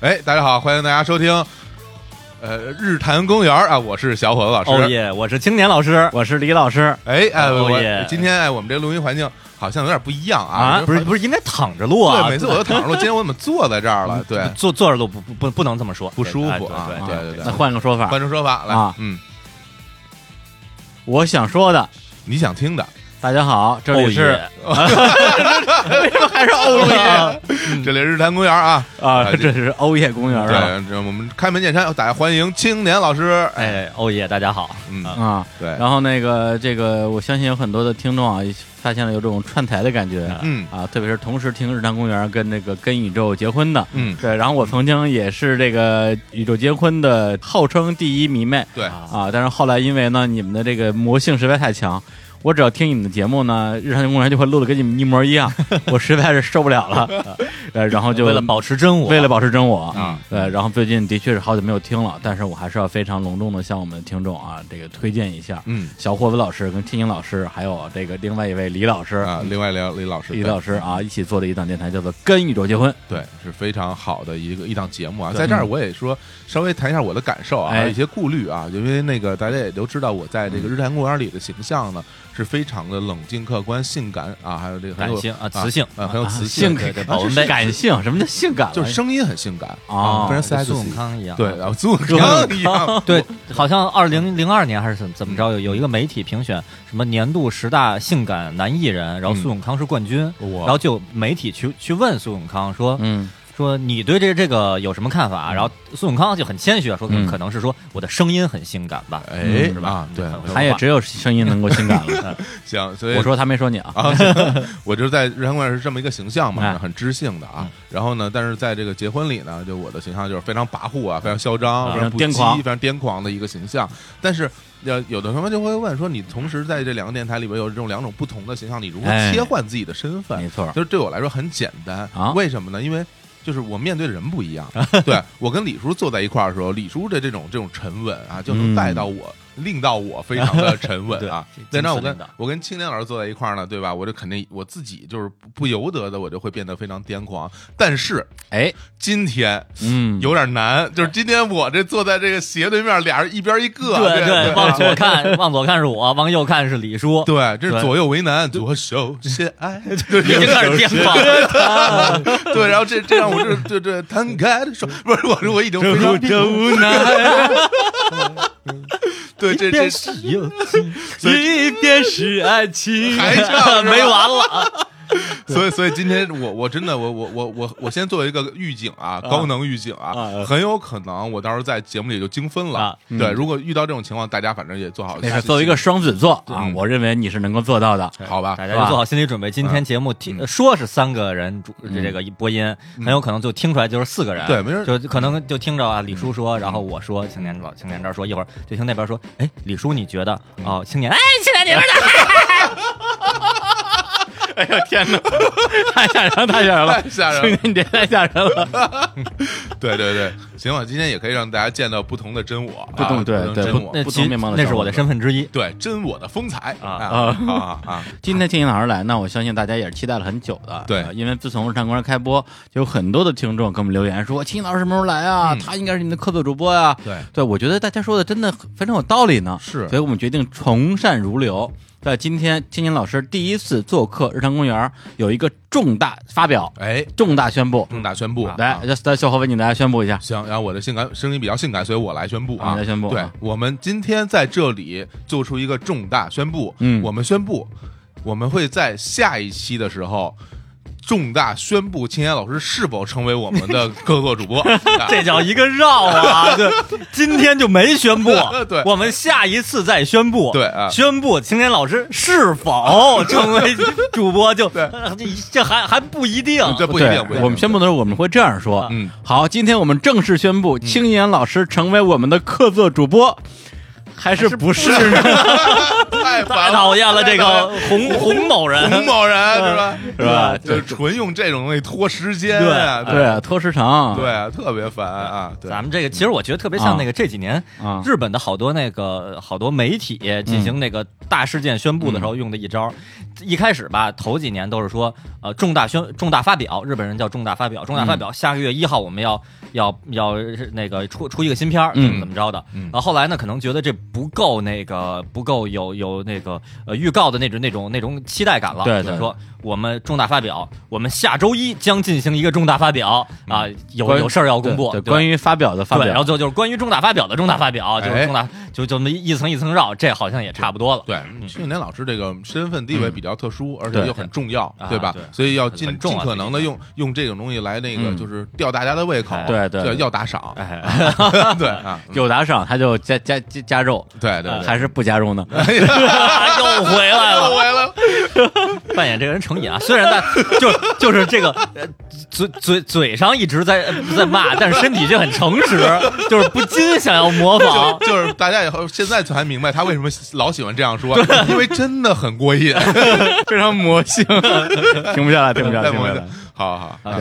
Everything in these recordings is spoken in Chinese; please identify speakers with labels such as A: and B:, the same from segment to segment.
A: 哎，大家好，欢迎大家收听，呃，日坛公园啊，我是小伙子老
B: 哦
A: 师。
B: 耶！我是青年老师，我是李老师
A: 哎哎，
B: 哦
A: 我
B: 耶
A: 今天哎，我们这录音环境好像有点不一样啊，
B: 不是不是应该躺着录啊？
A: 对，每次我都躺着录，今天我怎么坐在这儿了？对，
B: 坐坐着录不不不不能这么说，
A: 不舒服啊
B: 对
A: 啊
B: 对
A: 对对
C: 那换个说法，
A: 换种说法来
C: 啊，
A: 嗯，
C: 我想说的，
A: 你想听的，
C: 大家好，这
A: 哦
B: 对
C: 里是、 为什么还是欧耶
A: 这里是日坛公园啊，
C: 啊？这是欧耶公园
A: 对
C: 啊，
A: 这我们开门见山，大家欢迎青年老师，
B: 哎，哦耶！大家好，
A: 嗯，
C: 啊。
A: 对，
C: 然后那个这个，我相信有很多的听众啊，发现了有这种串台的感觉，
A: 嗯
C: 啊，特别是同时听《日坛公园》跟那个跟宇宙结婚的。
A: 嗯，
C: 对，然后我曾经也是这个宇宙结婚的号称第一迷妹
A: 对，
C: 啊，但是后来因为呢，你们的这个魔性实在太强，我只要听你们的节目呢，《日常公园》就会录的跟你们一模 一样，我实在是受不了了，呃，然后就
B: 为了保持真我，嗯
C: 为了保持真我
A: 啊，
C: 对，然后最近的确是好久没有听了，但是我还是要非常隆重的向我们的听众啊，这个推荐一下，
A: 嗯
C: 小伙子老师跟天宁老师，还有这个另外一位李老师，
A: 啊，另外聊李老师，
C: 李
A: 对
C: 老师啊，一起做的一档电台叫做《跟宇宙结婚》，
A: 对，是非常好的一个一档节目啊。在这儿我也说稍微谈一下我的感受啊，
C: 哎
A: 还有一些顾虑啊，因为那个大家也都知道，我在这个日坛公园里的形象呢是非常的冷静、客观、性感啊，还有这个很
B: 嗯感
A: 有
B: 性啊，磁性
A: 啊，很有
C: 啊
A: 磁
C: 性
A: 对对
C: 感，
A: 对
B: 保温杯
C: 感性，什么叫性感了？
A: 就是声音很性感
C: 啊
A: 非常
B: 跟
A: sexy。
B: 孙永康一样，
A: 对，然后孙
B: 孙
A: 悟
B: 悟
A: 空一样，
B: 对，好像二零零二年还是怎怎么着，有有一个媒体评选什么年度十大性感男艺人，然后
A: 嗯
B: 苏永康是冠军，
A: 我
B: 然后就有媒体去去问苏永康说，
C: 哎嗯，
B: 说你对这这个有什么看法？啊然后苏永康就很谦虚啊，说可
C: 嗯
B: 可能是说我的声音很性感吧，
A: 哎
B: 嗯是吧
A: 啊，对，
B: 很
C: 他也只有声音能够性感 了。
A: 行，所以
C: 我说他没说你 啊，
A: 啊，我就是在日常公园是这么一个形象嘛，
C: 哎
A: 很知性的啊。然后呢，但是在这个结婚礼呢，就我的形象就是非常跋扈啊，非常嚣张，
C: 啊
A: 非常不羁
C: 癫狂
A: 非常癫狂的一个形象。但是，呃，有的朋友就会问说，你同时在这两个电台里边有这种两种不同的形象，你如何
C: 哎
A: 切换自己的身份？
C: 没错，
A: 就是对我来说很简单
C: 啊
A: 为什么呢？因为就是我面对的人不一样。对我跟李叔坐在一块儿的时候，李叔的这种这种沉稳啊，就能
C: 嗯
A: 带到我，令到我非常的沉 稳啊
B: 对。
A: 对，那我
B: 精
A: 跟
B: 神领导
A: 我跟青年老师坐在一块儿呢，对吧？我就肯定我自己就是不不由得的，我就会变得非常癫狂。但是
C: 哎，
A: 今天。
C: 嗯，
A: 有点难，就是今天我这坐在这个斜对面，俩人一边一个，啊
B: 对
A: 对，
B: 往左看，往左看是我，往右看是李叔，
A: 对，这是
B: 对
A: 左右为难，左手写爱，对
B: 已经开始癫狂了。
A: 对，然后这这让我这这这摊开的手，不是我说我已经非常
C: 无奈，
A: 对这这
B: 是友
A: 所
B: 情，一边是爱 情
A: 还唱
B: 没完了。
A: 所以所以今天我我真的我我我我我先作为一个预警啊，高能预警啊，
B: 啊
A: 很有可能我到时候在节目里就精分了
B: 啊。
A: 对，如果遇到这种情况，大家反正也做好
C: 那是作为一个双子座啊
A: 嗯，
C: 我认为你是能够做到 的。
A: 好吧
B: 大，家就做好心理准备，今
C: 嗯
B: 天节目听说是三个人主这个一播音，
C: 嗯
B: 很有可能就听出来就是四个人，
A: 对没人
B: 就可能就听着啊，李
C: 嗯
B: 叔说，然后我说，青年老青年这儿说，一会儿就听那边说，哎，李叔你觉得
C: 嗯
B: 哦，青年哎，青年你们的，
C: 哎呦天哪， 太吓人了，太吓人
A: 太吓人
C: 了
A: 了
C: 兄弟，你别太吓人了。
A: 对对对，行吧，今天也可以让大家见到不同的真我，
C: 不
A: 啊
C: 同对
A: 不同
C: 对
A: 真我，
B: 那
C: 不
B: 其
C: 同面貌的
B: 那
C: 小
B: 是我
C: 伙
B: 的
C: 子
B: 身份之一，
A: 对真我的风采
B: 啊
A: 啊啊啊！
C: 今天天一老师来，那我相信大家也是期待了很久的。
A: 对
C: 呃因为自从《日常公园》开播，就有很多的听众给我们留言说：“天一老师什么时候来啊？
A: 嗯
C: 他应该是你的客座主播呀、
A: 对
C: 对，我觉得大家说的真的非常有道理呢。
A: 是
C: 所以我们决定从善如流。在今天，天津老师第一次做客《日常公园》，有一个重大发表、
A: 哎，
C: 重大宣布。
A: 重大宣布，
C: 来
A: 啊，
C: 来，来小伙伴，你来宣布一下。
A: 行，然后我的性感声音比较性感，所以我来宣布啊，
C: 啊你来宣布
A: 对
C: 啊，
A: 我们今天在这里做出一个重大宣布，
C: 嗯
A: 我们宣布，我们会在下一期的时候重大宣布青年老师是否成为我们的客座主播。啊，
B: 这叫一个绕啊！对，今天就没宣布
A: 对
B: 我们下一次再宣布，
A: 对啊
B: 宣布青年老师 是否成为主播就，
A: 对嗯
B: 呃这这还还不一定，
A: 这不一
C: 对
A: 定，不一定
C: 我们宣布的时候，我们会这样说：
A: 嗯，
C: 好，今天我们正式宣布，青岩老师成为我们的客座主播，还是不是 呢？
A: 太
B: 太
A: 烦
B: 讨厌了，
A: 啊太
B: 这个洪洪某人，
A: 红某人是吧？
C: 是吧
A: 就是纯用这种东西拖时间啊，
C: 对啊，拖时长，
A: 对啊，特别烦啊， 对，
B: 咱们这个其实我觉得特别像那个这几年
C: 啊
B: 日本的好多那个好多媒体进行那个大事件宣布的时候用的一招，一开始吧头几
C: 嗯
B: 年都是说呃重大宣重大发表，日本人叫重大发表，重大发表下个月一号我们要要要是那个出出一个新片儿，怎么
C: 嗯
B: 怎么着的。
A: 嗯
B: 然后后来呢，可能觉得这不够那个不够有有那个呃预告的那种那种那种期待感了。
C: 对
B: 就
C: 对
B: 说我们重大发表，我们下周一将进行一个重大发表啊，有
C: 关于
B: 有事儿要公布
C: 对，对
B: 对
C: 关于发表的发
B: 对，然
C: 表
B: 后，就就是关于重大发表的重大发表，就是
A: 哎
B: 重大、就就那么一层一层绕，这好像也差不多了。
A: 对，青年老师这个身份地位比较特殊，而且又很重要，
B: 对
A: 对吧
B: 对？
A: 所以要尽
B: 很重
A: 尽
B: 啊
A: 可能的用用这种东西来那个，
C: 嗯
A: 就是吊大家的胃口
B: 哎，
C: 对对
A: 就
C: 对
A: 要打赏，
B: 哎，
A: 对啊，嗯
C: 有打赏他就加加加加肉，
A: 对对对，
C: 还是不加肉呢？
B: 又回来了，
A: 来了，
B: 扮演这个人成瘾啊，虽然在就就是这个呃嘴嘴嘴上一直在呃在骂，但是身体却很诚实，就是不禁想要模仿。
A: 就是大家以后现在才明白他为什么老喜欢这样说， 因为真的很过瘾，
C: 非常魔 性，停不下来，停不下来，
A: 太
C: 停不
A: 过瘾
C: 下来
A: 了。 好好好，
C: 啊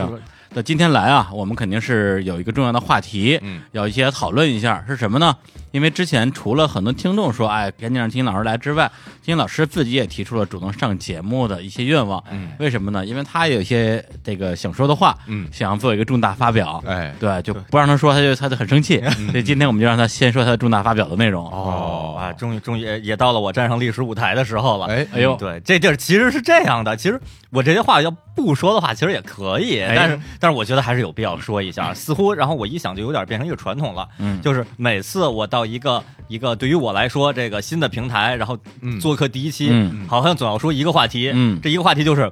C: 那今天来啊，我们肯定是有一个重要的话题，
A: 嗯，
C: 要一些讨论一下是什么呢？因为之前除了很多听众说，哎，赶紧让金老师来之外，金老师自己也提出了主动上节目的一些愿望。哎
A: 嗯
C: 为什么呢？因为他有一些这个想说的话，
A: 嗯，
C: 想要做一个重大发表。
A: 哎，
C: 对，就不让他说，他就他就很生气。所以今天我们就让他先说他的重大发表的内容。
A: 嗯哦
B: 啊，终于终于也也到了我站上历史舞台的时候了。
A: 哎
C: 哎呦
B: 嗯对，这地儿其实是这样的。其实我这些话要不说的话，其实也可以，
C: 哎
B: 但是但是我觉得还是有必要说一下。似乎，然后我一想就有点变成一个传统了，
C: 嗯
B: 就是每次我到一个一个对于我来说这个新的平台，然后
A: 嗯
B: 做客第一期，
C: 嗯
B: 好像总要说一个话题，
C: 嗯
B: 这一个话题就是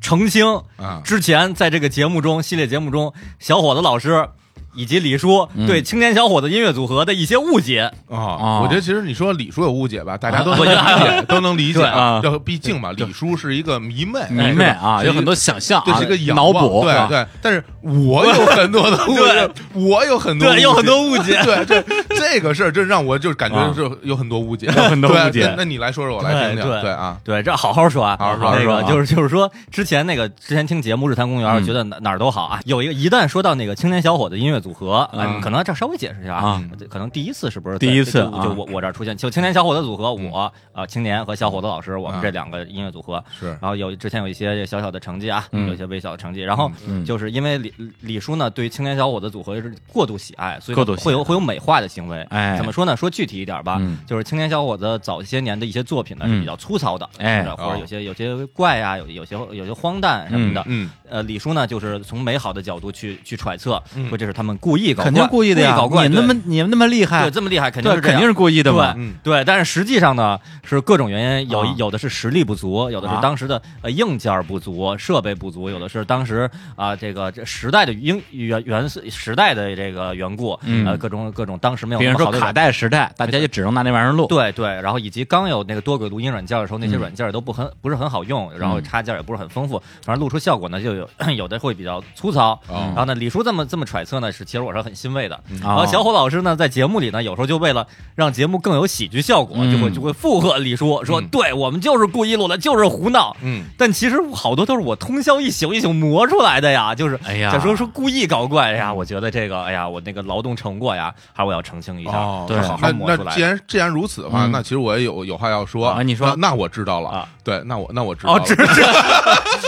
B: 澄清
A: 啊，
B: 之前在这个节目中系列节目中，小伙子老师。以及李叔
C: 嗯
B: 对青年小伙子音乐组合的一些误解，
A: 哦，我觉得其实你说李叔有误解吧，大家都
B: 啊
A: 能
B: 我
A: 理
B: 觉得
A: 解，都能理解
B: 对
C: 啊
A: 要毕竟嘛，李叔是一个迷妹，
C: 迷妹啊，
A: 是吧
C: 有很多想象
A: 哎这
C: 啊，
A: 是一个仰
C: 脑
A: 望
C: 补，
A: 对
C: 啊，
A: 对。但是我有很多 的误解，我有很多
B: 对，有很多
A: 误
B: 误解
A: 解。。对对，这个事儿真让我就感觉
C: 啊
A: 就有很多误解，
C: 有很多误
A: 对
C: 解
A: 那那你来说说，我来听听。
B: 对对
A: 对啊，
B: 对，这好好说啊，
A: 好好说
B: 那
C: 好好
B: 个
C: 说啊
B: 就是就是说，之前那个之前听节目《日坛公园》，
C: 嗯
B: 觉得哪哪儿都好啊。有一个一旦说到那个青年小伙的音乐组合，啊
A: 嗯
B: 可能这稍微解释一下
C: 啊，
B: 可能第一次是不是在
C: 第一次
B: 就
C: 啊嗯
B: 就我我这儿出现，就青年小伙的组合，我啊青年和小伙子老师，我们
A: 啊
B: 这两个音乐组合，
A: 是
B: 然后有之前有一些小小的成绩啊，
C: 嗯
B: 有一些微小的成绩，然后
C: 嗯
B: 就是因为李李叔呢对青年小伙的组合是过度喜爱，所以
C: 过度喜爱
B: 会有会有美化的行为。
C: 哎
B: 怎么说呢？说具体一点吧，
C: 嗯
B: 就是青年小伙子早些年的一些作品呢
C: 嗯
B: 是比较粗糙的，
C: 哎
B: 或
A: 哦
B: 者有些有些怪啊，有有些有些荒诞什么的。
A: 嗯
B: 呃，李叔呢就是从美好的角度去去揣测
A: 嗯，
B: 说这是他们故意搞怪，
C: 肯定故意的呀
B: 搞！怪，
C: 你那么你们那么厉
B: 对对
C: 害，
B: 这么厉害，肯定
C: 对，
B: 是这
C: 肯
B: 样
C: 定是故意的嘛。
B: 对
A: 嗯
B: 对，但是实际上呢，是各种原因，有、
C: 啊
B: 有的是实力不足，有的
C: 啊嗯
B: 是当时的呃硬件不足、设备不足，有的是当时啊、这个这时代的因原元素时代的这个缘故，
C: 嗯
B: 呃各种各种当时没有
C: 比
B: 那
C: 如
B: 么
C: 说
B: 好的
C: 卡带时代，大家就只能拿那玩意儿录。
B: 对对，然后以及刚有那个多轨录音软件的时候，那些
C: 嗯
B: 软件都不很不是很好用，然后
C: 嗯
B: 插件也不是很丰富，反正录出效果呢就有 有的会比较粗糙。
A: 哦
B: 然后呢，李叔这么这么揣测呢，是其实我是很欣慰的。然
C: 啊
B: 后小虎老师呢，在节目里呢，有时候就为了让节目更有喜剧效果，就会
C: 嗯
B: 就会附和李叔说：“
A: 嗯
B: 对我们就是故意录的，就是胡闹。”
A: 嗯，
B: 但其实好多都是我通宵一宿一宿磨出来的呀，就是
C: 哎呀
B: 假如说是故意搞怪哎呀，我觉得这个哎呀，我那个劳动成果呀，还是我要澄清一下，
A: 哦，
C: 对
B: 是好好
A: 那
B: 磨出
A: 那
B: 来
A: 既
B: 的。
A: 然既然如此的话，
C: 嗯
A: 那其实我也有有话要说
C: 啊你说
A: 那那我知道了
B: 啊，
A: 对，那我那我知道
B: 哦，
A: 了
B: 知知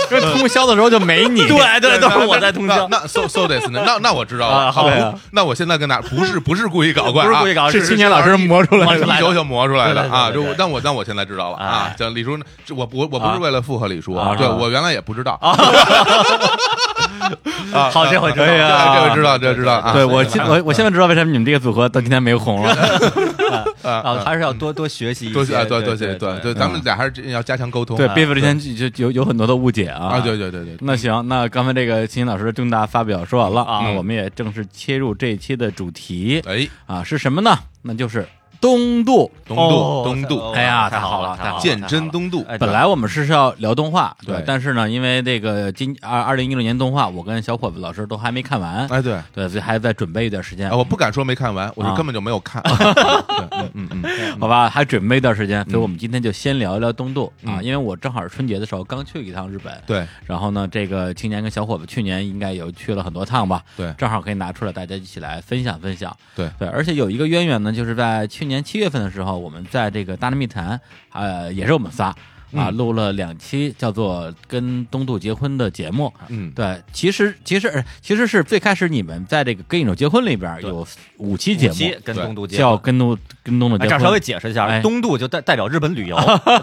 C: 这通宵的时候就没你。
B: 对对，都是我在通 宵。
A: 那那 so so this 呢？那那我知道了。
B: 啊
A: 好
B: 对
C: 啊，
A: 那我现在跟大不是不是故意搞怪啊，
B: 不是故意搞
C: 是
B: 是
C: 青年老师磨出来
B: 磨
C: 的
B: 出。来
A: 一
B: 的
A: 手就磨出来的
B: 对对对
A: 啊！
B: 对
A: 就
B: 对
A: 但我但我现在知道了啊
B: 哎！
A: 这李叔，这我不我不是为了附和李叔
C: 啊，
A: 对
C: 是吧
A: 我原来也不知道。啊
B: 好，这回知道
C: 哎呀
B: 了。
A: 这个知道，这个知道啊！
C: 对我现我我现在知道为什么你们这个组合到今天没红了。
B: 啊，
A: 啊，
B: 还是要多多学习一些，
A: 多谢啊多
B: 对
A: 多谢，对
B: 对
A: 对，咱们俩还是要加强沟通
C: 对，
A: 啊
C: 背负之前就就有有很多的误解啊。
A: 啊！对对对对，
C: 那行，那刚才这个秦老师的重大发表说完了
B: 啊
C: 那我们也正式切入这一期的主题
A: 哎，
C: 啊，是什么呢？那就是东渡。
A: 东
B: 哦
A: 渡东渡，
C: 哎呀太好
B: 好
C: 了太好了
A: 鉴真东渡，啊
B: 哎对
C: 本来我们是是要聊动画，
A: 对
C: 但是呢，因为这个今二二零一六年动画，我跟小伙子老师都还没看完，
A: 哎对。
C: 对，所以还在准备一段时间
A: 啊，，我不敢说没看完，我
C: 啊
A: 是根本就没有看。对嗯嗯嗯，
C: 好吧，还准备一段时间，所以我们今天就先聊一聊东渡啊，
A: 嗯
C: 因为我正好是春节的时候刚去一趟日本，
A: 对
C: 然后呢，这个青年跟小伙子去年应该有去了很多趟吧，
A: 对
C: 正好可以拿出来大家一起来分享分享。
A: 对
C: 对，而且有一个渊源呢，就是在去年七月份的时候，我们在这个大内密谈，呃，也是我们仨。
A: 嗯
C: 啊，录了两期叫做《跟东渡结婚》的节目。
A: 嗯，
C: 对，其实其实呃其实是最开始你们在这个《跟一种结婚》里边
B: 对
C: 有五期节
B: 五期
C: 目，
B: 跟
A: 对
B: 东渡结
C: 叫《
B: 婚。
C: 跟东跟东渡
B: 哎，
C: 结
B: 这
C: 婚
B: 儿》，稍微解释一下，
C: 哎
B: 东渡就代代表日本旅游，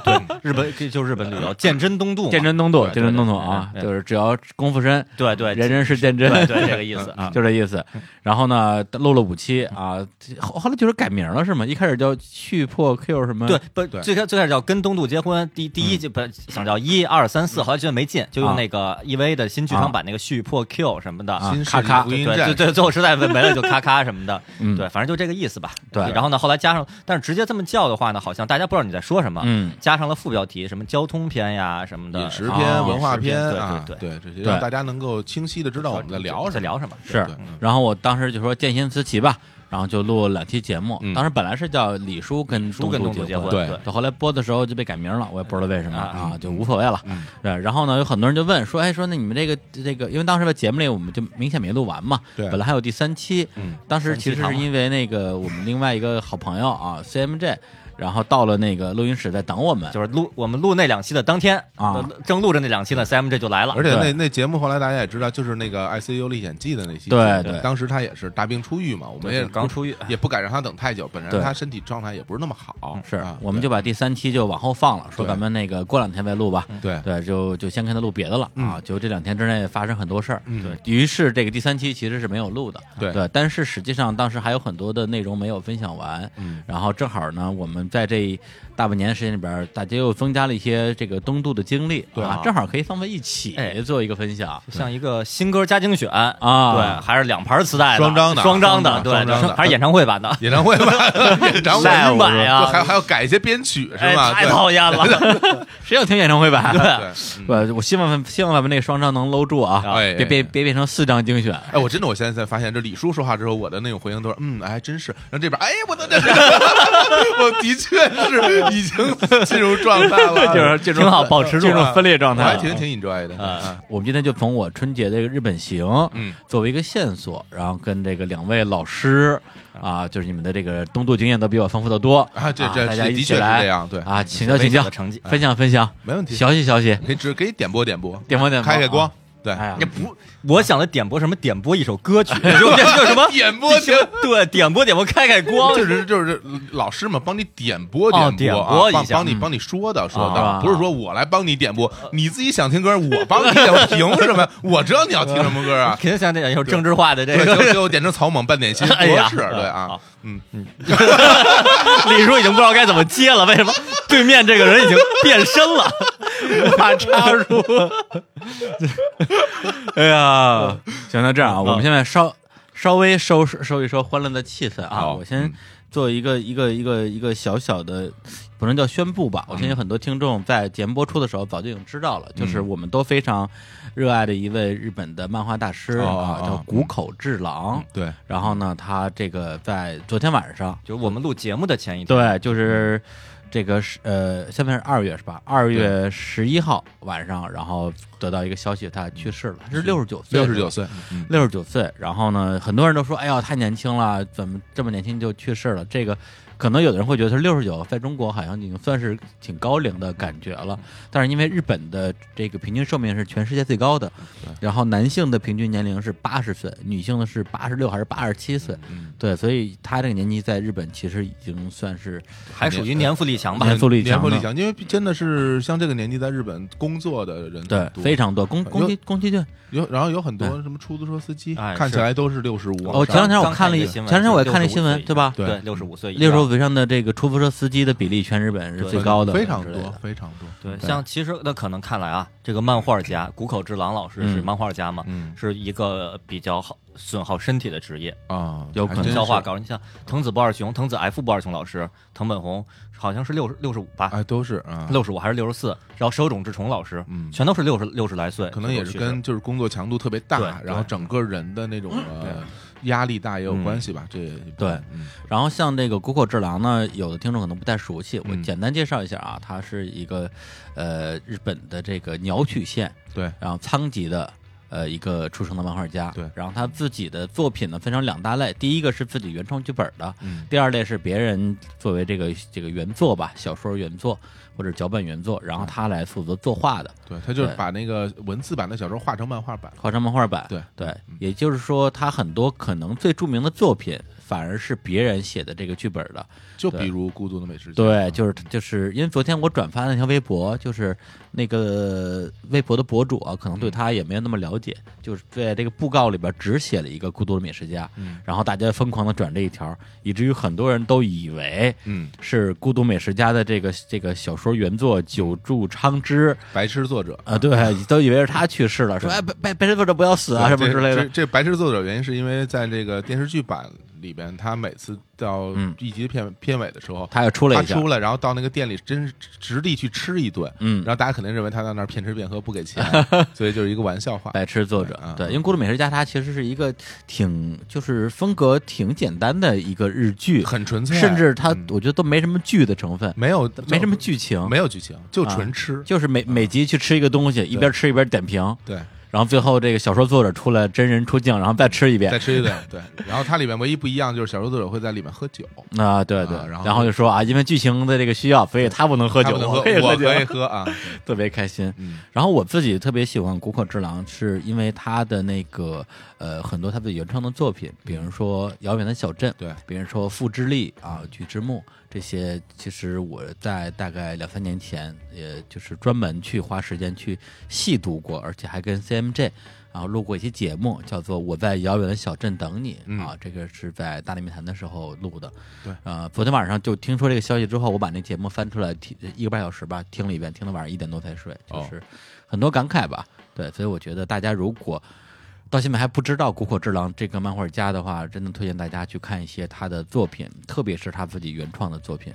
B: 对，日本这就是日本旅游，鉴真东渡嘛，
C: 鉴真东渡，
B: 对
C: 鉴真东渡啊，
B: 对对
C: 就是只要功夫深，
B: 对对，
C: 人人是鉴真，
B: 对嗯对这个意思
C: 啊，就这意思。然后呢，录了五期啊，后后来就是改名了是吗？一开始叫续破 Q 什么？
B: 对，不
A: 对嗯
B: 最开最开始叫跟东渡结婚，第第一就不想叫一二三四，后来觉得没劲，就
A: 啊
B: 用那个 EV 的新剧场版那个续破 Q 什么的，
C: 啊
A: 新
C: 咔
A: 世
C: 咔
A: 纪福
B: 对
A: 音
B: 对对
A: 战
B: 对，最后实在没没了就咔咔什么 的，
C: 嗯
B: 对，反正就这个意思吧。
C: 对
B: 然后呢，后来加上，但是直接这么叫的话呢，好像大家不知道你在说什么，
C: 嗯，
B: 加上了副标题，什么交通篇呀什么的，哦
A: 饮食
C: 啊
A: 篇、文化
B: 饮食篇
A: 篇
B: 对
A: 啊，
B: 对
A: 对这些，
C: 对
A: 让大家能够清晰的知道我们在聊什
B: 在
A: 么。
B: 聊什么，
C: 是
A: 对嗯。
C: 然后我当时就说见新思齐吧，然后就录了两期节目。
A: 嗯
C: 当时本来是叫李叔跟
B: 书
C: 东
B: 跟
C: 渡
B: 东渡结
C: 婚，
A: 对
B: 对
C: 到后来播的时候就被改名了，我也不知道为什么
B: 啊
C: 啊，就无所谓了。
A: 嗯
C: 对，然后呢，有很多人就问说，哎，说那你们这个这个，因为当时在节目里我们就明显没录完嘛，
A: 对
C: 本来还有第三期，
A: 嗯，
C: 当时其实
B: 三期
C: 是
B: 长
C: 因为那个我们另外一个好朋友啊，CMJ，然后到了那个录音室在等我们，
B: 就是录我们录那两期的当天呃
C: 啊，
B: 正录着那两期呢，CMJ 就来了，
A: 而且那
C: 对
A: 那节目后来大家也知道，就是那个《ICU 历险记》的那期节目，
C: 对对
A: 当时他也是大病初愈嘛，我们
B: 对
A: 也
B: 刚出狱，
A: 也不敢让他等太久，本身
C: 对嗯
A: 他身体状态也不是那么好，
C: 是
A: 啊，
C: 我们就把第三期就往后放了，说
A: 对嗯
C: 咱们那个过两天再录吧。
A: 对对
C: 对，就就先跟他录别的了啊，就这两天之内发生很多事儿，
A: 嗯嗯对
C: 于是这个第三期其实是没有录的，
A: 对
C: 但是实际上当时还有很多的内容没有分享完，
A: 嗯，
C: 然后正好呢，我们在这大半年的时间里边儿，大家又增加了一些这个东渡的经历，
A: 对
C: 啊，正好可以放在一起
B: 哎
C: 做一个分享，
B: 像一个新歌加精选
C: 啊
B: 对，还是两盘磁带的
A: 双张的啊
B: 双张的，
A: 双张
B: 对，
A: 双张的
B: 还是演唱会版的，
A: 演唱会 吧，演唱会
B: 烂版
A: 就
C: 啊
B: 呀
A: 还还要改一些编曲
B: 哎，
A: 是吗？
B: 太
A: 对啊
B: 讨厌了，
C: 谁想听演唱会版？啊
B: 对
A: 对，嗯
C: 对，我希望希望咱们那个双张能搂住啊，
A: 哎哎
C: 别别别变成四张精 选，
A: 哎，我真的，我现在才发现，这李叔说话之后，我的那种回应都是，嗯，哎，真是。然后这边，哎，我的这，我的确是已经进入状态了， 啊
C: 就是这种
B: 挺好保持住
C: 这种分裂状
A: 我
C: 态
A: 还
C: 啊，
A: 挺挺 enjoy 的。
B: 啊
A: 啊
C: 我们今天就从我春节这个日本行，
A: 嗯，
C: 作为一个线索，然后跟这个两位老师啊，就是你们的这个东渡经验都比我丰富的多
A: 啊这这
C: 大家
A: 这
C: 一
A: 的
C: 起
A: 确是
C: 来
A: 这样对哎
C: 啊，请教
B: 嗯
C: 请
B: 微小
C: 教
B: 的，成绩
C: 分享分享，
A: 没问题
C: 学习学习，
A: 可以只可以点播点播，
C: 点播点播
A: 开开光
C: 啊，
A: 对，
C: 哎呀
B: 也，不，我想的点播什么？点播一首歌曲， 就就什么？
A: 点播点。
B: 对，点播点播，开开光
A: 就。是就是老师们帮你点播
B: 哦
A: 点播
B: 点播
A: 啊，
B: 一
A: 帮
B: 下
A: 帮你
C: 嗯
A: 帮你说的说
C: 啊
A: 的，不是说我来帮你点播，你自己想听歌，我帮你点播，凭什么？我知道你要听什么歌 啊，
B: 肯定想点一首政治化的这
A: 对，
B: 个。
A: 最后点成草蜢半点心，
B: 哎呀
A: 多是对啊
B: 好，
A: 嗯，
B: 李叔已经不知道该怎么接了，为什么？对面这个人已经变身 了，无法插入。
C: 哎呀，行，那这样啊，
B: 嗯
C: 我们现在稍稍微收拾收一收欢乐的气氛啊，
A: 好
C: 我先
A: 嗯
C: 做一个一个一个一个小小的，不能叫宣布吧，我
B: 嗯
C: 相信很多听众在节目播出的时候早就已经知道了，就是我们都非常热爱的一位日本的漫画大师
A: 哦
C: 啊，
A: 哦
C: 叫
A: 哦
C: 谷口治
B: 嗯
C: 郎。
A: 对，
C: 然后呢，他这个在昨天晚上，
B: 就是我们录节目的前一天，
C: 对，就是这个是呃，现在是二月是吧？二月十一号晚上，然后得到一个消息，他去世了，他是六十九岁，
A: 六十九岁，嗯，
C: 六十九岁，然后呢，很多人都说，哎呀，太年轻了，怎么这么年轻就去世了？这个可能有的人会觉得六十九在中国好像已经算是挺高龄的感觉了，但是因为日本的这个平均寿命是全世界最高的，然后男性的平均年龄是八十岁，女性的是八十六还是八十七岁？
A: 嗯
C: 对，所以他这个年纪在日本其实已经算是
B: 还属于年富力强吧？
C: 年富力
A: 年
C: 强
A: 富力
C: 的
A: 强，因为真的是像这个年纪在日本工作的人
C: 对
A: 很多
C: 非常多宫宫
A: 有
C: 崎宫崎骏。
A: 有，然后有很多
C: 哎
A: 什么出租车司机，
B: 哎
A: 看起
B: 是
A: 来都是六十五。
C: 哦前两天我看了一
B: 刚才那个新闻
C: 前两天我也看了一新闻
B: 65岁
C: 对吧
A: 对
B: 对，六十五岁以上，
C: 六十五以上的这个出租车司机的比例，全日本是
B: 对
C: 最高的，
A: 非常
C: 之类
A: 多
C: 的，
A: 非常多。
B: 对，像其实那可能看来啊，这个漫画家谷口治郎老师是
C: 嗯
B: 漫画家嘛，
A: 嗯
B: 是一个比较好损耗身体的职业，
A: 啊，
C: 有可能
A: 还真
B: 消化
A: 是
B: 高。你像藤子不二雄、藤子 F 不二雄老师、藤本弘，好像是六十六十五吧，
A: 哎，都是啊，
B: 六十五还是六十四？然后手冢治虫老师，
A: 嗯
B: 全都是六十六十来岁，
A: 可能也是
B: 这个趋
A: 跟
B: 势
A: 就是工作强度特别
B: 对
A: 大，然后
B: 对
A: 整个人的那种呃压力大也有关系吧。这
C: 对
A: 嗯
C: 然后像这个谷口治郎呢，有的听众可能不太熟悉，我
A: 嗯
C: 简单介绍一下啊，他是一个呃日本的这个鸟取县，
A: 对
C: 然后仓吉的呃一个出生的漫画家。
A: 对
C: 然后他自己的作品呢分成两大类，第一个是自己原创剧本的，
A: 嗯
C: 第二类是别人作为这个这个原作吧，小说原作或者脚本原作，然后他来负责作画的，
A: 对他就是
C: 对
A: 把那个文字版的小说画成漫画版，
C: 画成漫画版。
A: 对
C: 对，也就是说，他很多可能最著名的作品。反而是别人写的这个剧本的，
A: 就
C: 对
A: 比如《孤独的美食家》啊
C: 对，就是就是因为昨天我转发那条微博，就是那个微博的博主啊，可能对他也没有那么了解，就是在这个布告里边只写了一个孤独的美食家，
A: 嗯
C: 然后大家疯狂的转这一条，以至于很多人都以为
A: 嗯，
C: 是孤独美食家的这个这个小说原作久住昌之
A: 白痴作者
C: 啊、对，都以为是他去世了，说哎白白白痴作者不要 死啊什么之类
A: 这
C: 的
A: 这，这白痴作者原因是因为在这个电视剧版里边，他每次到
C: 嗯
A: 一集片片尾的时候，
C: 他又出
A: 他
C: 了一下，
A: 出来，然后到那个店里真是直地去吃一顿，
C: 嗯
A: 然，后大家肯定认为他在那儿骗吃骗喝不给 钱，所以就是一个玩笑话。
C: 白痴作者
A: 对啊，
C: 对，因为《孤独美食家》它其实是一个挺就是风格挺简单的一个日剧，
A: 很纯粹，
C: 甚至它
A: 嗯
C: 我觉得都没什么剧的成分，
A: 没有
C: 没什么剧情，啊
A: 没有剧情，就纯吃。
C: 就是每每集去吃一个东西，一边吃一边点评，
A: 对，
C: 然后最后这个小说作者出来真人出镜，然后再吃一遍
A: 再。吃一 顿，对。然后它里面唯一不一样就是小说作者会在里面喝酒，
C: 啊，对对
A: 啊，然后
C: 然后就说啊，因为剧情的这个需要， 所以他不能 喝
A: 他
C: 酒，
A: 不能
C: 我
A: 喝，
C: 可以
A: 我
C: 酒，
A: 可以喝啊。
C: 特别开心。
A: 嗯
C: 然后我自己特别喜欢谷口之狼，是因为他的那个呃很多他的原创的作品，比如说《遥远的小镇》，
A: 对
C: 比如说《复之力》啊，《菊之墓》这些，其实我在大概两三年前，也就是专门去花时间去细读过，而且还跟 CMJ 啊录过一期节目，叫做《我在遥远的小镇等你》
A: 嗯
C: 啊，这个是在大内密谈的时候录的。
A: 对
C: 呃，昨天晚上就听说这个消息之后，我把那节目翻出来听一个半小时吧，听了一遍，听到晚上一点多才睡，就
A: 哦
C: 是很多感慨吧。对，所以我觉得大家如果到现在还不知道谷口智郎这个漫画家的话，真的推荐大家去看一些他的作品，特别是他自己原创的作品。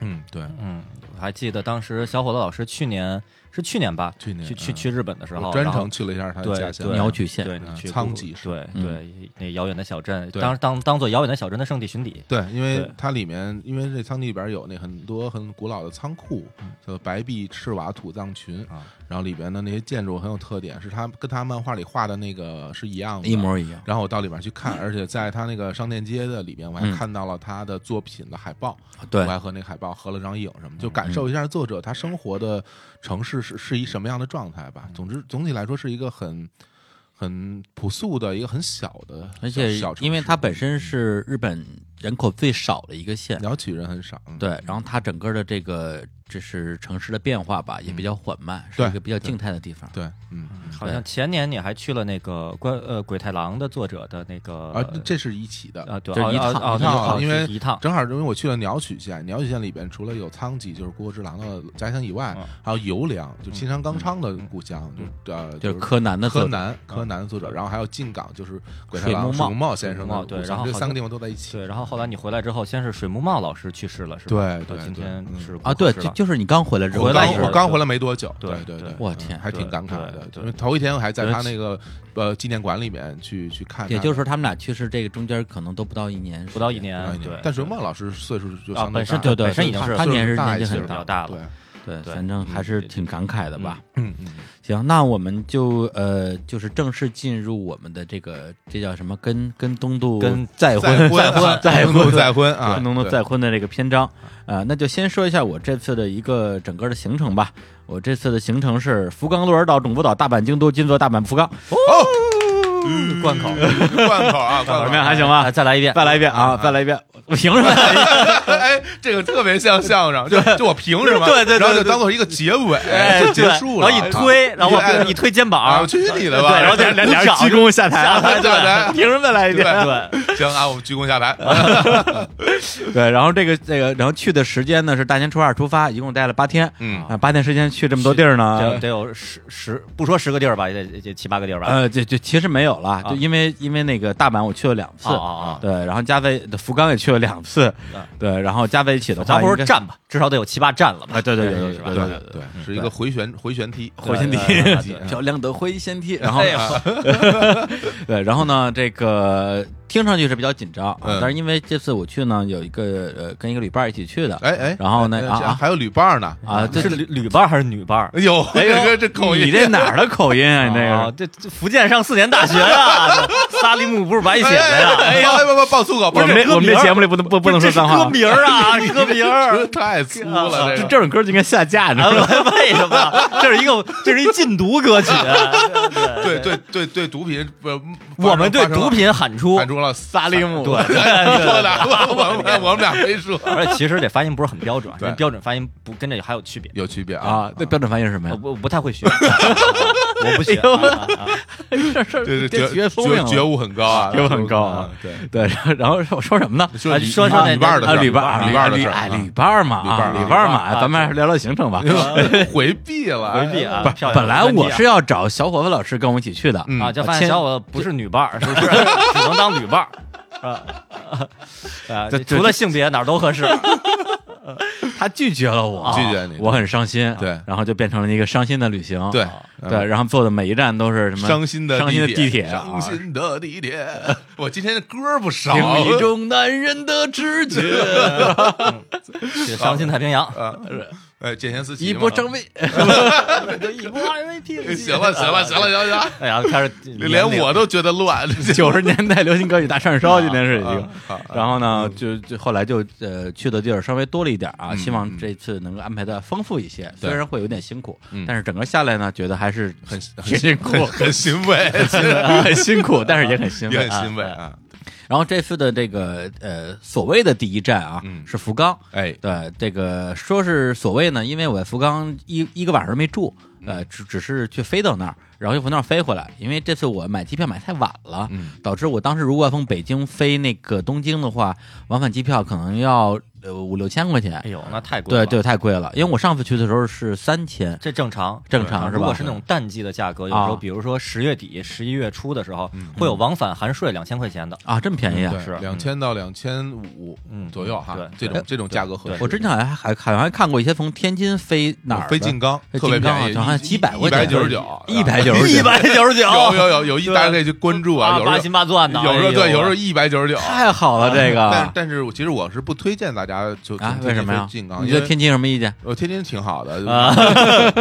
A: 嗯，对。
B: 嗯，我还记得当时小伙子老师去年是去年吧，
A: 去年
B: 去去
A: 嗯
B: 去日本的时候，
A: 我专
B: 然后
A: 程去了一下他的
B: 对
A: 家乡，
B: 对
C: 鸟取县
B: 对，
A: 嗯
B: 你去
A: 苍
B: 故
A: 崎市
B: 对
C: 嗯
B: 对，那遥远的小镇，
A: 对
B: 当当当做遥远的小镇的圣地巡礼，
A: 对，因为
B: 对
A: 它里面，因为这仓地里边有那很多很古老的仓库，
C: 嗯
A: 叫白壁赤瓦土葬群
B: 啊，
A: 然后里边的那些建筑很有特点，是它跟它漫画里画的那个是一样的，
C: 一模一样。
A: 然后我到里面去看，而且在他那个商店街的里边，我还看到了他的作品的海报，
C: 嗯对嗯
A: 我，还和那个海报合了张影什么，就感受一下作者他生活的城市是是一什么样的状态吧。
C: 嗯
A: 总之，总体来说是一个很很朴素的一个很小的，
C: 而且
A: 小小城市
C: 因为它本身是日本人口最少的一个县，
A: 鸟取人很少，嗯
C: 对，然后它整个的这个就是城市的变化吧，也比较缓慢，是
A: 嗯对
C: 一个比较静态的地方。
A: 对，嗯。
B: 好像前年你还去了那个关呃鬼太郎的作者的那个
A: 啊，这是一起的，
B: 啊对
C: 就是
B: 哦
C: 一趟
B: 哦哦
A: 一趟
B: 那个
A: 因为
B: 是一趟
A: 正好因为我去了鸟取县，鸟取县里边除了有仓吉，就是郭之郎的家乡以外
B: 嗯，
A: 还有游良，就新山冈昌的故乡，
B: 嗯
A: 就呃
C: 就是
A: 是
C: 柯南的作
A: 柯
C: 品，
A: 南柯南的作者，然后还有进港就是鬼太
C: 水
A: 郎
C: 木茂
A: 水木茂先生
B: 啊水木
A: 的
B: 茂
A: 故乡，
B: 对然后
A: 这
B: 好
A: 三个地方都在一起，
B: 对，然后后来你回来之后，先是水木茂老师去世了，是吧？
A: 对
B: 到
A: 对
B: 今
A: 对
B: 天
A: 嗯
B: 是
C: 啊，
B: 过
C: 对，
B: 世
C: 就
B: 了
C: 就是你刚回来之后，
A: 我
B: 回来
A: 刚
B: 以后
A: 我刚回来没多久，
B: 对
A: 对
B: 对
C: 我
A: 嗯
C: 天
A: 还挺感慨
B: 对
A: 的，
B: 对
A: 因为头一天我还在他那个呃纪念馆里面去去看他，
C: 也就是说他们俩去世这个中间可能都不到一年时间，
B: 不到一年
A: 啊，
B: 对，
A: 但水木茂老师岁数就
B: 啊
A: 相
B: 本身
A: 大
C: 对
A: 了
C: 对
B: 本身已
A: 对
B: 经
A: 他
B: 是
C: 他
A: 岁数
C: 年是
A: 大
C: 年纪
A: 一些
C: 很
A: 了
B: 比较大了
A: 对，
C: 对，
B: 对
C: 反正还是挺感慨的吧。
A: 嗯嗯。
C: 行，那我们就呃，就是正式进入我们的这个这叫什么？跟跟东渡
B: 跟
C: 再
A: 再
C: 婚
A: 婚啊
C: 再
A: 东渡
C: 婚
A: 再婚啊，
C: 跟东渡
A: 对
C: 再婚的这个篇章啊，那就先说一下我这次的一个整个的行程吧。我这次的行程是福冈、鹿儿岛、种子岛、大阪、京都、金座、大阪、福冈，
B: 贯口，
A: 贯口啊，贯口
C: 怎么样？还行吧？
B: 再来一遍，
C: 再来一遍啊！再来一遍，我凭什么再来一遍？
A: 哎，这个特别像相声，就就我凭什么？
B: 对对对
A: 然后就
B: 对
A: 当做一个结尾，
B: 哎
A: 就结
B: 对
A: 束了。
B: 然后一推，然后
A: 哎
B: 一推肩
A: 啊，
B: 膀
A: 我，去你的
B: 对，
A: 吧！
B: 然后两两两人鞠躬下台啊，
A: 下台
B: 对，凭什么再来一遍？对，
A: 行啊，我们鞠躬下台。
C: 对，然后这个这个，然后去的时间呢是大年初二出发，一共待了八天。
A: 嗯，
C: 啊，八天时间去这么多地儿呢，
B: 得得有十十，不说十个地儿吧，也得也得七八个地儿吧。啊
C: 呃，就就其实没有了，就因为因为那个大阪我去了两次
B: 啊，啊
C: 对，然后加在福冈也去了两次
B: 啊，
C: 对，然后加在一起的
B: 啊！
C: 话
B: 咱
C: 应
B: 不
C: 该，
B: 说站吧，至少得有七八站了吧？
C: 啊对对对
B: 对
C: 对
B: 是吧
A: 对
C: 对
A: 对对，是一个回旋回旋踢，
C: 火星梯
B: 对对对对，
C: 漂亮的灰仙梯，然
B: 然
C: 后
B: 后
C: 对，然后呢，这个听上去是比较紧张，啊
A: 嗯
C: 但是因为这次我去呢，有一个呃跟一个旅伴儿一起去的，
A: 哎哎，
C: 然后呢
A: 哎
C: 啊
A: 这
C: 啊
A: 还有旅伴呢，
C: 啊，这
B: 是旅旅伴还是女伴？
A: 哎呦，
C: 哎呦
A: 这这口音，
C: 你这哪儿的口音啊？你这
B: 啊
C: 个
B: 这这福建上四年大学啊，萨利姆不是白写的呀？
A: 哎
B: 呀，
A: 呀，哎不不爆粗口，
C: 我
A: 爆
C: 们
A: 粗
B: 这
C: 这
B: 歌
C: 我们
B: 名
C: 这
B: 儿
C: 节目里不能不不能说脏
B: 歌
C: 话，
B: 名儿 啊，歌名
A: 口
B: 儿。
A: 太粗了，
C: 啊
A: 这
C: 这这种歌就应该下架，你知
B: 啊
C: 道吗？
B: 为为什么？这是一个，这是一禁毒歌曲。啊
A: 个对对对对，毒品不，
B: 我们对
A: 发生了
B: 毒品喊出
A: 喊出了
B: 萨利姆，对，
C: 哎
A: 你说的，我们我们俩没说，
B: 而且其实这发音不是很标准，
A: 对
B: 这标准发音不跟这还有区别。
A: 有区别
C: 啊，那标准发音是什么
B: 我
A: 嗯
C: 呀？
B: 不不太会学， 我不学。
A: 哎
B: 啊啊啊
C: 这事
A: 对对，
C: 这
A: 觉
C: 学聪明
A: 觉
C: 了
A: 觉悟很高啊，嗯
C: 觉悟很高啊
A: 对，
C: 对，然后然后说说什么呢？
A: 说你
B: 说
A: 你
B: 说那
A: 旅伴的
C: 啊，
A: 事儿
C: 旅伴
A: 啊
C: 儿，
A: 旅伴的
C: 旅
A: 事儿
C: 哎，
A: 啊，
C: 旅伴儿嘛，
A: 旅伴儿嗯
C: 啊，
A: 啊
C: 旅伴儿
B: 旅
C: 嘛，
B: 伴儿啊
C: 咱们还是聊聊行 程吧。
A: 回避了，
B: 回避啊！漂亮
C: 本来
B: 专辑啊
C: 我是要找小伙子老师跟我们一起去的，
A: 嗯
B: 啊，就发
C: 千
B: 现小伙子不是女伴儿，是不是？只能当女伴儿，是 吧？啊，这
C: 这这
B: 除了性别哪儿都 合适。
C: 他拒绝了我，
A: 拒绝你
C: 我很伤心。
A: 啊对
C: 然后就变成了一个伤心的旅行。
A: 对嗯
C: 对，然后坐的每一站都是什么
A: 伤心的
C: 啊伤心的地
A: 地
C: 铁，
A: 伤
C: 啊
A: 心的地铁。 我今天的歌儿不少，
C: 经历中男人的 直觉，
B: 这伤心太平洋，
A: 啊，哎，见贤思齐
C: 一
A: 嘛哎
C: 波张卫，
B: 一波 MVP。
A: 行了，行了，行了，行了，行了，
B: 哎呀，开始
A: 连我都觉得 乱，
C: 九十年代流行歌曲大串烧，今天是一个
A: 啊。啊啊
C: 然后呢，就就后来就呃去的地儿稍微多了一点儿啊，
A: 嗯
C: 希望这次能够安排的丰富一些，虽然会有点辛苦
A: 嗯，
C: 但是整个下来呢，觉得还是
A: 很
C: 挺辛苦，
A: 很很欣慰，
C: 很辛苦，但是也很欣
A: 也
C: 慰
A: 很
C: 啊。
A: 欣慰啊！
C: 然后这次的这个呃所谓的第一站啊
A: 嗯，
C: 是福冈，
A: 哎，
C: 对，这个说是所谓呢，因为我在福冈一一个晚上没住，
A: 嗯
C: 呃，只只是去飞到那儿，然后又从那儿飞回来。因为这次我买机票买太晚了，
A: 嗯
C: 导致我当时如果要从北京飞那个东京的话，往返机票可能要呃五六千块
B: 哎
C: 钱，
B: 呦，那太贵
C: 对
B: 了。
C: 对，，太贵了。因为我上次去的时候是三千，
A: 嗯
B: 这正常。
C: 正常是吧
B: 如果是那种淡季的价格，有时候
C: 啊
B: 比如说十月底、十一月初的时候，
A: 嗯
B: 会有往返含税两千块钱的。
C: 啊，这么便宜啊！
A: 对，
B: 是
A: 两千到两千五
B: 嗯
A: 左右哈
B: 对，
A: 这种
C: 对
A: 这种价格合适。
C: 我之前好像还还好像还看过一些从天津飞哪儿的
A: 飞进冈
C: 飞
A: 特别
C: 金刚
A: 便宜，
C: 好像几百块
A: 一百
C: 钱
A: 九十啊九，
C: 一百九十
B: 一
C: 九，
B: 百九十九，
A: 有有有有一，大家可以去关注啊，
B: 啊，
A: 有
B: 八
A: 时
B: 心八钻的，
A: 候有时
B: 哎
A: 候
B: 呦
A: 对，有时候一百九十九。
C: 太好了，这个
A: 嗯但但是我其实我是不推荐大家就从
C: 啊，
A: 天
C: 为什
A: 津
C: 么呀
A: 飞？进冈，
C: 你
A: 因
C: 对
A: 为
C: 天津有什么意见？
A: 我天津挺好的
B: 啊，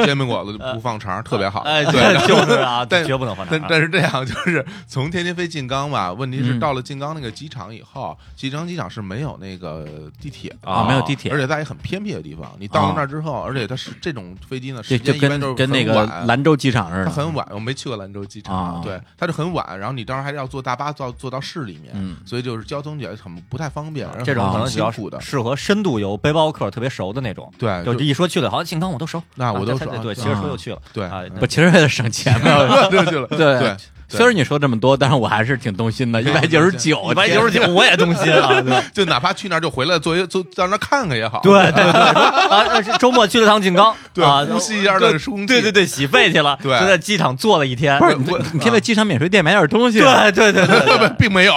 A: 煎饼果子不放肠，特别好。
B: 哎，
A: 对，
B: 对，就是啊，
A: 但
B: 绝不能换
A: 但
B: 场啊。
A: 但是这样，就是从天津飞进冈吧，问题是
C: 嗯
A: 到了进冈那个机场以后，晋江机场是没有那个地铁的
B: 啊
C: 没有地哦铁
A: 而且在一个很偏僻的地方。你到了那儿之后，而且它是这种飞机呢，
C: 就
A: 时
C: 就
A: 间一般都
C: 跟
A: 是
C: 跟那
A: 很
C: 个
A: 晚
C: 兰州机场似
A: 它
C: 的，
A: 很晚，我没去过兰州机场，
C: 啊
A: 对，它就很晚，然后你当时还要坐大巴到坐到市里面，
C: 嗯
A: 所以就是交通也很不太方便，然后
B: 这种可能
A: 很
B: 比
A: 辛
B: 较
A: 苦的。
B: 适合深度游、背包客特别熟的那种。
A: 对，
B: 就
A: 就
B: 这一说去了，好，靖康我都熟，
A: 那我都
B: 啊
A: 熟
B: 对
A: 啊
B: 对，啊骑
A: 对
B: 着车就去了。
A: 对
B: 啊，
C: 不，其实为了省钱嘛。
A: 对去了， 对对，
C: 虽然你说这么多，但是我还是挺动心的，一百九十九，
B: 一百九十九我也动心啊。对
A: 就哪怕去那儿就回来坐一坐，到那儿看看也好，
B: 对对对，啊，这周末去了趟靖冈，
A: 对
B: 啊，
A: 呼吸一下那空气
B: 对对对，洗肺去了，
A: 对
B: 就在机场坐了一天。
C: 不是
A: 我
C: 你先在机场免税店买点东西，
B: 对对对对，
A: 不，并 没有。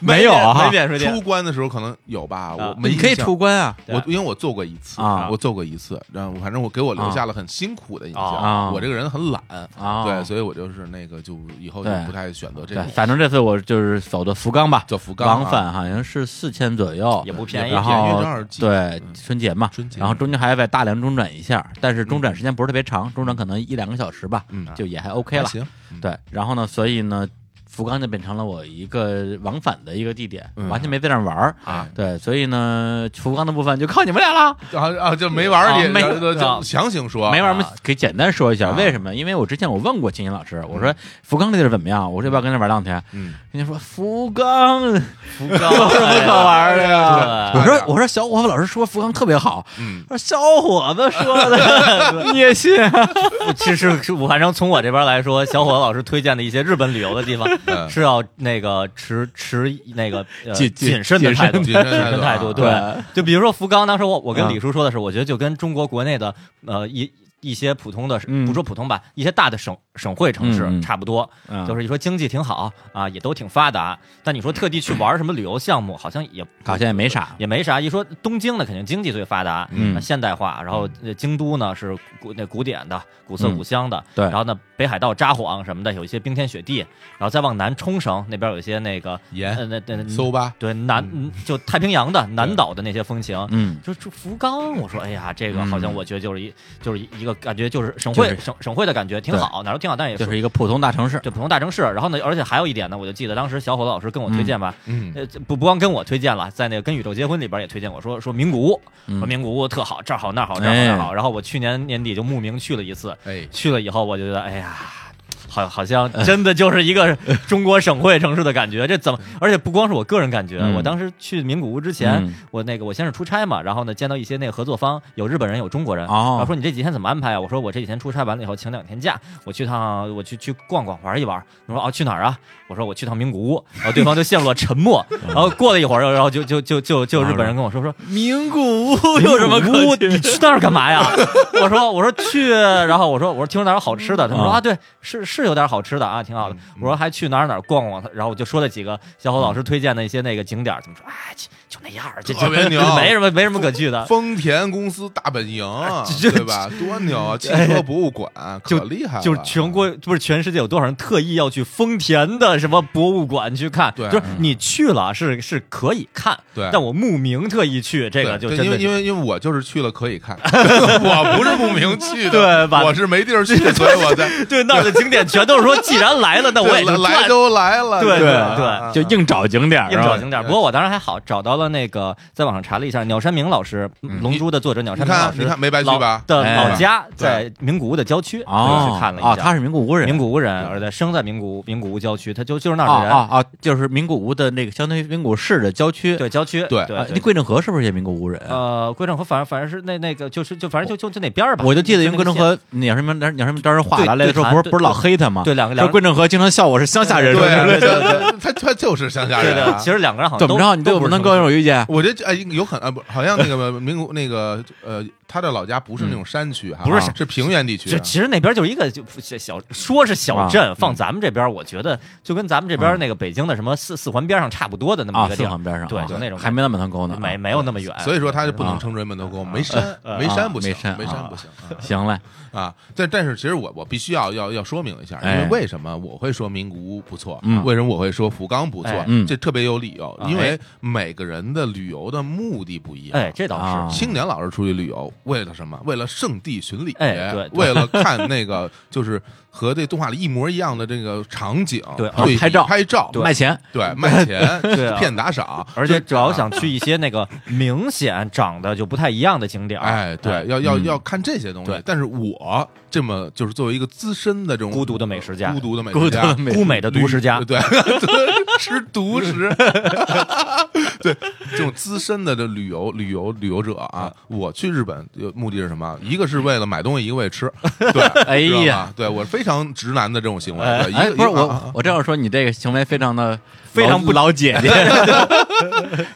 C: 没有啊
B: 没？免税
A: 出
B: 店，
A: 关的时候可能有吧，我
B: 啊
A: 没
C: 你可以
A: 印象
C: 出。关啊，
A: 我因为我做过一次
C: 啊
A: 我做过一次，然后反正我给我留下了很辛苦的印
C: 啊
A: 象。我这个人很懒，
C: 啊
A: 对，所以我就是那个就以后就
C: 对
A: 不太选择这
C: 对
A: 种，
C: 反正这次我就是走的福冈吧，
A: 叫福冈啊
C: 往返好像是四千左右，
B: 也不便宜
C: 然
A: 便宜
C: 后
A: 正好记
C: 对春节嘛，
A: 春节
C: 然后中间还在大连中转一下，但是中转时间不是特别长，中转可能一两个小时吧，
A: 嗯
C: 就也还 OK
A: 还
C: 了。
A: 行，嗯
C: 对，然后呢，所以呢，福冈就变成了我一个往返的一个地点，
A: 嗯
C: 完全没在那儿玩儿。
A: 啊
C: 对，所以呢，福冈的部分就靠你们俩了。
A: 啊啊，就没玩儿
C: 啊
A: 你，
C: 没
A: 就
B: 啊
A: 就强行说
C: 没玩儿吗？给简单说一下
A: 啊
C: 为什么？因为我之前我问过秦岩老师，
B: 嗯
C: 我说福冈这地儿怎么样？我说要不要跟那玩两天？
A: 嗯，
C: 人家说福冈有什
B: 有什
C: 么可玩儿的
B: 啊
C: 呀？
A: 对
C: 我说
A: 对
C: 我说小伙子老师说福冈特别 好，
A: 嗯
C: 我说小伙子说的你也信啊？
B: 其实是我反正从我这边来说，小伙子老师推荐的一些日本旅游的地方，
A: 嗯
B: 是要那个持持那个呃
C: 谨谨
B: 谨慎的态度，
A: 谨
B: 谨
A: 慎
B: 慎态
C: 啊
A: 态
B: 度。
A: 度
B: 对，就比如说福冈，当时我我跟
C: 嗯
B: 李叔说的是，我觉得就跟中国国内的呃一一些普通的，
C: 嗯
B: 不说普通吧，一些大的省省会城
C: 嗯
B: 市
C: 嗯
B: 差不多，
C: 啊
B: 就是你说经济挺好啊，也都挺发达，但你说特地去玩什么旅游项目，好像也
C: 好像也没啥，
B: 也没啥。一说东京呢，肯定经济最发达，
C: 嗯
B: 啊现代化，然后呃京都呢是古那古典的、古色古香的，
C: 嗯对
B: 然后呢北海道札幌什么的有一些冰天雪地，然后再往南冲绳那边有一些那个呃
A: 盐
B: 那那那
A: 搜吧，
B: 对南嗯就太平洋的南岛的那些风情。
C: 嗯，
B: 就就福冈，我说哎呀，这个
C: 嗯
B: 好像我觉得就是一、就是一个感觉，就是省
C: 就
B: 会、
C: 是
B: 省省会的感觉挺
C: 对
B: 好，哪儿都挺好，但也
C: 就是一个普通大城市，
B: 对普通大城市。然后呢，而且还有一点呢，我就记得当时小伙子老师跟我推荐吧，
A: 嗯，
B: 呃，这不不光跟我推荐了，在那个《跟宇宙结婚》里边也推荐我说说名古屋，
C: 嗯哎
B: 说名古屋特好，这儿好那儿好这儿好那儿好。然后我去年年底就慕名去了一次，
A: 哎，
B: 去了以后我就觉得，哎呀。好，好像真的就是一个中国省会城市的感觉。这怎么？而且不光是我个人感觉，啊
C: 嗯
B: 我当时去名古屋之前，
C: 嗯
B: 我那个我先是出差嘛，然后呢见到一些那个合作方，有日本人，有中国人，
C: 哦
B: 然后说你这几天怎么安排啊？我说我这几天出差完了以后请两天假，我去趟我去去逛逛玩一玩。他说哦去哪儿啊？我说我去趟名古屋，然后对方就陷入了沉默。然后过了一会儿，然后就就就就就日本人跟我说说
C: 名古屋
B: 有什么屋？你去那儿干嘛呀？我说我说去，然后我说我说听说哪儿有好吃的，他们说
C: 啊
B: 啊对，是是有点好吃的啊，挺好的。我说还去哪儿哪儿逛逛，然后我就说了几个小伙老师推荐的一些那个景点儿，怎么说哎就就那样儿，就就
A: 特别牛
B: 就没什么没什么可去的。
A: 丰田公司大本营，
B: 这哎
A: 对吧？多牛啊！汽车博物馆可厉害了，
B: 就是全
A: 啊
B: 国不是全世界有多少人特意要去丰田的什么博物馆去看？
A: 对嗯
B: 就是你去了是是可以看，
A: 对
B: 但我慕名特意去，这
A: 对。
B: 个就
A: 对
B: 真
A: 因为
B: 的
A: 因
B: 是
A: 为因为我就是去了可以看， 我不是慕名去的，
B: 对吧
A: 我是没地儿 去，所以我在
B: 对那儿的景点全都是说，既然来了，那我 也
A: 对
B: 就
A: 来
B: 转
A: 都来了，对
B: 对对
A: 吧啊
C: 嗯就硬找景点儿，
B: 硬
C: 是吧
B: 找景点儿。不过我当时还好，找到了那个在网上查了一下，鸟山明老师，《龙珠》的作者鸟
A: 嗯你
B: 山明老
A: 看
B: 师，
A: 你看没白去吧？
B: 老的
C: 哎
B: 老家在名古屋的郊区，我
C: 哦，
B: 去看了
C: 啊，
B: 一
C: 他
B: 下。
C: 是名古屋人，
B: 名古屋人，而且生在名古屋名古屋郊区，他就就是那
C: 啊
B: 儿的人，
C: 啊啊，就是名古屋的那个相当于名古屋市的郊区，
B: 对郊区，
A: 对
B: 对
C: 啊，那。桂正和是不是也名古屋人？
B: 呃，归正和反正反正是那那个就是就反正就就就那边儿吧，
C: 我就记得，因
B: 就
C: 为
B: 那个
C: 桂
B: 县
C: 正和鸟什么鸟鸟什么当时画
B: 对
C: 来来的时候，
B: 对
C: 不是
B: 对
C: 不是老黑他吗？
B: 对两个两
C: 说
B: 个
C: 桂正和经常笑我是乡下人，
A: 对
C: 说
A: 啊对
C: 是
A: 对对，他他就是乡下
B: 对
A: 人
B: 的，
A: 啊。
B: 其实两个人好像
C: 怎么
B: 都
C: 着？你对
B: 都
C: 我
B: 不是
C: 能
B: 成
C: 更
B: 都
C: 有意见？
A: 我觉得哎，有可能啊，不，好像那个名古那个呃，他的老家不是那种山区哈，
B: 不是
A: 啊是平原地区
B: 就
A: 啊。
B: 其实那边就是一个就小说是小镇，放咱们这边，我觉得就跟咱们这边那个北京的什么四四环边上差不多的那么
C: 嗯啊
B: 一，个地
C: 四
B: 儿
C: 环，边上，
B: 对
C: 啊
B: 就那种
C: 还没那么能沟呢，
B: 没
C: 啊
B: 没有那么远，
A: 所以说他就不能
C: 啊
A: 称之为门头沟，没山，
B: 哎啊
A: 没山不行，
C: 啊没山
A: 没山
C: 啊
A: 不行
C: 行嘞，
A: 啊啊！但但是其实我我必须要要要说明一下，因
C: 哎
A: 为为什么我会说名古屋不错
C: 嗯，
A: 为什么我会说福冈不错
B: 哎，
C: 嗯
A: 这特别有理由，
B: 啊
A: 因为每个人的旅游的目的不一样。
B: 哎，这倒
C: 啊
B: 是，
A: 青年老师出去旅游，为了什么？为了圣地巡礼，
B: 哎对对
A: 为了看那个就是和这动画里一模一样的这个场景，
B: 对啊
A: 比
C: 拍照
A: 拍照，
C: 卖钱，
A: 对卖钱，
B: 对啊
A: 骗打赏，
B: 而且主要
A: 啊
B: 想去一些那个明显长得就不太一样的景点儿，
A: 哎，对，要要
C: 嗯
A: 要看这些东西
B: 啊对。
A: 但是我这么就是作为一个资深的这种
B: 孤独的美食家
A: 孤独的美
C: 孤
A: 食
C: 独
A: 家
C: 的，美
B: 孤美的独食家，
A: 对，吃独食， 对，这种资深的这旅游旅游旅游者啊，
B: 嗯
A: 我去日本有目的是什么？一个是为了买东西，一个为了吃， 对，
C: 哎呀
A: 知道吗，对我非常直男的这种行为，对一
C: 哎，
A: 个
C: 不是
A: 一个啊
C: 我，我这样说，你这个行为非常的
B: 非常不
C: 老姐姐，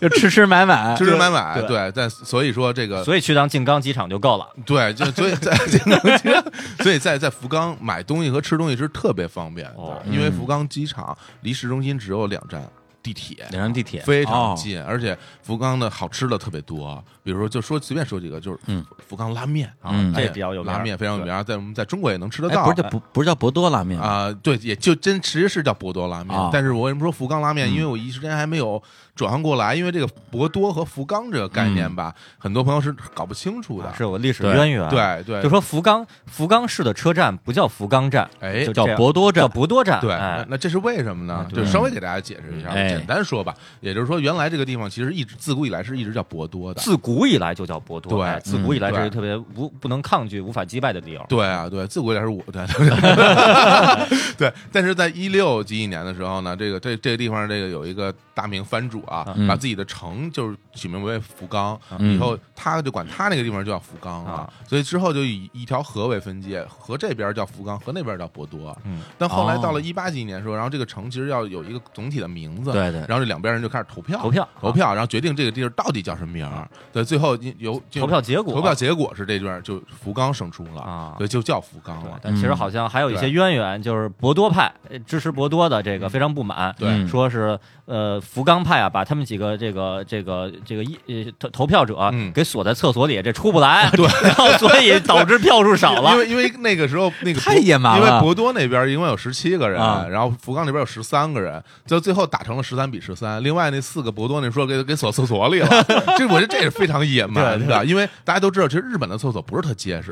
C: 就吃吃买买
A: 啊吃，吃买买，
B: 对
A: 对，但所以说这个
B: 所以去趟静冈机场就够了。
A: 对，就所以在这个，所以在在福冈买东西和吃东西是特别方便的，
B: 哦
A: 因为
C: 嗯
A: 福冈机场离市中心只有两站地铁，
B: 嗯
C: 两张地铁
A: 非常
C: 哦
A: 近，而且福冈的好吃的特别多，比如说就说随便说几个，就是
C: 嗯
A: 福冈拉面啊，
C: 嗯
A: 哎
B: 这比较有名
A: 拉面非常有名儿，在我们在中国也能吃得
C: 哎，
A: 到，
C: 不是叫不不是叫博多拉面吗
A: 啊、对，也就真其实是叫博多拉面，
B: 哦
C: 啊
A: 但是我为什么说福冈拉
B: 嗯
A: 面？因为我一时间还没有转换过来，因为这个博多和福冈这个概念吧，很多朋友是搞不清楚的，
B: 嗯啊是有历史渊源。，
A: 对对，
B: 就说福冈福冈市的车站不叫福冈站，
A: 哎
B: 就这
C: 叫
B: 样
C: 博多
B: 叫
C: 站，
B: 博多站。
A: 对，那
B: 哎
A: 那这是为什么呢？
B: 嗯
A: 就稍微给大家解释一下，
C: 啊嗯哎
A: 简单说吧，也就是说，原来这个地方其实一直自古以来是一直叫博多的。
B: 自古以来就叫博多，
A: 对
B: 哎自古以来
A: 嗯
B: 这是
A: 对
B: 特别无不能抗拒、无法击败的理由。
A: 对啊，对，自古以来是我 对对，但是在一六几几年的时候呢，这个这这个地方这个有一个大名藩主啊，
C: 嗯
A: 把自己的城就是起名为福冈，
C: 嗯
A: 以后他就管他那个地方就叫福冈了，
B: 啊
A: 所以之后就以一条河为分界，河这边叫福冈，河那边叫博多。
B: 嗯，
A: 但后来到了
C: 哦
A: 一八几年的时候，然后这个城其实要有一个总体的名字，
C: 对对对
A: 然后这两边人就开始投票，
B: 投票啊
A: 投票，然后决定这个地儿到底叫什么名儿。对，最后你有就
B: 投票结果，
A: 投票结果是这边就福冈胜出了，
B: 啊
A: 对，就叫福冈
B: 对
A: 了。
B: 但其实好像还有一些渊源，就是博多派呃支持博多的这个非常不满，
A: 嗯对
C: 嗯
B: 说是呃福冈派啊，把他们几个这个这个这个一呃投投票者
A: 嗯
B: 给锁在厕所里，这出 不来，对， 然后所以导致票数少
A: 因
B: 了。
A: 为因为那个时候 那个
C: 太野蛮了
A: 因为博多那边一共有十七个人，
C: 啊
A: 然后福冈那边有十三个人，就最后打成了十三比十三。另外那四个博多那说给给锁厕所里了， 这我觉得这也是非常野蛮的，因为大家都知道，其实日本的厕所不是特结 实，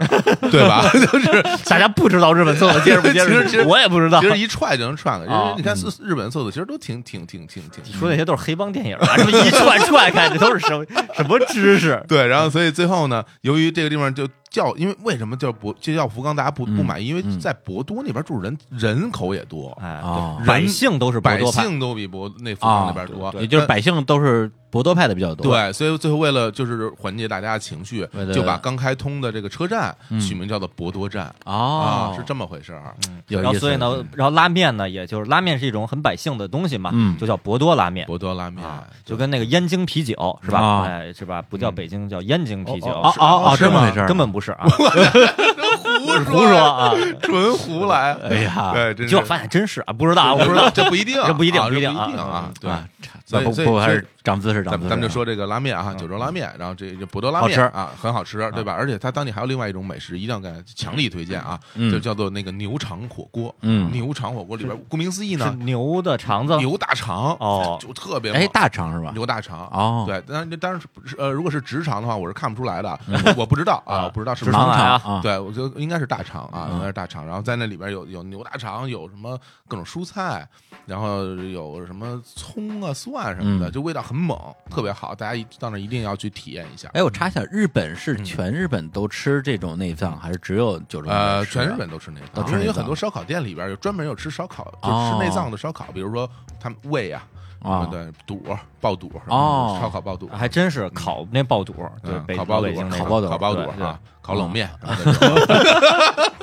A: 对吧？ 就是
B: 大家不知道日本厕所结实不结
A: 其实其
B: 实，
A: 实
B: 我也不知道
A: 其。实一踹就能踹开，因
B: 啊
A: 为你看日日本的厕所其实都挺挺挺挺挺
B: 你说那些都是黑帮电影啊，什么 一踹踹开，这都是什么什么知 识？
A: 对，然后所以最后呢，由于这个地方就叫，因为为什么叫博就叫福冈，大家
B: 嗯
A: 不不满意，因为在博多那边住人人口也多，
B: 哎，
C: 哦
B: 对百姓都是博
A: 百
B: 多啊派，
A: 姓都比博那福冈那边多，
C: 也就是百姓都是博多派的比较多。
A: 对，所以最后为了就是缓解大家的情绪
C: 对对，
A: 就把刚开通的这个车站
B: 嗯
A: 取名叫做博多站
C: 哦
A: 啊，，是这么回事儿。
C: 有
B: 然后
C: 意思
B: 所以
A: 嗯
B: 呢，然后拉面呢，也就是拉面是一种很百姓的东西嘛，
C: 嗯
B: 就叫博多拉面
A: 博多拉面
B: 啊，就跟那个燕京啤酒是吧？
C: 啊
B: 哎，是吧？不叫北京，叫燕京啤酒。
A: 嗯哦
B: 是
C: 哦哦
B: 是
C: 这么
B: 吗
C: 回事儿
B: 根本不 是啊，
A: 胡
B: 胡说，啊！
A: 纯胡来。
C: 哎呀
A: 对，真
B: 结果
A: 是
B: 发现真是啊，不知道啊，
A: 我。
B: 我不知道
A: 这不一定，
B: 这不一定
A: 啊
B: 不
A: 这
B: 一
A: 不
B: 定
A: 定
B: 啊
A: 啊。对，
C: 啊，
A: 所
C: 那
A: 以
C: 不
A: 所以
C: 不过还
A: 所以
C: 是长姿势，
A: 咱
C: 长姿
A: 们
C: 势。
A: 咱们就说这个拉面啊，九州拉面，然后这这博多拉面
C: 嗯好吃嗯
A: 啊，很好吃，对吧？而且它当地还有另外一种美食，一定要给强力推荐啊，
C: 嗯
A: 就叫做那个牛肠火锅。
C: 嗯
A: 牛肠火锅里边，顾名思义
B: 是
A: 呢，
B: 牛的肠子
A: 牛大肠
B: 哦
A: 就特别
C: 哎
A: 猛
C: 大肠是吧？
A: 牛大肠
C: 哦
A: 对，当然当然是不是呃，如果是直肠的话，我是看不出来的，
C: 嗯
A: 我不知道
B: 啊
A: 啊，我不知道是不是
B: 直肠
C: 盲
B: 癌啊
C: 肠啊，
A: 对，我觉得应该是大肠啊，
C: 嗯
A: 应该是大肠。然后在那里边有有牛大肠，有什么各种蔬菜，然后有什么葱啊、蒜什么的，
C: 嗯
A: 就味道很猛，特别好。大家一到那儿一定要去体验一下。
C: 哎，我查一下，日本
A: 嗯
C: 是全日本都吃这种内脏，还是只有九州那边
A: 呃，
C: 吃啊？
A: 全日本都吃内
C: 都
A: 脏，
C: 吃
A: 因为有
C: 内脏
A: 很多烧烤店里边有专门有吃烧烤，就
C: 哦
A: 吃内脏的烧烤，比如说他们胃啊，
C: 啊
A: 对，肚儿爆肚什么的
C: 哦
A: 烧烤爆肚，
B: 还真是烤那爆肚，对
A: 嗯
B: 北
A: 烤爆
B: 北
A: 肚
B: 京
A: 啊、烤
B: 那 个
A: 爆
C: 肚
A: 烤爆肚
B: 对对
A: 啊，烤冷面什么的。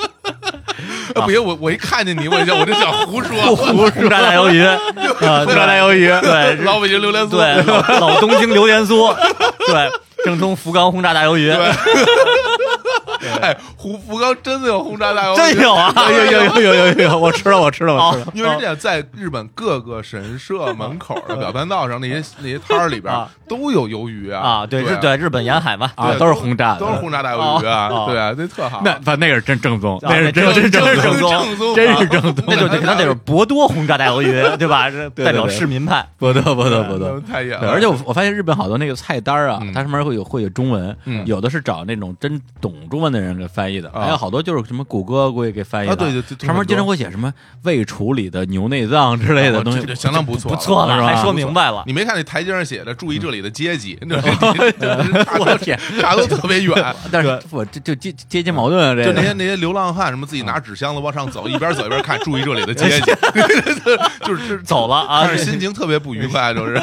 A: 不行，我我一看见你，我就我就想胡说，
B: 不是炸大鱿 鱼，呃，对
A: 炸大鱿
B: 鱼，对，是
A: 老北京榴莲酥，
B: 对，老老东京榴莲酥，对，正宗福冈轰炸大鱿鱼，
A: 哎，胡福冈真的有轰炸大鱿鱼，
B: 真有啊！
C: 哎呦呦呦呦呦呦！我吃了，我吃了，我吃了。
A: 因为是这样，在日本各个神社门口的表参道上那些那些摊儿里边
B: 啊
A: 都有鱿鱼
B: 啊，对，
A: 对
B: 日对日本沿海嘛，
C: 啊，
A: 对
C: 都是轰炸的，
A: 都是轰炸大鱿鱼
B: 哦
A: 啊
B: 哦，
A: 对啊，那特好。
C: 那不那个是真正宗，
B: 啊
C: 是
B: 那
C: 真
B: 真
C: 真
B: 正
C: 正
B: 宗
A: 正宗
C: 真是
A: 啊
C: 正 宗。
B: 那就得那得是博多轰炸大鱿鱼，对吧？这
C: 对对
B: 代表市民派。
C: 不得不得不
A: 对
C: 得。
A: 太野
C: 对
A: 嗯了，
C: 而且我我发现日本好多那个菜单啊，
A: 嗯
C: 它上面会有会有中文，
A: 嗯
C: 有的是找那种真懂中文的人给翻译的，
A: 啊
C: 还有好多就是什么谷歌估计给翻译的。
A: 啊对对对
C: 上面经常会写什么未处理的牛内脏之类的
A: 哦
C: 东西
A: 这，个相当不错，
B: 不错
C: 是
B: 了，
C: 吧
B: 还说明白了。
A: 你没看那台阶上写的“注意这里的阶级”，你知道吗？我的
C: 天，
A: 差都特别远。
C: 但是我这就阶阶级矛盾啊，
A: 就
C: 这
A: 那些
C: 个
A: 那些流浪汉，什么自己拿纸箱子往上走，一边走一边看，注意这里的阶级，就是
B: 走了啊
A: 但是心情特别不愉快，就是。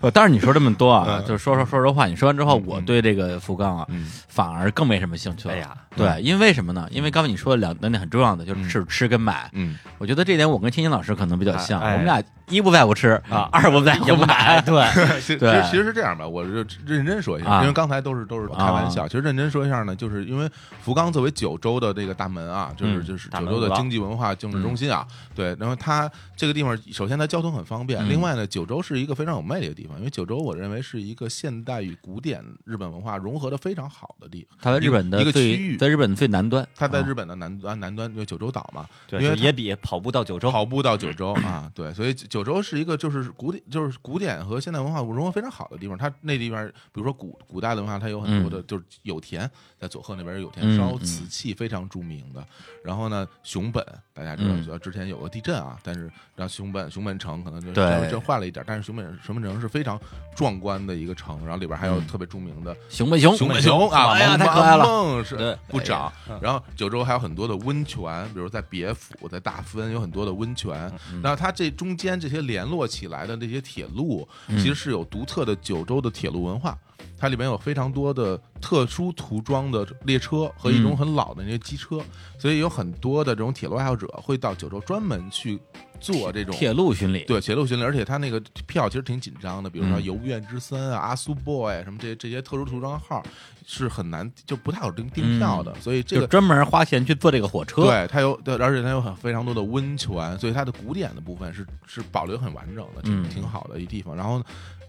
C: 呃。但是你说这么多啊，
A: 嗯
C: 就是说说说实话，你说完之后，我
A: 嗯
C: 对这个福冈啊，
A: 嗯
C: 反而更没什么兴趣了。
B: 哎呀，
C: 对，因为什么呢？因为刚才你说的两两点很重要的，就是
A: 嗯
C: 吃吃跟买。
A: 嗯，
C: 我觉得这点我跟天津老师可能比较像，
B: 哎哎
C: 我们俩一不在乎吃
B: 啊
C: 二不在乎买。
B: 对，
A: 其实
C: 对
A: 其实是这样吧，我就认真说一
C: 啊
A: 下，因为刚才都是都是开玩笑。其实认真说一下呢，就是因为福冈作为九州的这个大门啊，就是
C: 嗯
A: 就是
B: 大
A: 九
B: 门
A: 州的
B: 福冈
A: 经济文化政治中心啊，对。然后它这个地方，首先它交通很方便，
C: 嗯
A: 另外呢，九州是一个非常有魅力的地方，因为九州我认为是一个现代与古典日本文化融合的非常好的地方。
C: 它在日本
A: 一
C: 的
A: 个区
C: 最
A: 域
C: 在日本的最南端，
A: 它在日
C: 啊
A: 本的南端南端，就九州岛嘛，
B: 对，
A: 因
B: 就
A: 为
B: 也比跑步到九州
A: 跑步到九 州啊，对，所以九州是一个就是古典就是古典和现代文化融合非常好的地方。它那地方，比如说古古代的文化，它有很多的，就是有田，在佐贺那边有田烧
C: 嗯嗯嗯
A: 瓷器非常著名的。然后呢，熊本大家知道
C: 嗯，
A: 主要之前有个地震啊，但是然后熊本熊本城可能就
C: 对
A: 稍微震坏了一点，但是熊本熊本城是非常壮观的一个城，然后里边还有
C: 嗯
A: 特别著名的
C: 熊本熊
A: 熊本熊啊，
C: 哎呀，
A: 萌
C: 太可爱了。
A: 萌是
C: 对
A: 不长
B: 哎呀。
A: 然后九州还有很多的温泉，比如在别府、在大分有很多的温泉。
C: 嗯
A: 然后它这中间这些联络起来
C: 嗯
A: 的这些铁路，其实是有独特的九州的铁路文化，它里面有非常多的特殊涂装的列车和一
C: 嗯
A: 种很老的那些机车，所以有很多的这种铁路爱好者会到九州专门去做这种
C: 铁路巡礼，
A: 对，铁路巡礼，而且他那个票其实挺紧张的，比如说
C: 嗯
A: 游院之森啊、阿苏 boy 什么这这些特殊涂装号是很难，就不太有订订票的，所以这
C: 嗯就
A: 个。
C: 专门花钱去坐这个火车。，
A: 对，它有，对，而且它有很非常多的温泉，所以它的古典的部分是是保留很完整的，挺
C: 嗯
A: 挺好的一地方。然后，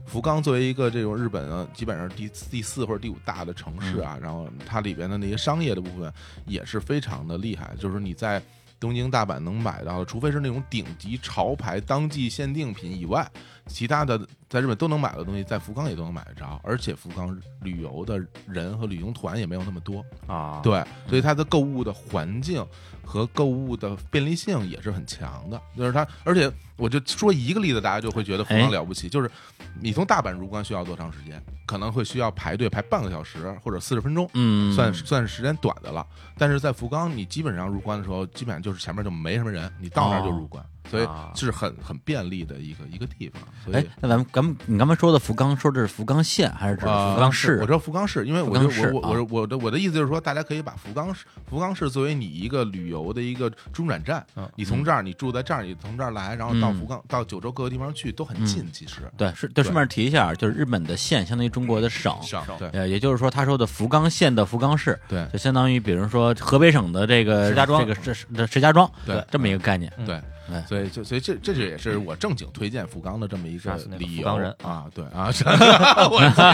A: 福冈作为一个这种日本啊，基本上是第第四或者第五大的城市啊，然后它里边的
C: 嗯
A: 那些商业的部分也是非常的厉害，就是你在。东京、大阪能买到的，除非是那种顶级潮牌、当季限定品以外，其他的在日本都能买到的东西，在福冈也都能买得着。而且福冈旅游的人和旅游团也没有那么多，
B: 啊，
A: 对，所以它的购物的环境和购物的便利性也是很强的。就是它，而且我就说一个例子，大家就会觉得福
C: 哎
A: 冈了不起。就是你从大阪入关需要多长时间？可能会需要排队排半个小时或者四十分钟。
C: 嗯，
A: 算算是时间短的了，但是在福冈，你基本上入关的时候，基本上就是前面就没什么人，你到那儿就入关，所以
B: 啊
A: 是很很便利的一个一个地方。所以
C: 哦哎，那咱们咱们你刚才说的福冈，说这是福冈县还是指
A: 啊，
B: 呃
C: 福冈
A: 我
C: 市
A: 知？道福冈市，因为我
C: 福冈
A: 就
C: 市
A: 我
C: 啊
A: 我我我的我的意思就是说，大家可以把福冈市福冈市作为你一个旅游的一个中转站
B: 嗯，
A: 你从这儿你住在这儿，你从这儿来，然后到
C: 嗯
A: 福冈到九州各个地方去都很
B: 嗯
A: 近，其实
C: 对，是对，顺便提一下，就是日本的县相当于中国的省，
A: 上
B: 啊
A: 对
C: 呃，也就是说他说的福冈县的福冈市，
A: 对
C: 就相当于比如说河北省的这个
B: 石家庄
C: 这个石这石家庄，
A: 对
C: 这么一个概念。
A: 对
C: 哎，
A: 所以就所以这这是也是我正经推荐福冈的这么一个
B: 杀死那个
A: 理
B: 福
A: 由
B: 冈人
A: 啊，对啊， 是我的 天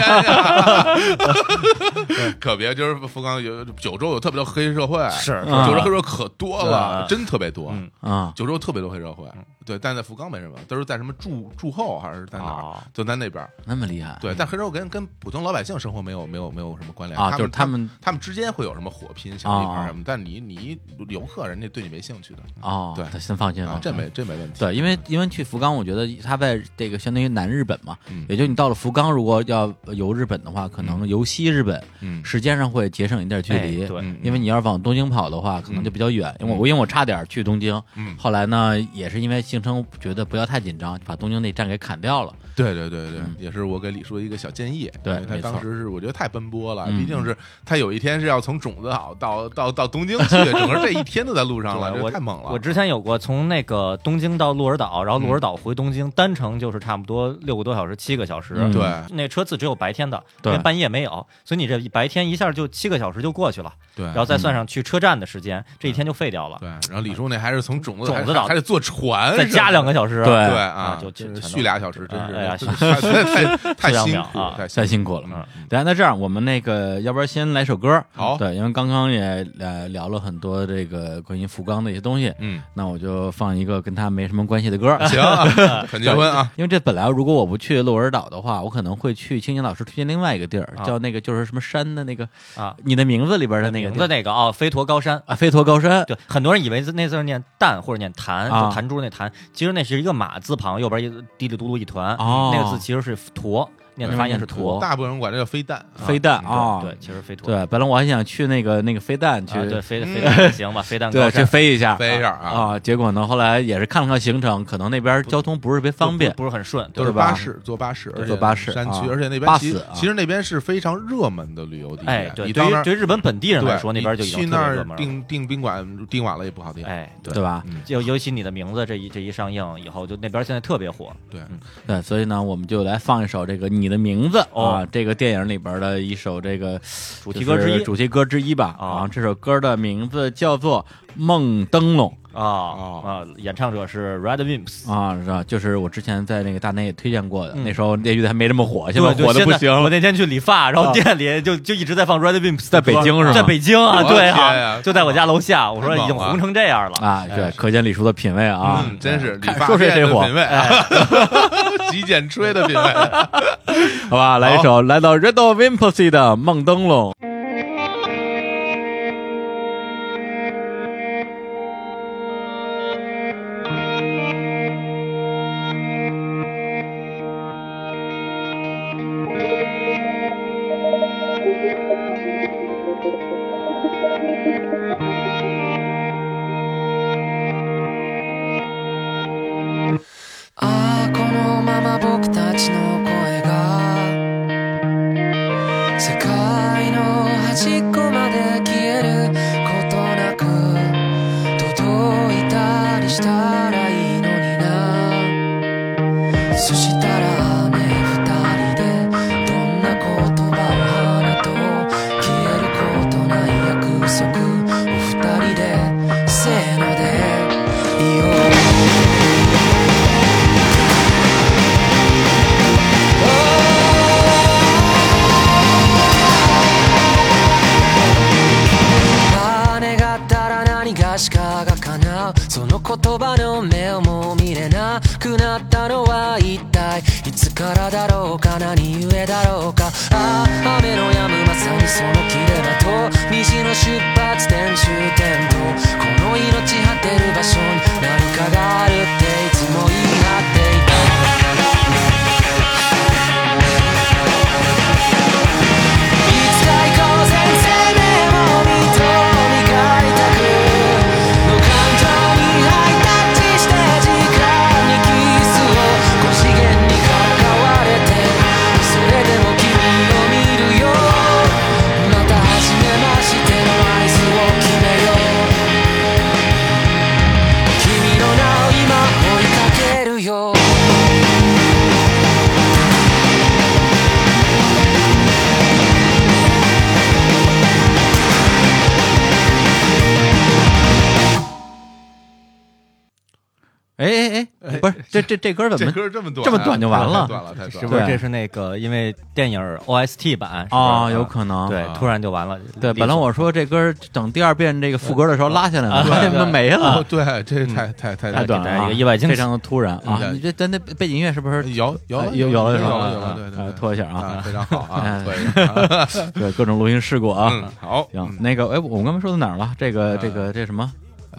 A: 呀可别就是福冈有九州有特别多黑社会，
B: 是啊
C: 嗯
A: 九州黑社会可多了，
B: 对
A: 真特别多，
B: 嗯
C: 啊，
A: 九州特别多黑社会，对，但在福冈没什么，都是在什么驻驻后还是在哪儿，
B: 哦
A: 就在那边儿。
C: 那么厉害
A: 对，但黑社会跟跟普通老百姓生活没有没有没有什么关联
C: 啊，
A: 他们
C: 就是他们
A: 他们之间会有什么火拼小地盘
C: 啊
A: 什么，但你你游客人家对你没兴趣的
C: 哦，
A: 对
C: 他先放心
A: 啊
C: 了，，
A: 这没这没问题。
C: 对，因为因为去福冈，我觉得他在这个相当于南日本嘛，
A: 嗯
C: 也就你到了福冈，如果要游日本的话，可能游西日本，
A: 嗯
C: 时间上会节省一点距离。
B: 哎对
A: 嗯
C: 因为你要是往东京跑的话，可能就比较远。因为我因为我差点去东京，
A: 嗯，
C: 后来呢，也是因为行程觉得不要太紧张，就把东京那站给砍掉了。
A: 对对对对
C: 嗯，
A: 也是我给李叔一个小建议。
C: 对
A: 因为他
C: 没错
A: 当时是我觉得太奔波了，
C: 嗯
A: 毕竟是他有一天是要从种子岛到到到东京去，整个这一天都在路上了，
B: 对
A: 这
B: 我
A: 太猛了。
B: 我之前有过从那个东京到鹿儿岛，然后鹿儿
C: 嗯
B: 岛回东京，单程就是差不多六个多小时，七个小时。
C: 嗯
A: 对
B: 那车次只有白天的，
C: 对
B: 因为半夜没有，所以你这白天一下就七个小时就过去了，
A: 对，
C: 嗯
B: 然后再算上去车站的时间，这一天就废掉了，
A: 对，然后李叔那还是从种子
B: 啊种
A: 还
B: 子岛
A: 还得坐船，
B: 再加两个小时，
C: 对
A: 对
B: 啊
A: 啊，
B: 就
A: 真
B: 全
A: 是
B: 都
A: 续俩小时，真
B: 啊
A: 是
B: 哎呀
A: 真是太太太
B: 数量
A: 辛
B: 表
A: 苦
B: 啊，
A: 太
C: 太
A: 辛
C: 辛苦了。
A: 了。嗯
C: 对，那这样我们那个，要不然先来首歌。
A: 好
C: 对，因为刚刚也呃聊了很多这个关于福冈的一些东西，
A: 嗯，
C: 那我就放一个跟他没什么关系 的歌。
A: 行啊，肯结婚啊，
C: 因为这本来如果我不去鹿儿岛的话，我可能会去青年老师推荐另外一个地儿，
B: 啊
C: 叫那个就是什么山的那个
B: 啊，
C: 你的名字里边的那个
B: 名
C: 地
B: 字
C: 儿
B: 那个啊，飞驼高山。
C: 啊，飞驼高山。
B: 对，很多人以为那字儿念蛋或者念弹，
C: 啊
B: 就弹珠那弹，其实那是一个马字旁，右边一个嘀里嘟噜一团，
C: 哦
B: 那个字其实是驼，念的发音是哦驼。
A: 嗯大部分人管这叫飞弹啊，
C: 飞弹啊，
B: 对，其实飞驼。
C: 对，本来我还想去那个那个飞弹去，
B: 啊，对，飞飞弹也行吧，飞弹高
C: 对，去
B: 山
C: 飞一下，
A: 飞一下啊，
C: 啊。结果呢，后来也是看了看行程，可能那边交通不是特别方便
B: 不不是很顺，
A: 都
B: 对
A: 是
C: 吧
A: 巴士，坐巴士，而且
C: 坐巴士
A: 山区，
C: 啊
A: 而且那边
C: 巴
A: 其实
C: 士啊
A: 其实那边是非常热门的旅游地
B: 哎
A: 点，，
B: 对，
A: 你
B: 对
A: 到那
B: 于
A: 儿
B: 对于日本本地人来
A: 对
B: 说，那
A: 你
B: 边就已
A: 去
B: 经
A: 那
B: 特别热
A: 儿
B: 门了。
A: 订订宾馆订晚了也不好订，
B: 哎，
C: 对吧？
A: 嗯
B: 尤尤其你的名字这一这一上映以后，就那边现在特别火。
A: 对，
C: 对，所以呢，我们就来放一首这个《你的名字》啊
B: 哦，
C: 这个电影里边的一首这个主
B: 题歌之一
C: 主题歌之一吧。
B: 啊
C: 啊，这首歌的名字叫做《梦灯笼
B: 啊啊！演唱者是 Red Wimps，》
C: 啊，是吧？就是我之前在那个大内也推荐过的，
B: 嗯
C: 那时候这乐队还没这么火，现
B: 对，
C: 火的
B: 就现
C: 不
B: 在
C: 行了
B: 我。那天去理发，然
C: 啊
B: 后店里就就一直在放 Red Wimps，
C: 在
B: 的歌
C: 北京是吗
B: 在北京啊，
A: 我的
B: 对
A: 天
B: 啊
A: 呀，
B: 就在我家楼下。我说
A: 太
B: 已
A: 猛
B: 经
A: 了
B: 红成这样了，
C: 啊，对，可见李叔的品味啊，
A: 嗯，真
B: 哎
A: 是理
C: 看
A: 发
C: 说谁
A: 店
C: 谁
A: 的
C: 火
A: 品味啊， 极简吹的品味。
C: 好吧，来一首来到 Red o v i m p u s y 的《梦灯笼》。
D: ああこのまま僕たちの声が世界のいよう金があったら何がしかが叶うその言葉の目をも見れなくなったのは一体いつからだろうか何故だろうかああ雨の止むまさにその切れ間と虹の出発点終点とこの命果てる場所に何かがあるっていつも言い張っていたいつか行こうぜ生命を認めたく無感情にハイタッチして時間にキスをご次元に関われてそれでも君を見るよまた初めましての合図を決めよう君の名を今追いかけるよ
C: 哎哎哎，不是这这这歌怎
A: 这
C: 么
A: 歌这么短，
C: 这么短就完了
A: 太短了，太短
B: 是
A: 了。
B: 不是？
C: 对
B: 这是那个因为电影 OST 版
C: 啊？有可能
B: 能对
A: 啊，
B: 突然就完了。
C: 对，本来我说这歌等第二遍这个副歌的时候拉下来了，
B: 对
C: 怎么没
A: 哦
C: 了？嗯
A: 对，这太太太
C: 啊 太短
B: 给大家
C: 了，啊
B: 一个意外惊喜
C: 非常的突然啊！
A: 嗯
C: 你这咱那背景音乐是不是
A: 有有
C: 啊
A: 有
C: 有有了
A: 了
C: 是吧
A: 有有了，对对
C: 啊
A: 对，
C: 拖一下啊
A: 非常好啊，
C: 哎
A: 可以啊，
C: 对各种录音事故
A: 嗯
C: 啊？，
A: 好，
C: 行，那个哎，我们刚才说到哪儿了？这个这个这什么？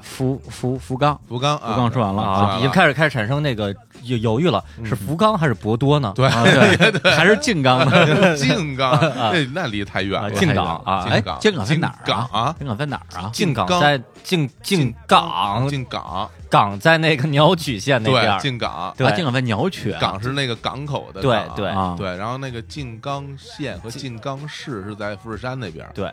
C: 福福福冈，
A: 福冈
C: 福
A: 啊，
C: 冈说 完了啊啊。
B: 啊，已经开始开始产生那个犹犹豫了，是福冈还是博多呢？
A: 对
C: 啊， 对，还是静冈呢？
A: 静冈，那哎那离太远
B: 啊
A: 了，
B: 静冈啊
C: 哎
A: 静，冈
C: 静冈在哪儿？
A: 静冈啊
C: 静冈在哪儿啊？
B: 靖港
A: 靖
B: 在靖靖港
A: 进啊港，
B: 港在那个鸟取县那边
A: 对，
B: 儿，
A: 进港，
B: 对
C: 啊静冈在鸟取啊。
A: 港是那个港口的
B: 对
A: 港啊，
B: 对
C: 啊，
A: 对，然后那个静冈县和静冈市是在富士山那边，
B: 对，
A: 对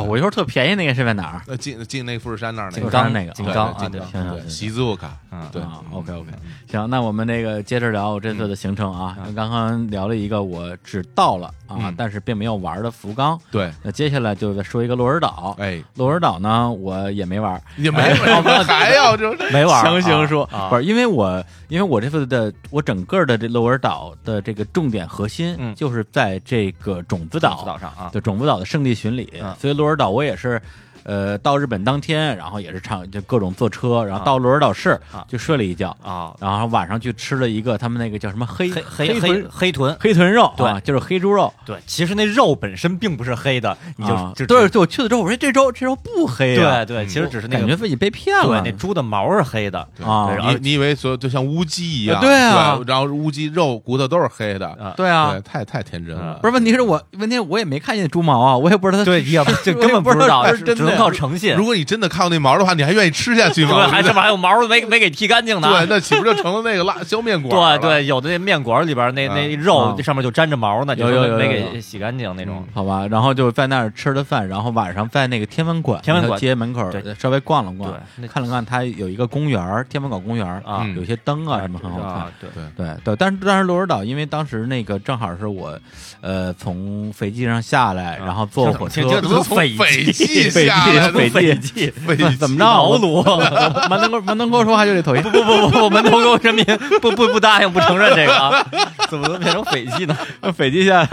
C: 哦我一会儿特便宜那个是在哪儿？
A: 呃，进进那富士山那儿那
C: 静
A: 个
B: 靖港
C: 冈那个哦
B: 靖
A: 对
B: 港
A: 对
B: 啊，对
A: 静，冈，
C: 行行
A: 对，
C: 行
A: 习作卡，
B: 嗯，
A: 对
C: 啊，OK OK，行，那我们那个接着聊我这次的行程啊。刚刚聊了一个我只到了啊
A: 嗯，
C: 但是并没有玩的福冈。
A: 对，
C: 那接下来就再说一个鹿儿岛。
A: 哎，
C: 鹿儿岛呢，我也没玩，
A: 也没有， 还要就是
B: 没玩儿
C: 强行
B: 啊
C: 说
B: 啊
C: 不是，因为我因为我这次的我整个的这鹿儿岛的这个重点核心
B: 嗯
C: 就是在这个种子
B: 岛
C: 岛
B: 岛上啊，
C: 对种子岛的圣地巡礼，
B: 嗯
C: 所以鹿儿岛我也是，呃，到日本当天，然后也是唱就各种坐车，然
B: 啊
C: 后到鹿儿岛市、
B: 啊
C: 就睡了一觉，
B: 啊，
C: 然后晚上去吃了一个他们那个叫什么黑
B: 黑黑黑
C: 黑豚
B: 黑豚，
C: 黑豚肉，
B: 对
C: 啊，就是黑猪肉。
B: 对，其实那肉本身并不是黑的，你就
C: 啊
B: 就
C: 对，
B: 只
C: 对我去了之后，我说这周这周不黑啊，
B: 对对，
A: 嗯
B: 其实只是那
C: 感
B: 个
C: 觉自己被骗
B: 对
C: 了
B: 那猪的毛是黑的
C: 啊
B: 对，然后
A: 你你以为所有就像乌鸡一样，
C: 啊对啊
A: 然后乌鸡肉骨头都是黑的，
B: 啊，
C: 对啊
A: 对，，太太天真了，
C: 不是问题是我问题我也没看见猪毛啊，我也不知道它
B: 对，
C: 是
B: 也不就根本不知
C: 我也
B: 道，
C: 不知道是
B: 只
C: 真的
B: 只能靠诚信
A: 如。果你真的看到那毛的话，你还愿意吃下去
B: 对，
A: 吗？
B: 还这不还有毛儿没没给剃干净 呢？
A: 对，那岂不就成了那个辣椒面馆
B: 对
A: 了？
B: 对，有的那面馆里边那
A: 啊
B: 那
C: 啊
B: 肉上面就沾着毛呢，就
C: 有有
B: 是
C: 有
B: 没
C: 有有嗯
B: 给洗干净那种。
C: 好吧，然后就在那儿吃了饭，然后晚上在那个天文馆
B: 天文
C: 那条
B: 馆
C: 街门口
B: 对
C: 稍微逛了逛
B: 对，那
C: 看了看它有一个公园儿，天文馆公园儿
B: 啊
C: 有些灯啊什么很好看
B: 啊。，对
A: 对
C: 对对，但是但是鹿儿岛，因为当时那个正好是我，呃，从飞机上下来，
B: 啊
C: 然后坐火车
B: 听，听怎么
A: 从
B: 匪
A: 匪
B: 气
A: 气
C: 匪
A: 下来
C: 气
A: 的
C: 匪
B: 匪
C: 气，
A: 匪
C: 啊怎
A: 气
C: 怎么啊着？
B: 毛
C: 我
B: 鲁，
C: 呃门头沟门头沟说话就得头一，
B: 不不不不，门头沟人民不不不答应不承认这个啊， 怎么能变成匪气呢？
C: 飞机下来，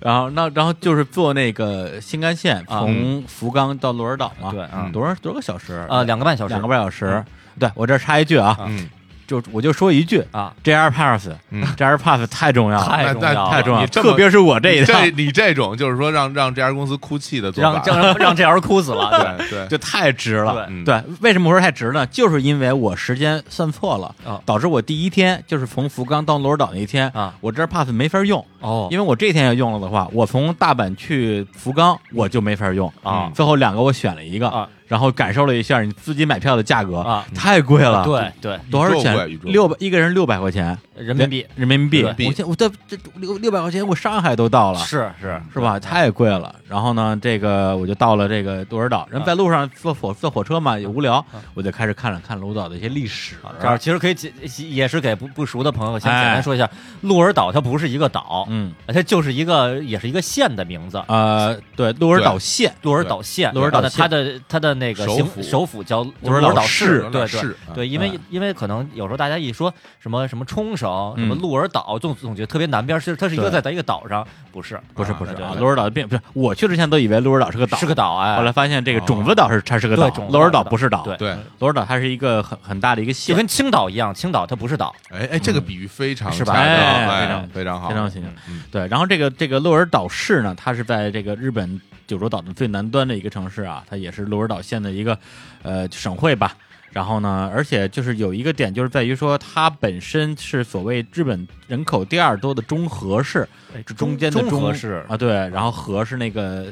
C: 然后那然后就是坐那个新干线
B: 啊
C: 从福冈到鹿儿岛嘛，
B: 对啊
C: 多少多少个小时
B: 啊，两个半小时，嗯
C: 两个半小时。对我这儿插一句啊，
A: 嗯，
C: 就我就说一句
B: 啊，
C: ，JR Pass，JR
A: 嗯
C: Pass 太重要了，
B: 太
A: 那
B: 重要
A: 那
B: 了，
C: 太重要了，
A: 你这么
C: 特别是我这一趟
A: 这，你这种就是说让让这家公司哭泣的做
B: 让
A: 法，
B: 让让这人哭死了， 对。
A: 对对，
C: 就太值了。
A: 嗯
C: 对，为什么我说太值呢？就是因为我时间算错了
B: 啊，
C: 导致我第一天就是从福冈到鹿儿岛那一天
B: 啊，
C: 我这 pass 没法用，
B: 哦，
C: 因为我这天要用了的话，我从大阪去福冈我就没法用
B: 嗯
C: 嗯
B: 啊
C: 最后两个我选了一个
B: 啊，
C: 然后感受了一下你自己买票的价格
B: 啊
C: 太贵了，
B: 对对，
C: 多少
A: 宇宙
C: 钱
A: 贵？宇宙
C: 六百一个人六百块钱，
B: 人民币
C: 人民币，
B: 对
C: 我现在我这这六六百块钱，我上海都到了，
B: 是是
C: 是吧？太贵了。然后呢，这个我就到了这个鹿儿岛，
B: 啊
C: 人在路上坐火坐火车嘛，也无聊，我就开始看了看鹿儿岛的一些历史。
B: 啊这儿其实可以解，也是给不不熟的朋友先简单说一下，鹿儿岛它不是一个岛，
C: 哎嗯，
B: 它就是一个也是一个县的名字，
C: 呃，对，鹿儿岛县，
B: 鹿儿岛县。
C: 鹿儿岛
B: 然后呢
C: 县
B: 它的它的那个
A: 首
B: 行
A: 府
B: 首府叫鹿
C: 鹿儿岛
B: 岛
C: 市
A: 鹿儿
B: 对
A: 岛
B: 对
A: 市
B: 对，因为
C: 嗯
B: 因为可能有时候大家一说什么什么冲绳、什么
C: 嗯
B: 鹿儿岛，总总觉得特别南边，是它是一个
C: 对
B: 在在一个岛上，不是
C: 不是
A: 啊
C: 不是
B: 对
C: 啊，
B: 对
C: 鹿儿岛并不是。我去之前都以为鹿儿岛是个岛，
B: 是个岛哎，
C: 后来发现这个种子岛是它是个
B: 对
C: 岛
B: 种，子
C: 鹿儿岛
B: 是
C: 不是岛，
B: 对，
A: 对，
C: 鹿儿岛它是一个很很大的一个
B: 就
C: 县，
B: 跟青岛一样，青岛它不是岛，
A: 哎哎，这个比喻非常
B: 是吧
A: 恰当
C: 哎
A: 哎
C: 非常
A: 非常好，
C: 非常形象。
A: 嗯
C: 对，然后这个这个鹿儿岛市呢，它是在这个日本九州岛的最南端的一个城市啊，它也是鹿儿岛县的一个呃省会吧。然后呢，而且就是有一个点，就是在于说它本身是所谓日本人口第二多的中和市，哎这中间的
B: 中和
C: 中
B: 市
C: 啊，对，然后和是那个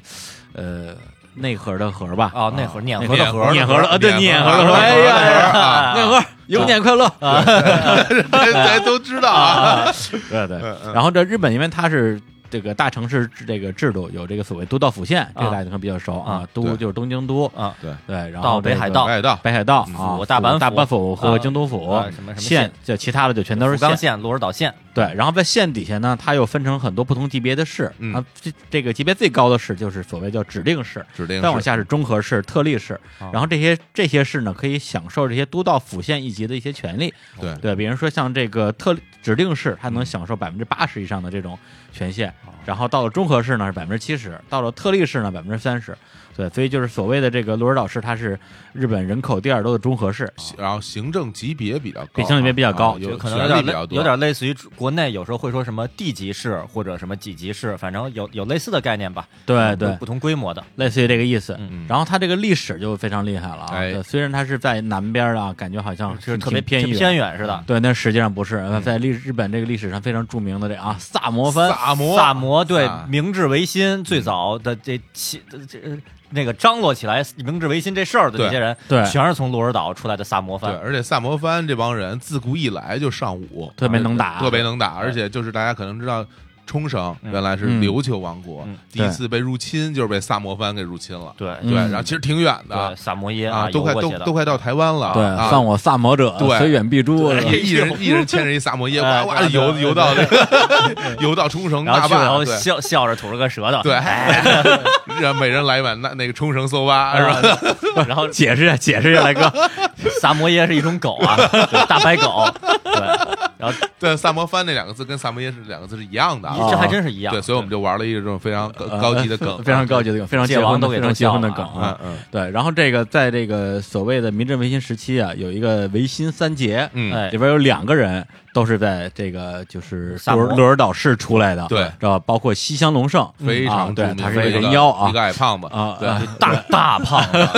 C: 呃内核的核吧？
B: 啊，那会儿碾
C: 那
B: 核的
A: 碾
B: 核
A: 核
C: 碾核的啊对
A: 碾
C: 碾核的
A: 核
C: 核哎呀哎呀
A: 啊
C: 内核有年快乐啊！
A: 大家都知道啊，
C: 对对
A: 嗯嗯，
C: 然后这日本因为它是这个大城市制这个制度，有这个所谓都道府县，这
B: 啊
C: 个大家可能比较熟
B: 啊
A: 嗯
C: 都
A: 对
C: 就是东京都
B: 啊，
A: 对，嗯
C: 对，然
B: 到
C: 后
B: 北
C: 这
B: 海
C: 个
B: 道
A: 北海道
C: 北海道啊
B: 府，大阪府
C: 大阪府
B: 啊
C: 和京都府
B: 啊什么什么县
C: 县，这其他的就全都是
B: 福冈
C: 县。
B: 县、鹿儿岛县，
C: 对，然后在县底下呢，它又分成很多不同级别的市
A: 嗯
C: 啊，这这个级别最高的市就是所谓叫指定市，
A: 指定是
C: 再往下是中和市、特例市，
B: 啊
C: 然后这些这些市呢，可以享受这些都道府县一级的一些权利。
A: 对
C: 对，比如说像这个特指定市，它能享受百分之八十以上的这种权限，然后到了中和市呢是百分之七十，到了特例市呢百分之三十。对，所以就是所谓的这个鹿儿岛市，它是日本人口第二多的中和市。
A: 然后行政级别比较高啊，
C: 比行政级别比较高
A: 啊
B: 就
A: 有
B: 可能有
A: 权力
B: 点
A: 比较
B: 类
A: 多，
B: 有点类似于国内有时候会说什么地级市或者什么几级市，反正有有类似的概念吧。
C: 对
B: 有
C: 哎对，
B: 不同规模的。
C: 类似于这个意思。
A: 嗯
C: 然后它这个历史就非常厉害了啊，
A: 哎
C: 对虽然它是在南边儿啊，感觉好像
B: 就是特
C: 挺
B: 别
C: 偏
B: 偏
C: 远。
B: 远似
A: 啊
B: 的。
C: 对，但实际上不是，呃在历日本这个历史上非常著名的这啊萨摩藩，
A: 萨摩啊
B: 萨摩对
A: 萨
B: 明治维新最早的这起这这那个张罗起来明治维新这事儿的
A: 对
B: 这些人，
C: 对
B: 全是从鹿儿岛出来的萨摩
A: 对，
B: 藩。
A: 而且萨摩藩这帮人自古以来就尚武，
C: 特别能打
A: 啊特别能打，
B: 对
A: 而且就是大家可能知道。冲绳
B: 嗯
A: 原来是
C: 嗯
A: 琉球王国
B: 嗯，
A: 第一次被入侵就是被萨摩藩给入侵了。
B: 对
A: 对，
C: 嗯
A: 然后其实挺远
B: 对，
A: 的
B: 萨摩耶
A: 啊，都快
B: 游过
A: 都
B: 去的
A: 都快到台湾了。
C: 对，
A: 啊
C: 犯我萨摩者，
A: 对
C: 虽远必诛。
A: 对一 人一人牵着一萨摩耶，
B: 哎
A: 哇哇
B: 对
A: 游
B: 对
A: 游到这 个游到冲绳
B: 然后
A: 大
B: 去了，然
A: 坝，
B: 后
A: 对
B: 笑笑着吐了个舌头，
A: 对
B: 哎，
A: 让每人来一碗那那个冲绳搜吧，是
B: 然
A: 吧？
B: 后啊然后
C: 解释一下，解释一下，来哥，
B: 萨摩耶是一种狗啊，对大白狗，对，然后
A: 对，萨摩藩那两个字跟萨摩耶是两个字是一样的啊，
B: 这还真是一样，
A: 对，所以我们就玩了一种非常高高级的梗，
C: 呃
A: 啊
C: 非常高级的梗，非常
B: 界
C: 结
B: 王
C: 婚的
B: 都给
C: 非
B: 弄
C: 常结
B: 笑
C: 婚的
B: 了啊
C: 梗
A: 嗯
C: 啊。
A: 嗯
C: 对，然后这个在这个所谓的明治维新时期啊，有一个维新三杰，
A: 嗯
B: 哎
C: 里边有两个人都是在这个就是
B: 萨
C: 鹿
B: 摩
C: 儿鹿儿岛市出来的，
A: 对
C: 知道吧包括西乡隆盛，
A: 嗯非
C: 啊
A: 常著
C: 对，
A: 名
C: 他
A: 的
C: 是
A: 一
C: 一人妖
A: 一
C: 啊
A: 个矮胖子
C: 啊，
A: 对
C: 啊
B: 大大胖子，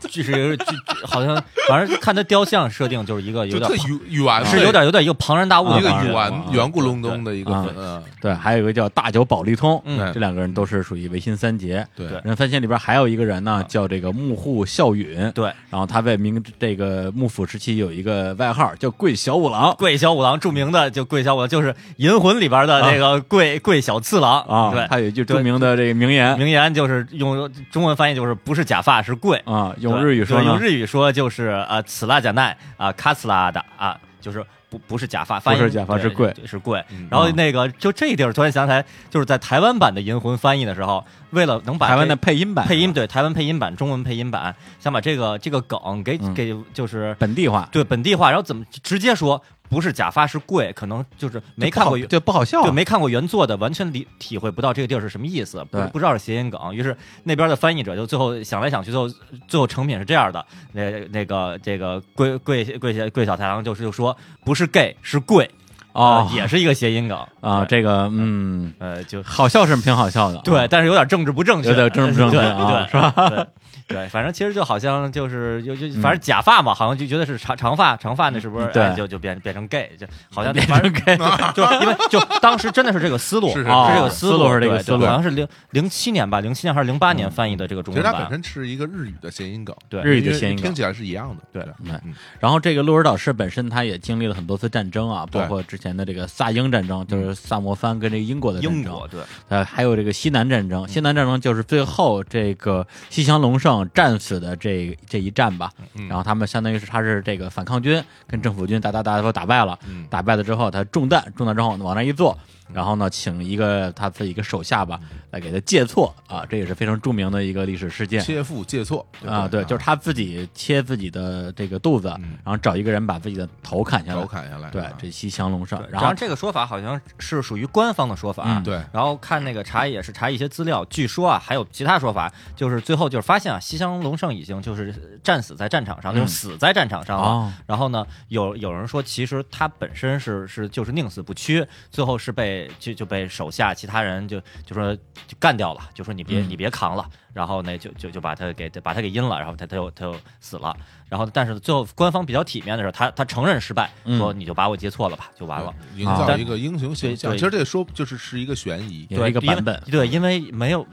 B: 就是就就好像反正看他雕像设定就是一个有
A: 就特
B: 点
A: 圆圆
B: 是有点有点一个庞然大物的
A: 一个
B: 感觉
A: 圆
B: 啊
A: 圆咕隆咚的一个
C: 啊
A: 嗯
C: 对，还有一个叫大久保利通，
A: 嗯
C: 这两个人都是属于维新三杰。
A: 对
B: 对
C: 人三贤里边还有一个人呢，叫这个幕户孝允，
B: 对。
C: 然后他在明这个幕府时期有一个外号叫贵小五郎，
B: 桂小五郎著名的就桂小五郎就是《银魂》里边的那个桂桂小次郎
C: 啊，
B: 对，
C: 他有一句著名的这个名言
B: 名言就是用中文翻译就是不是假发是贵，
C: 啊，用
B: 对
C: 日语说
B: 对
C: 呢
B: 用，日语说就是呃，此拉假奈啊，卡斯拉的啊，就是不不是假发，翻译
C: 不是假发
B: 对
C: 是贵
B: 对是贵
A: 嗯。
B: 然后那个就这地儿，突然想起来，就是在台湾版的《银魂》翻译的时候，为了能把
C: 台湾
B: 这
C: 的配音版
B: 配音对台湾配音版、中文配音版，想把这个这个梗给
C: 嗯
B: 给就是
C: 本地化，
B: 对本地化，然后怎么直接说不是假发是贵，可能就是没看过原。
C: 就不好笑
B: 对，，没看过原作的，完全理体会不到这个地儿是什么意思，不
C: 对
B: 不知道是谐音梗。于是那边的翻译者就最后想来想去，最后最后成品是这样的，那那个这个贵贵贵小贵小太郎就是就说不是 gay 是贵
C: 哦
B: 呃也是一个谐音梗
C: 啊，
B: 对
C: 这个嗯，
B: 呃就
C: 好笑是挺好笑的，啊
B: 啊对，，但是有点政治不正确，
C: 有点政治不正确
B: 对
C: 啊
B: 对，是吧？嗯对，反正其实就好像就是就就反正假发嘛，好像就觉得是长长发，长发那是不是
C: 嗯对
B: 哎就就变变成 gay，就好像变成 gay，就 因为就当时真的是这个思路，啊
A: 是是
B: 这
C: 哦
B: 个
C: 思路
B: 路
C: 是这个
B: 对对
C: 思路
B: 好像是零零七年吧，零七年还是零八年翻译的这个中
A: 其实
B: 文
A: 它
B: 版
A: 本，身是一个日语的谐音梗，
B: 对
C: 日语的谐音
A: 因为
C: 梗
A: 听起来是一样的。嗯
B: 对
C: 然后这个鹿儿岛市本身，它也经历了很多次战争啊，
A: 对
C: 包括之前的这个萨英战争，就是萨摩藩跟这个英国的战
B: 英
C: 争
B: 国，对
C: 呃，还有这个西南战争。西南战争就是最后这个西乡隆盛战死的这这一战吧。
A: 嗯
C: 然后他们相当于是他是这个反抗军跟政府军打打打打打败了，
A: 嗯
C: 打败了之后他中弹，中弹之后往那一坐，然后呢请一个他自己一个手下吧来给他借错啊，这也是非常著名的一个历史事件。
A: 切腹借错
C: 啊，对，就是他自己切自己的这个肚子，
A: 嗯
C: 然后找一个人把自己的头砍下来
A: 手，砍下来。啊
C: 对，这西乡隆盛，然
B: 然
C: 后
B: 后这个说法好像是属于官方的说法，啊
C: 嗯
A: 对
B: 然后看那个查也是查一些资料，据说啊还有其他说法，就是最后就是发现啊西乡隆盛已经就是呃战死在战场上，
C: 嗯
B: 就是死在战场上了。
C: 哦
B: 然后呢，有有人说其实他本身是是就是宁死不屈，最后是被就就被手下其他人就就说就干掉了，就说你别、
C: 嗯
B: 你别扛了，然后呢就就就把他给把他给阴了，然后他他又他又死了。然后但是最后官方比较体面的时候，他他承认失败，
C: 嗯
B: 说你就把我接错了吧，就完了。
A: 对营
C: 啊
A: 造
B: 但
A: 一个英雄形象。
B: 对对
A: 其实这说就是是一个悬疑，
C: 也是一个
B: 因为
C: 版本，
B: 对，因为没有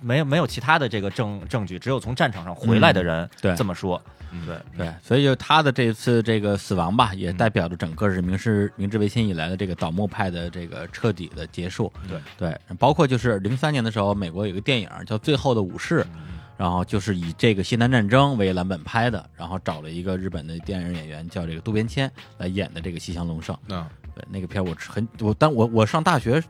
B: 没有没有其他的这个证证据，只有从战场上回来的人
C: 对
B: 这么说。
A: 嗯
B: 对，
C: 对，所以就他的这次这个死亡吧，也代表着整个是明治明治维新以来的这个倒幕派的这个彻底的结束。
A: 对
C: 对，包括就是零三年的时候，美国有一个电影叫《最后的武士》，
B: 嗯
C: 然后就是以这个西南战争为蓝本拍的，然后找了一个日本的电影演员叫这个渡边谦来演的这个西乡隆盛。
A: 那
C: 对，那个片儿我是很我，但我我上大学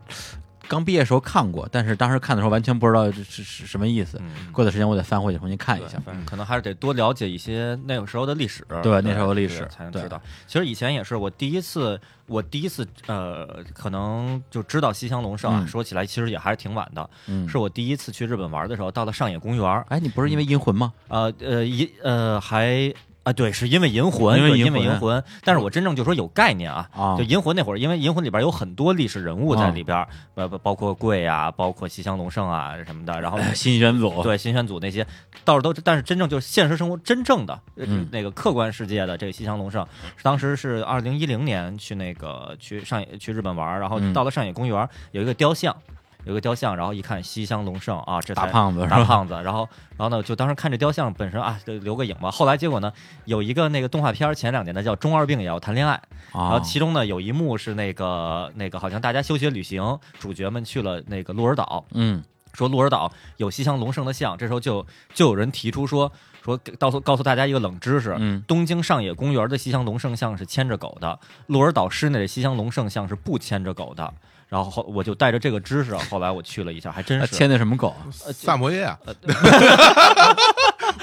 C: 刚毕业时候看过，但是当时看的时候完全不知道这是是什么意思。
B: 嗯，
C: 过段时间我得翻回去重新看一下
B: 对，。反正可能还是得多了解一些那个时候的历史，
C: 对那时候的历史
B: 对才能
C: 对
B: 知道。其实以前也是，我第一次，我第一次呃，可能就知道西乡隆盛啊。
C: 嗯
B: 说起来其实也还是挺晚的，
C: 嗯，
B: 是我第一次去日本玩的时候，到了上野公园儿，
C: 哎，你不是因为阴魂吗？
B: 呃呃一呃还。啊，对，是因为银魂，
C: 因为
B: 对
C: 银
B: 因为
C: 魂嗯
B: 银魂，但是我真正就说有概念啊，
C: 啊
B: 就银魂那会儿，因为银魂里边有很多历史人物在里边，呃、包括贵啊，包括西乡隆盛啊什么的，然后
C: 哎 新选组，
B: 对新选组那些倒是都，但是真正就是现实生活真正的、呃
C: 嗯
B: 那个客观世界的这个西乡隆盛，是当时是二零一零年去那个去上野去日本玩，然后
C: 嗯
B: 到了上野公园有一个雕像，有一个雕像，然后一看西乡隆盛啊，这
C: 大
B: 啊才
C: 胖子是
B: 大
C: 吧？
B: 胖子，然后然后呢，就当时看这雕像本身啊，就留个影吧。后来结果呢，有一个那个动画片儿前两年的叫《中二病也要谈恋爱》，然
C: 啊
B: 后其中呢有一幕是那个那个好像大家休学旅行，主角们去了那个鹿儿岛，
C: 嗯，
B: 说鹿儿岛有西乡隆盛的像，这时候就就有人提出说说告诉告诉大家一个冷知识，
C: 嗯
B: 东京上野公园的西乡隆盛像是牵着狗的，鹿儿岛市内的西乡隆盛像是不牵着狗的。然后后我就带着这个知识，后来我去了一下，还
A: 呃
B: 真
C: 那
B: 是
C: 牵的什么狗？
A: 萨摩耶啊！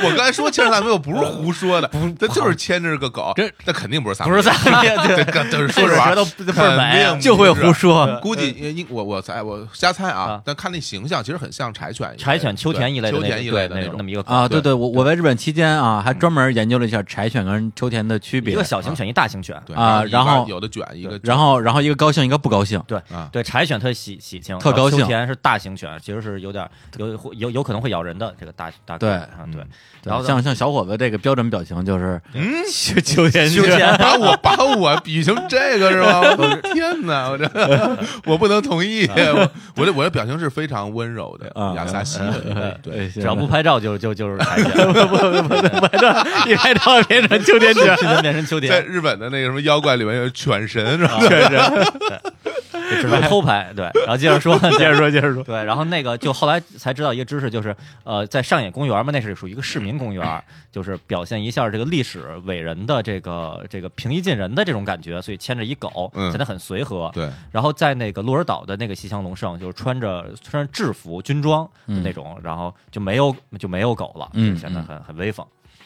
A: 我刚才说牵着萨摩耶，我不是胡说的，他就是牵着个狗，
C: 这
A: 那肯定不是萨
B: 不
A: 摩耶，
B: 是 在
A: 这个就是说实话
B: 这个词儿都倍儿
A: 肯
B: 美
A: 定不是
C: 啊就会胡说
A: 估计因因我我猜我瞎猜啊
B: 啊，
A: 但看那形象其实很像柴犬一类的，
B: 柴犬、秋田一类的
A: 对
B: 那
A: 秋
B: 个
A: 田一类
B: 对
A: 的
B: 那
A: 种
B: 那么一个狗
C: 啊，对
A: 对
C: 对，我我在日本期间啊，还专门研究了一下柴犬跟秋田的区
B: 一
C: 别
B: 个。
A: 啊
B: 小型犬，一大型犬。
A: 对
C: 啊
A: 一
C: 然后
A: 般有的卷一个，
C: 然后，然后一个高兴，一个不高兴。
B: 对
A: 啊
B: 对，柴犬特喜喜庆，啊
C: 特高兴
B: 然后秋田是大型犬，其实是有点有会有有可能会咬人的这个大大狗
C: 对
B: 啊对
A: 嗯。
C: 对
B: 然后
C: 像像小伙子这个标准表情就是
A: 嗯，
C: 秋秋田
B: 秋田
A: 把我把我比成这个是吧？我的天哪，我这我不能同意，我我这我的表情是非常温柔的
C: 啊，
A: 亚萨西的，对，
C: 对，
B: 只
C: 只
B: 要不拍照就就就是柴犬，不不不不，
C: 一拍照变成秋田犬，
B: 瞬间变成 秋
A: 在
B: 田，
A: 日本的那个什么妖怪里面有犬神是吧？
B: 啊 就只能偷拍。对，然后接着说，接着
C: 说接着说，
B: 对，然后那个就后来才知道一个知识，就是呃，在上野公园嘛，那是属于一个市民公园，就是表现一下这个历史伟人的这个这个平易近人的这种感觉，所以牵着一狗
A: 嗯
B: 显得很随和。
A: 对，
B: 然后在那个鹿儿岛的那个西乡隆盛，就是穿着穿着制服军装的那种，然后就没有就没有狗了，
C: 嗯
B: 就显得很很威风。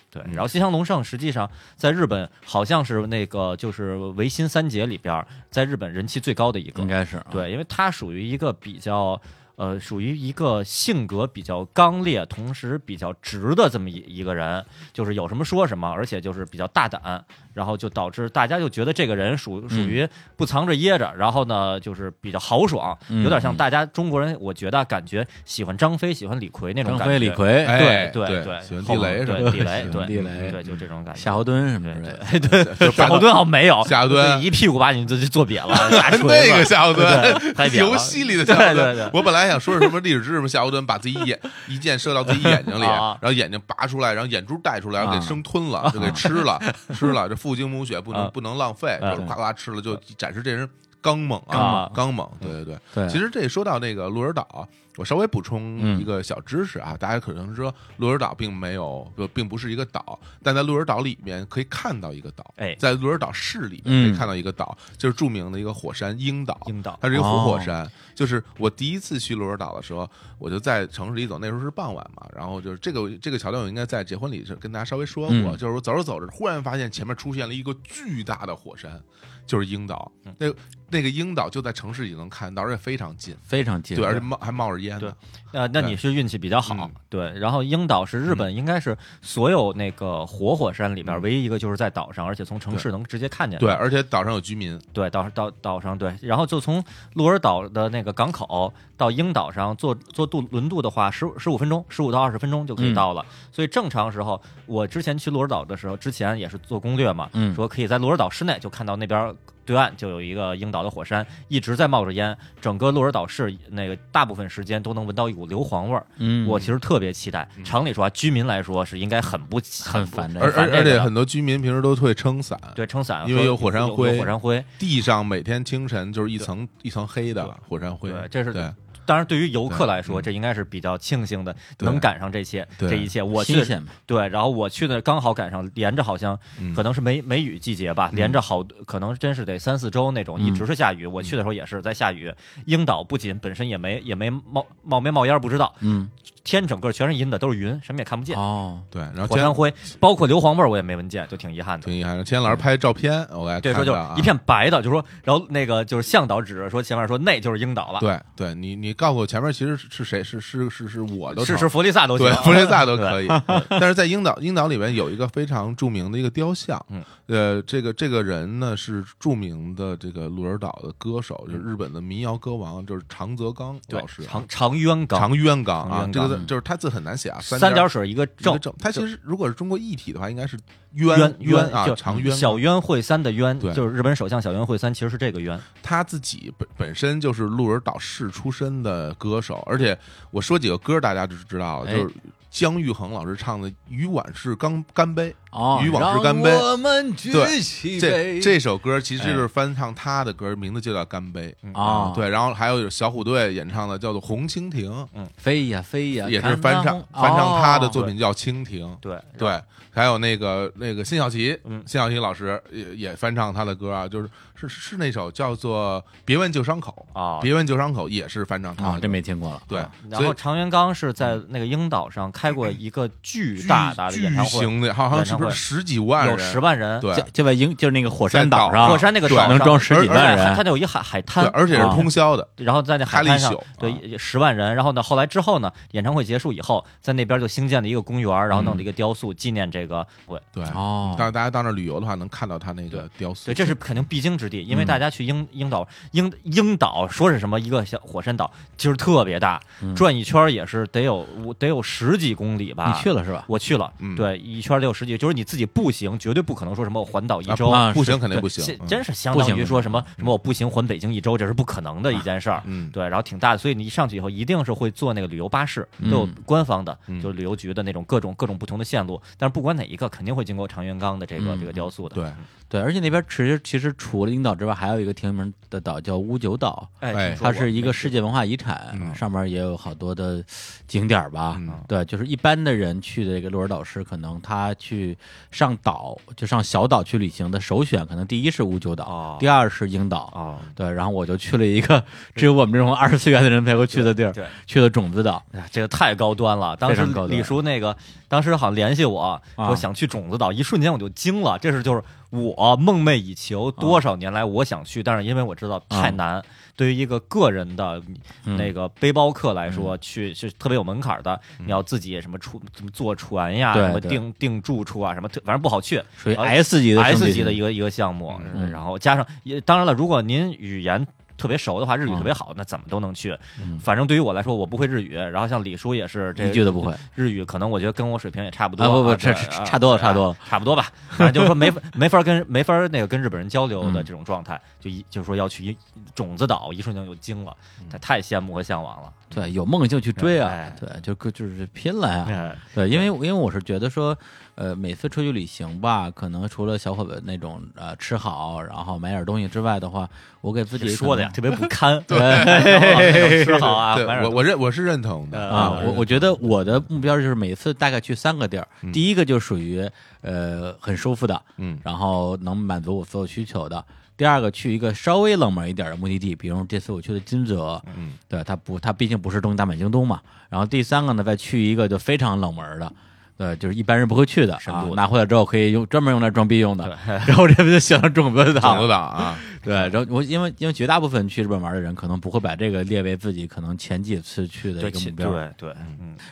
B: 对，然后西乡隆盛实际上在日本好像是那个就是维新三杰里边儿，在日本人气最高的一个
C: 应，该是啊
B: 对，因为它属于一个比较呃，属于一个性格比较刚烈，同时比较直的这么一一个人，就是有什么说什么，而且就是比较大胆，然后就导致大家就觉得这个人属属于不藏着掖着，然后呢就是比较豪爽，
C: 嗯
B: 有点像大家中国人，我觉得啊感觉喜欢张飞、喜欢李逵那种
C: 张
B: 感觉。
C: 飞、李逵、
A: 哎
B: 对对
A: 对，喜欢
B: 后
A: 地雷是
B: 对
A: 吧？
B: 地雷，对
C: 地雷
B: 对，就这种感觉。
C: 夏侯惇什么
B: 对
C: 之类的。
B: 对对对，
A: 就
B: 夏
A: 白
B: 侯惇好像没有，
A: 夏侯惇
B: 就一屁股把你就就坐瘪了， 大锤
A: 那个
B: 子。
A: 夏侯惇
B: 对，太屌了
A: 游戏里的夏侯惇。
B: 对对对
A: 我本来想说是什么历史知识，夏侯惇把自己眼一箭射到自己眼睛里，
B: 啊
A: 然后眼睛拔出来，然后眼珠带出来，然后
C: 啊
A: 给生吞了，就给吃 了，吃了。这父精母血不能
B: 啊
A: 不能浪费，
B: 啊
A: 就是夸夸吃了，就展示这人刚猛
B: 刚
A: 啊
B: 猛，
A: 刚猛。对对对。
C: 对，
A: 其实这说到那个鹿儿岛，我稍微补充
C: 嗯
A: 一个小知识啊，大家可能说鹿儿岛并没有，呃并不是一个岛，但在鹿儿岛里面可以看到一个岛，
B: 哎
A: 在鹿儿岛市里面
C: 嗯
A: 可以看到一个岛，就是著名的一个火山鹰岛，
B: 樱岛
A: 它是一个活火
C: 哦
A: 山。就是我第一次去鹿儿岛的时候，我就在城市里走，那时候是傍晚嘛，然后就是这个这个桥段，我应该在结婚礼上跟大家稍微说过，
C: 嗯
A: 就是我走着走着，忽然发现前面出现了一个巨大的火山，就是鹰岛，
B: 嗯
A: 那那个鹰岛就在城市里能看到，而且非常近。
C: 非常近，
A: 对，而且冒还冒着烟呢。
B: 呃，
A: 对
B: 那你是运气比较好
A: 嗯，
B: 对。然后樱岛是日本应该是所有那个活火山里边唯一一个就是在岛上，而且从城市能直接看见的。
A: 对，而且岛上有居民，
B: 对，岛岛岛上对，然后就从鹿儿岛的那个港口到樱岛上坐坐渡轮渡的话，十十五分钟，十五到二十分钟就可以
C: 嗯
B: 到了。所以正常时候，我之前去鹿儿岛的时候，之前也是做攻略嘛，
C: 嗯
B: 说可以在鹿儿岛市内就看到那边对岸就有一个樱岛的火山，一直在冒着烟，整个鹿儿岛市那个大部分时间都能闻到一股硫磺味儿。
C: 嗯，
B: 我其实特别期待，常理说啊，居民来说是应该很不
C: 很
B: 不
C: 烦这
A: 而
C: 个，
A: 而
B: 这
A: 而
B: 个
A: 且嗯
B: 的
A: 很多居民平时都会撑伞，
B: 对撑伞，
A: 因为
B: 和
A: 有火山
B: 有有
A: 灰
B: 火山灰。
A: 地上每天清晨就是一层一层黑的火山灰
B: 对，这是
A: 对
B: 当然，对于游客来说，
A: 对嗯
B: 这应该是比较庆幸的，
A: 对
B: 能赶上这些
A: 对
B: 这一切。我去
C: 新鲜嘛，
B: 对，然后我去的刚好赶上，连着好像
A: 嗯
B: 可能是梅梅雨季节吧，连着好可能真是得三四周那种，
C: 嗯
B: 一直是下雨。我去的时候也是在下雨。樱岛不仅本身也没也没冒冒没冒烟不知道，
C: 嗯，
B: 天整个全是阴的，都是云，什么也看不见。
C: 哦，
A: 对。然后
B: 火
A: 天
B: 山灰，包括硫磺味儿，我也没闻见，就挺遗憾的。
A: 挺遗憾的，今天老师拍照片，我来
B: 这
A: 看
B: 时候就
A: 看啊
B: 一片白的，就说，然后那个就是向导指着说前面说那就是樱岛了，
A: 对对，你你告诉我前面其实是是谁？是是是是我都
B: 是
A: 成
B: 是弗利萨都行
A: 对， 弗雷萨都
B: 对
A: 可以。但是在樱岛，樱岛里边有一个非常著名的一个雕像，
B: 嗯，
A: 呃，这个这个人呢是著名的这个鹿儿岛的歌手，就是日本的民谣歌王，就是长泽刚
B: 对
A: 老师，啊
B: 长长渊港，
A: 长渊刚啊
B: 长，渊
A: 这
B: 刚嗯
A: 个字就是他字很难写啊，
B: 三
A: 三
B: 点
A: 点
B: 水一个
A: 一个
B: 正，
A: 正，它其实如果是中国一体的话，应该是
B: 渊
A: 渊
B: 渊
A: 啊
B: 就，
A: 长渊
B: 小
A: 刚
B: 渊惠三的渊，
A: 对
B: 就是日本首相小渊惠三，其实是这个渊。
A: 他自己本本身就是鹿儿岛市出身的歌手，而且我说几个歌大家就知道了，
C: 哎
A: 就是姜育恒老师唱的《与往事干干杯》。
C: 哦，
A: 与往事干杯
C: 让我们举
A: 对
C: 起
A: 这
C: 杯，
A: 这首歌其实就是翻唱他的歌，名字就叫《干杯》
C: 啊，
A: 对，然后还有小虎队演唱的叫做《红蜻蜓》，
C: 飞呀飞呀，
A: 也是翻唱
C: 看看
A: 翻唱他的
C: 哦
A: 作品叫《蜻蜓》。
B: 对，
A: 对，还有那个那个辛晓琪，
B: 嗯
A: 辛晓琪老师也也翻唱他的歌啊，就是是是是那首叫做《别问旧伤口》
B: 啊
A: 别问旧伤口》也是翻唱他
C: 啊，
A: 的
C: 这
A: 歌。
C: 没听过了，
A: 对，
B: 然
A: 所以嗯
B: 后长渊刚是在那个樱岛上开过一个巨大大的
A: 巨
B: 演唱
A: 巨
B: 会，
A: 型的，好像是不
B: 演唱
A: 是
B: 会
A: 十几万
B: 有
A: 人？
B: 十万人，
A: 对，
C: 这这外英就是那个火山岛
A: 在岛
C: 上，
B: 火山那个
A: 对
B: 岛上
C: 能装十几万人
B: 而且它那有一海海
A: 对，
B: 滩，
A: 而且是
B: 啊
A: 通宵的，
B: 然后在那海滩上
A: 开了一宿，啊
B: 对，十万人。然后呢，后来之后呢，演唱会结束以后，在那边就兴建了一个公园，然后弄了一个雕塑纪念这个。对，
A: 对。
C: 哦
A: 但是大家到那儿旅游的话，能看到他那个雕塑。
B: 啊对，这是肯定必经之地，因为大家去英英岛英英岛说是什么一个小火山岛，其实特别大，转一圈儿也是得有我得有十几公里吧。
C: 你去了是吧？
B: 我去了，
A: 嗯
B: 对，一圈儿得有十几，就是你自己步行，绝对不可能说什么我环岛一
A: 啊
B: 周。
A: 不
C: 啊
A: 不
C: 是
A: 行肯定
B: 对
A: 不行
B: 这，
A: 嗯
B: 真是相
C: 不
B: 当
C: 行
B: 于
C: 不
B: 说什么什么我步行环北京一周，这是不可能的一件事儿。
A: 嗯
B: 对，然后挺大的，所以你一上去以后，一定是会坐那个旅游巴士，
C: 嗯
B: 都有官方的，
A: 嗯
B: 就是旅游局的那种各种各种不同的线路。但是不管哪一个，肯定会经过长垣冈的这个、
C: 嗯
B: 这个雕塑的。，
A: 对，
C: 对，而且那边其实其实除了樱岛之外，还有一个挺有名的岛叫乌九岛，
A: 哎
B: 哎，听说
C: 它
B: 过
C: 是一个世界文化遗产，
A: 嗯
C: 上面也有好多的景点儿吧。
B: 啊
A: 嗯
C: 对，就是一般的人去的这个鹿儿岛市，可能他去上岛，就上小岛去旅行的首选，可能第一是乌九岛，
B: 哦
C: 第二是樱岛。
B: 哦，
C: 对，然后我就去了一个只有我们这种二次元的人才会去的地儿，
B: 对，
C: 去了种子岛。
B: 哎呀这个太高端了。当时
C: 非常高端
B: 李叔那个当时好像联系我
C: 啊
B: 说想去种子岛，一瞬间我就惊了，这是就是我梦寐以求
C: 啊
B: 多少年来我想去，但是因为我知道太难，对于一个个人的
C: 嗯
B: 那个背包客来说，去是特别有门槛的，你要自己什么出怎么坐船呀，
C: 对
B: 什么
C: 对
B: 定定住处啊，什么特反正不好去，
C: 属于
B: 然后
C: S 级的
B: S 级的一
C: 个，
B: 个一个项目，
C: 嗯
B: 然后加上也当然了，如果您语言特别熟的话，日语
C: 嗯
B: 特别好，那怎么都能去。
C: 嗯
B: 反正对于我来说，我不会日语，然后像李叔也是，这
C: 一句都不会。
B: 日语可能我觉得跟我水平也差不多
C: 啊不不
B: 对
C: 差
B: 啊
C: 差多了
B: 对啊
C: 差多了
B: 差不多吧。反正就是说没没法跟没法那个跟日本人交流的
C: 嗯
B: 这种状态，就一就是说要去一种子岛，一瞬间就惊了，太太羡慕和向往了。
C: 对，有梦就去追啊
B: 哎！
C: 对，就就是拼了呀！
B: 哎
C: 对，因为因为我是觉得说，呃，每次出去旅行吧，可能除了小伙伴那种呃吃好，然后买点东西之外的话，我给自己
B: 说的呀，特
C: 可
B: 别不堪。对，吃好啊，
A: 对
B: 买点
A: 我我认我是认同 的
C: 能啊，
A: 嗯
C: 我我觉得我的目标就是每次大概去三个地儿，
A: 嗯
C: 第一个就属于呃很舒服的，
A: 嗯
C: 然后能满足我所有需求的。第二个，去一个稍微冷门一点的目的地，比如这次我去的金泽，
A: 嗯，
C: 对，它不，它毕竟不是东京大阪京东嘛。然后第三个呢，再去一个就非常冷门的，对，就是一般人不会去的
B: 深
C: 啊
B: 度，的
C: 拿回来之后可以用专门用来装逼用的。然后这不就行了，种子
A: 种子
C: 岛。
A: 岛啊，
C: 对，然后我因为因为绝大部分去日本玩的人，可能不会把这个列为自己可能前几次去的
B: 对
C: 一个目标。
B: 对对，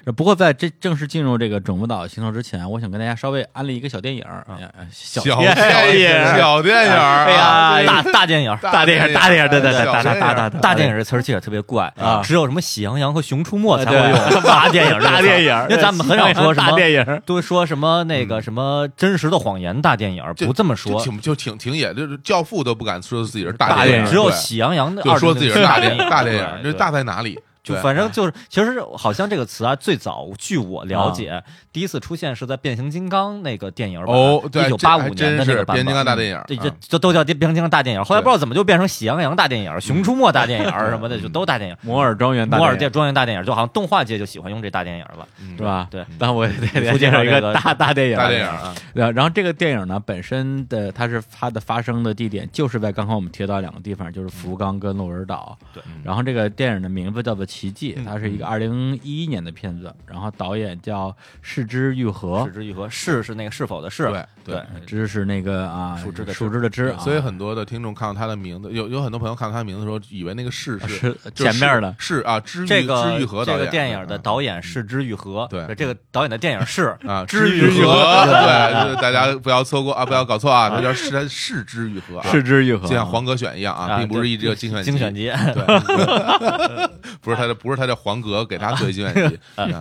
B: 嗯，
C: 不过在这正式进入这个种子岛的行程之前，我想跟大家稍微安利一个小电影，哎小
A: 小
C: 电
A: 电影，小电影儿，
B: 哎
A: 啊
B: 呀，
A: 这
B: 大大电影，
A: 大电影
B: 大电影，对对对，
A: 小
B: 大大
A: 电影
B: 大大大电影这词儿记得特别怪
C: 啊
B: 只有什么喜羊羊和熊出没才会
C: 对
B: 用大电影，
C: 大电影，
B: 因为咱们很少说什么
C: 大电影。
B: 都说什么那个什么真实的谎言大电影，
A: 嗯就
B: 不这么
A: 就
B: 说，
A: 挺就挺挺野，就是教父都不敢说自己是大
C: 大
A: 电
C: 电
A: 影，
C: 影
B: 只有
A: 对
B: 喜羊羊的
A: 就说自己是大
B: 电
A: 电
B: 影，
A: 大电影，
B: 对
A: 这大在哪里？
B: 就
A: 对哎
B: 反正就是，其实好像这个词啊，最早据我
A: 啊
B: 了解，第一次出现是在《变形金刚》那个电影版，
A: 哦对
B: 一九八五
A: 这还真
B: 年的那
A: 是
B: 个版
A: 变形
B: 本。
A: 金刚大电影
B: 这这
A: 嗯
B: 这都叫变形金刚大电影。后来不知道怎么就变成喜羊羊大电影、
A: 嗯
B: 熊出没大电影什 么的，就都大电影。
C: 摩尔庄园大
B: 摩
C: 电
B: 尔
C: 影，
B: 庄园大电影，就好像动画界就喜欢用这大电影了。
A: 嗯
C: 是？吧？
B: 对，
C: 但我也得
B: 你
C: 得
B: 附
C: 介
B: 近上
C: 绍一
B: 那
C: 个
B: 个
C: 大大电影，
A: 大电影。啊，
C: 然后然后这个电影呢，本身的它是它的发生的地点就是在刚刚我们提到两个地方，就是福冈跟鹿儿岛。
B: 对
C: 然后这个电影的名字叫做《奇迹》，
A: 嗯
C: 它是一个二零一一年的片子，然后导演叫市之愈合
B: 是，之愈合，是是那个是否的是，
A: 哦对
B: 对，
C: 之是那个啊
B: 树枝的枝
C: 树枝的枝啊，
A: 所以很多的听众看到他的名字，有有很多朋友看到他的名字的时候，以为那个是
C: 啊
A: 是
C: 是前面的
A: 是是啊，知愈
B: 这
A: 知
B: 个
A: 愈合导演
B: 这
A: 嗯
B: 个电影的导演是之愈合，
A: 对
B: 这个导演的电影是
A: 啊，
B: 知
A: 知
B: 愈
A: 愈
B: 合
A: 合， 对，就是大家不要错过啊，不要搞错啊，这叫是它是知愈合啊，
C: 市之愈合，
A: 就像黄格选一样
B: 啊
A: 啊，并不是一个精选
B: 精选集，
A: 对，对 不是他的，不是他的黄格给他做精选集，嗯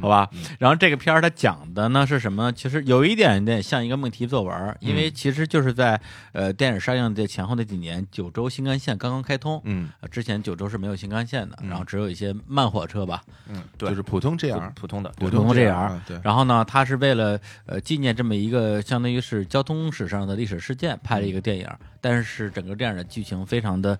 C: 好吧？然后这个片儿它讲的呢是什么呢？其实有一点点像一个命题作文儿，因
A: 嗯
C: 为其实就是在呃电影上映的前后的几年，九州新干线刚刚开通。
A: 嗯，
C: 呃之前九州是没有新干线的，
A: 嗯
C: 然后只有一些慢火车吧，
B: 嗯对
A: 就是普通这样，
B: 普通的，
A: 普
C: 通
A: 这
C: JR
A: 样，啊对，
C: 然后呢，他是为了呃纪念这么一个相当于是交通史上的历史事件拍了一个电影，但是整个电影的剧情非常的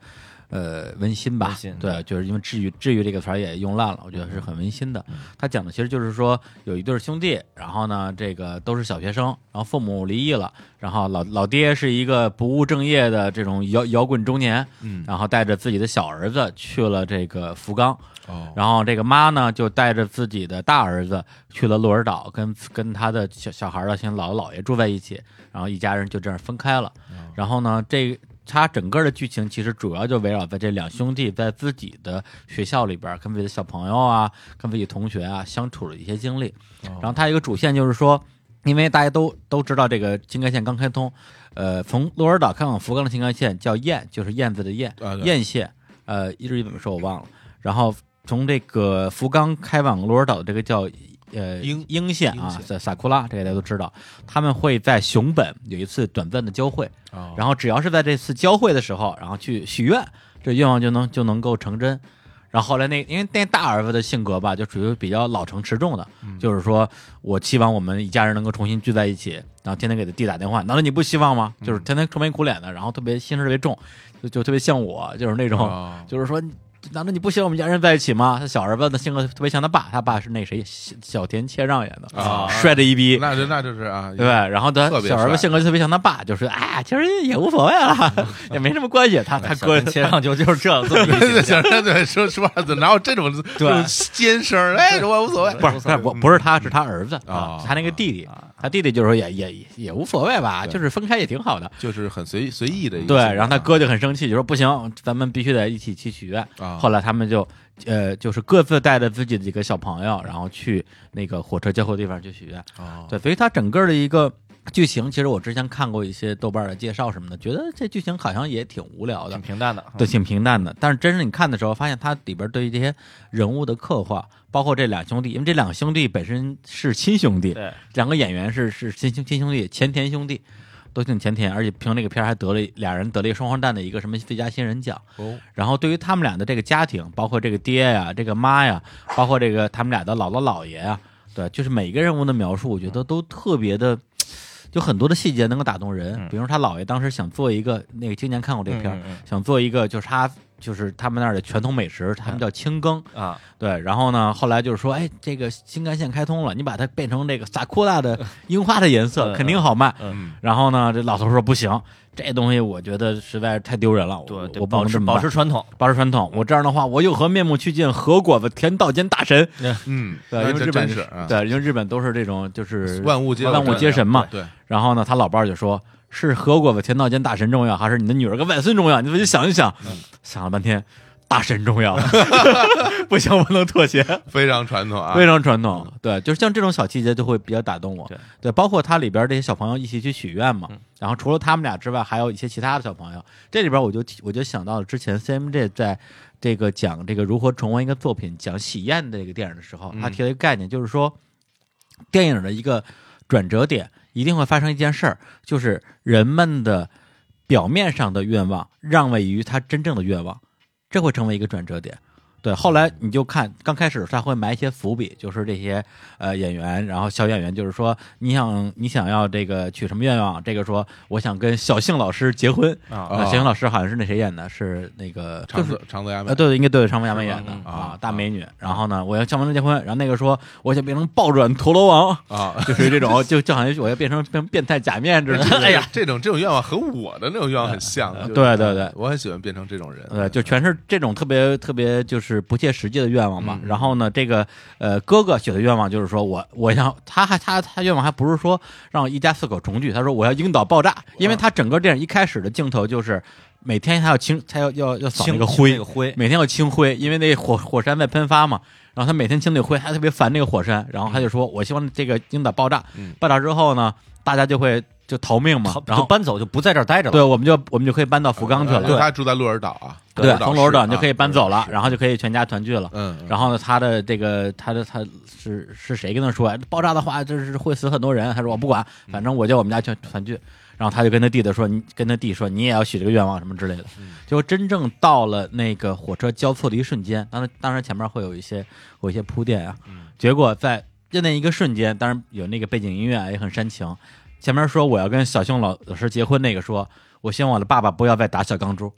C: 呃温馨吧，
B: 温馨
C: 对，就是因为治愈治愈这个词儿也用烂了，我觉得是很温馨的。他讲的其实就是说有一对儿兄弟，然后呢这个都是小学生，然后父母离异了，然后老老爹是一个不务正业的这种摇摇滚中年，
A: 嗯，
C: 然后带着自己的小儿子去了这个福冈。
A: 哦，
C: 然后这个妈呢，就带着自己的大儿子去了鹿儿岛，跟跟他的小小孩儿的先姥姥姥爷住在一起，然后一家人就这样分开了。
A: 哦
C: 然后呢，这他整个的剧情其实主要就围绕在这两兄弟在自己的学校里边儿跟自己的小朋友啊、跟自己同学啊相处的一些经历。
A: 哦
C: 然后他一个主线就是说，因为大家都都知道这个新干线刚开通，呃，从鹿儿岛开往福冈的新干线叫燕，就是燕子的燕，
A: 啊对
C: 燕线，呃，日语怎么说我忘了。然后从这个福冈开往鹿儿岛的这个叫呃
A: 鹰
C: 鹰线啊
A: 鹰，线
C: 在萨库拉，这个大家都知道，他们会在熊本有一次短暂的交汇，
A: 哦
C: 然后只要是在这次交汇的时候，然后去许愿，这愿望就能就能够成真。然后后来那因为那大儿子的性格吧，就属于比较老成持重的，
A: 嗯
C: 就是说我期望我们一家人能够重新聚在一起，然后天天给他弟打电话，难道你不希望吗？
A: 嗯
C: 就是天天愁眉苦脸的，然后特别心事特别重，就就特别像我，就是那种、
A: 哦
C: 就是说难道你不希望我们家人在一起吗？他小时候问的性格特别像他爸，他爸是那谁小小田切让演的，
A: 啊
C: 帅的一逼。
A: 那就那就是啊，
C: 对，然后他
A: 特别
C: 小时候
A: 帅嗯
C: 性格就特别像他爸，就说啊，其实也无所谓了， 也没什么关系。他他哥
B: 切上就就是这这么一
A: 对对对，说说话怎么哪有这种这种尖声儿？哎，我无所谓，
C: 不是不是不不是他是他儿子
A: 嗯啊
C: 他那个弟弟，他弟弟就是说也也也也无所谓吧，
A: 对
C: 就是分开也挺好的。
A: 就是很随随意的一个
C: 对，
A: 性格
C: 然后他哥就很生气，就说不行，咱们必须得一起去许愿。
A: 啊
C: 后来他们就呃，就是各自带着自己的几个小朋友，然后去那个火车交汇地方去许愿。
A: 啊
C: 对，所以它整个的一个剧情，其实我之前看过一些豆瓣的介绍什么的，觉得这剧情好像也挺无聊的
B: 挺。平淡的。
C: 对，挺平淡的。但是真是你看的时候，发现它里边对于这些人物的刻画，包括这两兄弟，因为这两兄弟本身是亲兄弟，
B: 嗯对，
C: 两个演员是是亲兄亲兄弟，前田兄弟，都挺前田，而且凭这个片儿还得了一俩人得了一个双黄蛋的一个什么最佳新人奖。
A: 哦
C: 然后对于他们俩的这个家庭，包括这个爹呀、这个妈呀，包括这个他们俩的姥姥姥爷呀，对，就是每个人物的描述，我觉得都特别的。有很多的细节能够打动人，
B: 嗯
C: 比如他姥爷当时想做一个，那个今年看过这个片儿
B: 嗯，嗯
C: 想做一个就是他就是他们那儿的传统美食，他们叫清羹，
B: 嗯啊，
C: 对，然后呢，后来就是说，哎，这个新干线开通了，你把它变成这个萨库 拉的樱花的颜色，
B: 嗯
C: 肯定好卖。
A: 嗯
C: 然后呢，这老头说不行，这东西我觉得实在是太丢人了，
B: 对
C: 我
B: 对，
C: 我不
B: 保
C: 能
B: 持
C: 这么
B: 保
C: 办
B: 持嗯传统，
C: 保持传统，我这样的话，我又和面目俱进，和果子甜道间大神。
A: 嗯，
C: 对，
A: 那
C: 因为
A: 这
C: 日本
A: 真是
B: 嗯
A: 啊
C: 对，因为日本都是这种就是
A: 万物皆
C: 万物皆神嘛。
A: 对，
C: 然后呢，他老伴儿就说。是和果子甜道间大神重要，还是你的女儿跟外孙重要？你自己想一想。
B: 嗯
C: 想了半天，大神 重要，不行，我不能妥协。
A: 非常传统啊，
C: 非常传统，嗯对，就是像这种小细节就会比较打动我
B: 对。
C: 对，嗯包括它里边这些小朋友一起去许愿嘛，然后除了他们俩之外，还有一些其他的小朋友。这里边我就我就想到了之前 CMJ 在这个讲这个如何重温一个作品，讲喜宴的这个电影的时候，他提了一个概念，就是说电影的一个转折点一定会发生一件事儿，就是人们的表面上的愿望让位于他真正的愿望，这会成为一个转折点。对，后来你就看，刚开始他会埋一些伏笔，就是这些呃演员，然后小演员就是说，你想你想要这个取什么愿望？这个说我想跟小幸老师结婚
B: 啊
C: 小幸老师好像是那谁演的？是那个
A: 长
C: 就是
A: 泽长泽雅美
C: 呃，对对，应该对长尾雅美演的
B: 是吗
A: 嗯
C: 啊
A: 啊，
C: 大美女。然后呢，我要向王者结婚，然后那个说我想变成暴转陀螺王，
A: 啊，
C: 就是 这种，就就好像我要变成变变态假面之类的。
A: 哎呀，这种这种愿望和我的那种愿望很像，就是
C: 对对对
A: 我很喜欢变成这种人，
C: 呃，就全是这种特别特别就是不切实际的愿望嘛。
A: 嗯
C: 然后呢，这个呃哥哥许的愿望就是说我我想他还他他愿望还不是说让一家四口重聚，他说我要樱岛爆炸，因
A: 嗯
C: 为他整个电影一开始的镜头就是每天他要清他要要要扫那
B: 清
C: 个
B: 清
C: 灰
B: 那个灰
C: 每天要清灰，因为那火火山在喷发嘛。然后他每天清那个灰，他特别烦那个火山，
B: 嗯
C: 然后他就说我希望这个樱岛爆炸，
A: 嗯
C: 爆炸之后呢，大家就会就逃命嘛
B: 好，
C: 然
B: 就
C: 后。
B: 搬走就不在这儿待着了。
C: 对，我们就我们就可以搬到福冈去了。
A: 呃他住在鹿儿岛啊，
C: 对，
A: 岛
C: 从罗
A: 市
C: 岛
A: 啊
C: 你就可以搬走了，
A: 是
C: 然后就可以全家团聚了。
A: 嗯，嗯
C: 然后呢，他的这个，他的他是是谁跟他说，爆炸的话就是会死很多人。他说我不管，
A: 嗯
C: 反正我叫我们家全团聚。然后他就跟他弟弟说，你跟他弟说，你也要许这个愿望什么之类的。
A: 嗯
C: 就真正到了那个火车交错的一瞬间，当然当然前面会有一些有一些铺垫啊。
A: 嗯
C: 结果在就那一个瞬间，当然有那个背景音乐啊也很煽情。前面说我要跟小熊老老师结婚那个说，我希望我的爸爸不要再打小钢珠。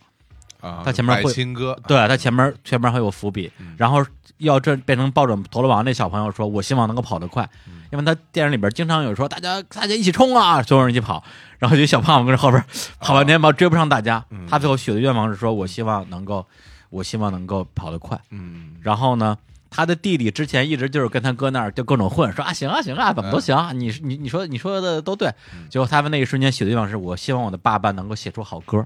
A: 啊，
C: 他前面
A: 百
C: 会
A: 亲哥，
C: 对他前面前面还有伏笔，然后要这变成暴转陀螺王那小朋友说，我希望能够跑得快，因为他电影里边经常有说大家大家一起冲啊，所有人一起跑，然后有一小胖子跟着后边跑半天吧追不上大家，他最后许的愿望是说我希望能够我希望能够跑得快，
A: 嗯，
C: 然后呢，他的弟弟之前一直就是跟他哥那儿就各种混，说啊行啊行啊，怎么都行啊，你你你说你说的都对，结果他们那一瞬间许的愿望是我希望我的爸爸能够写出好歌，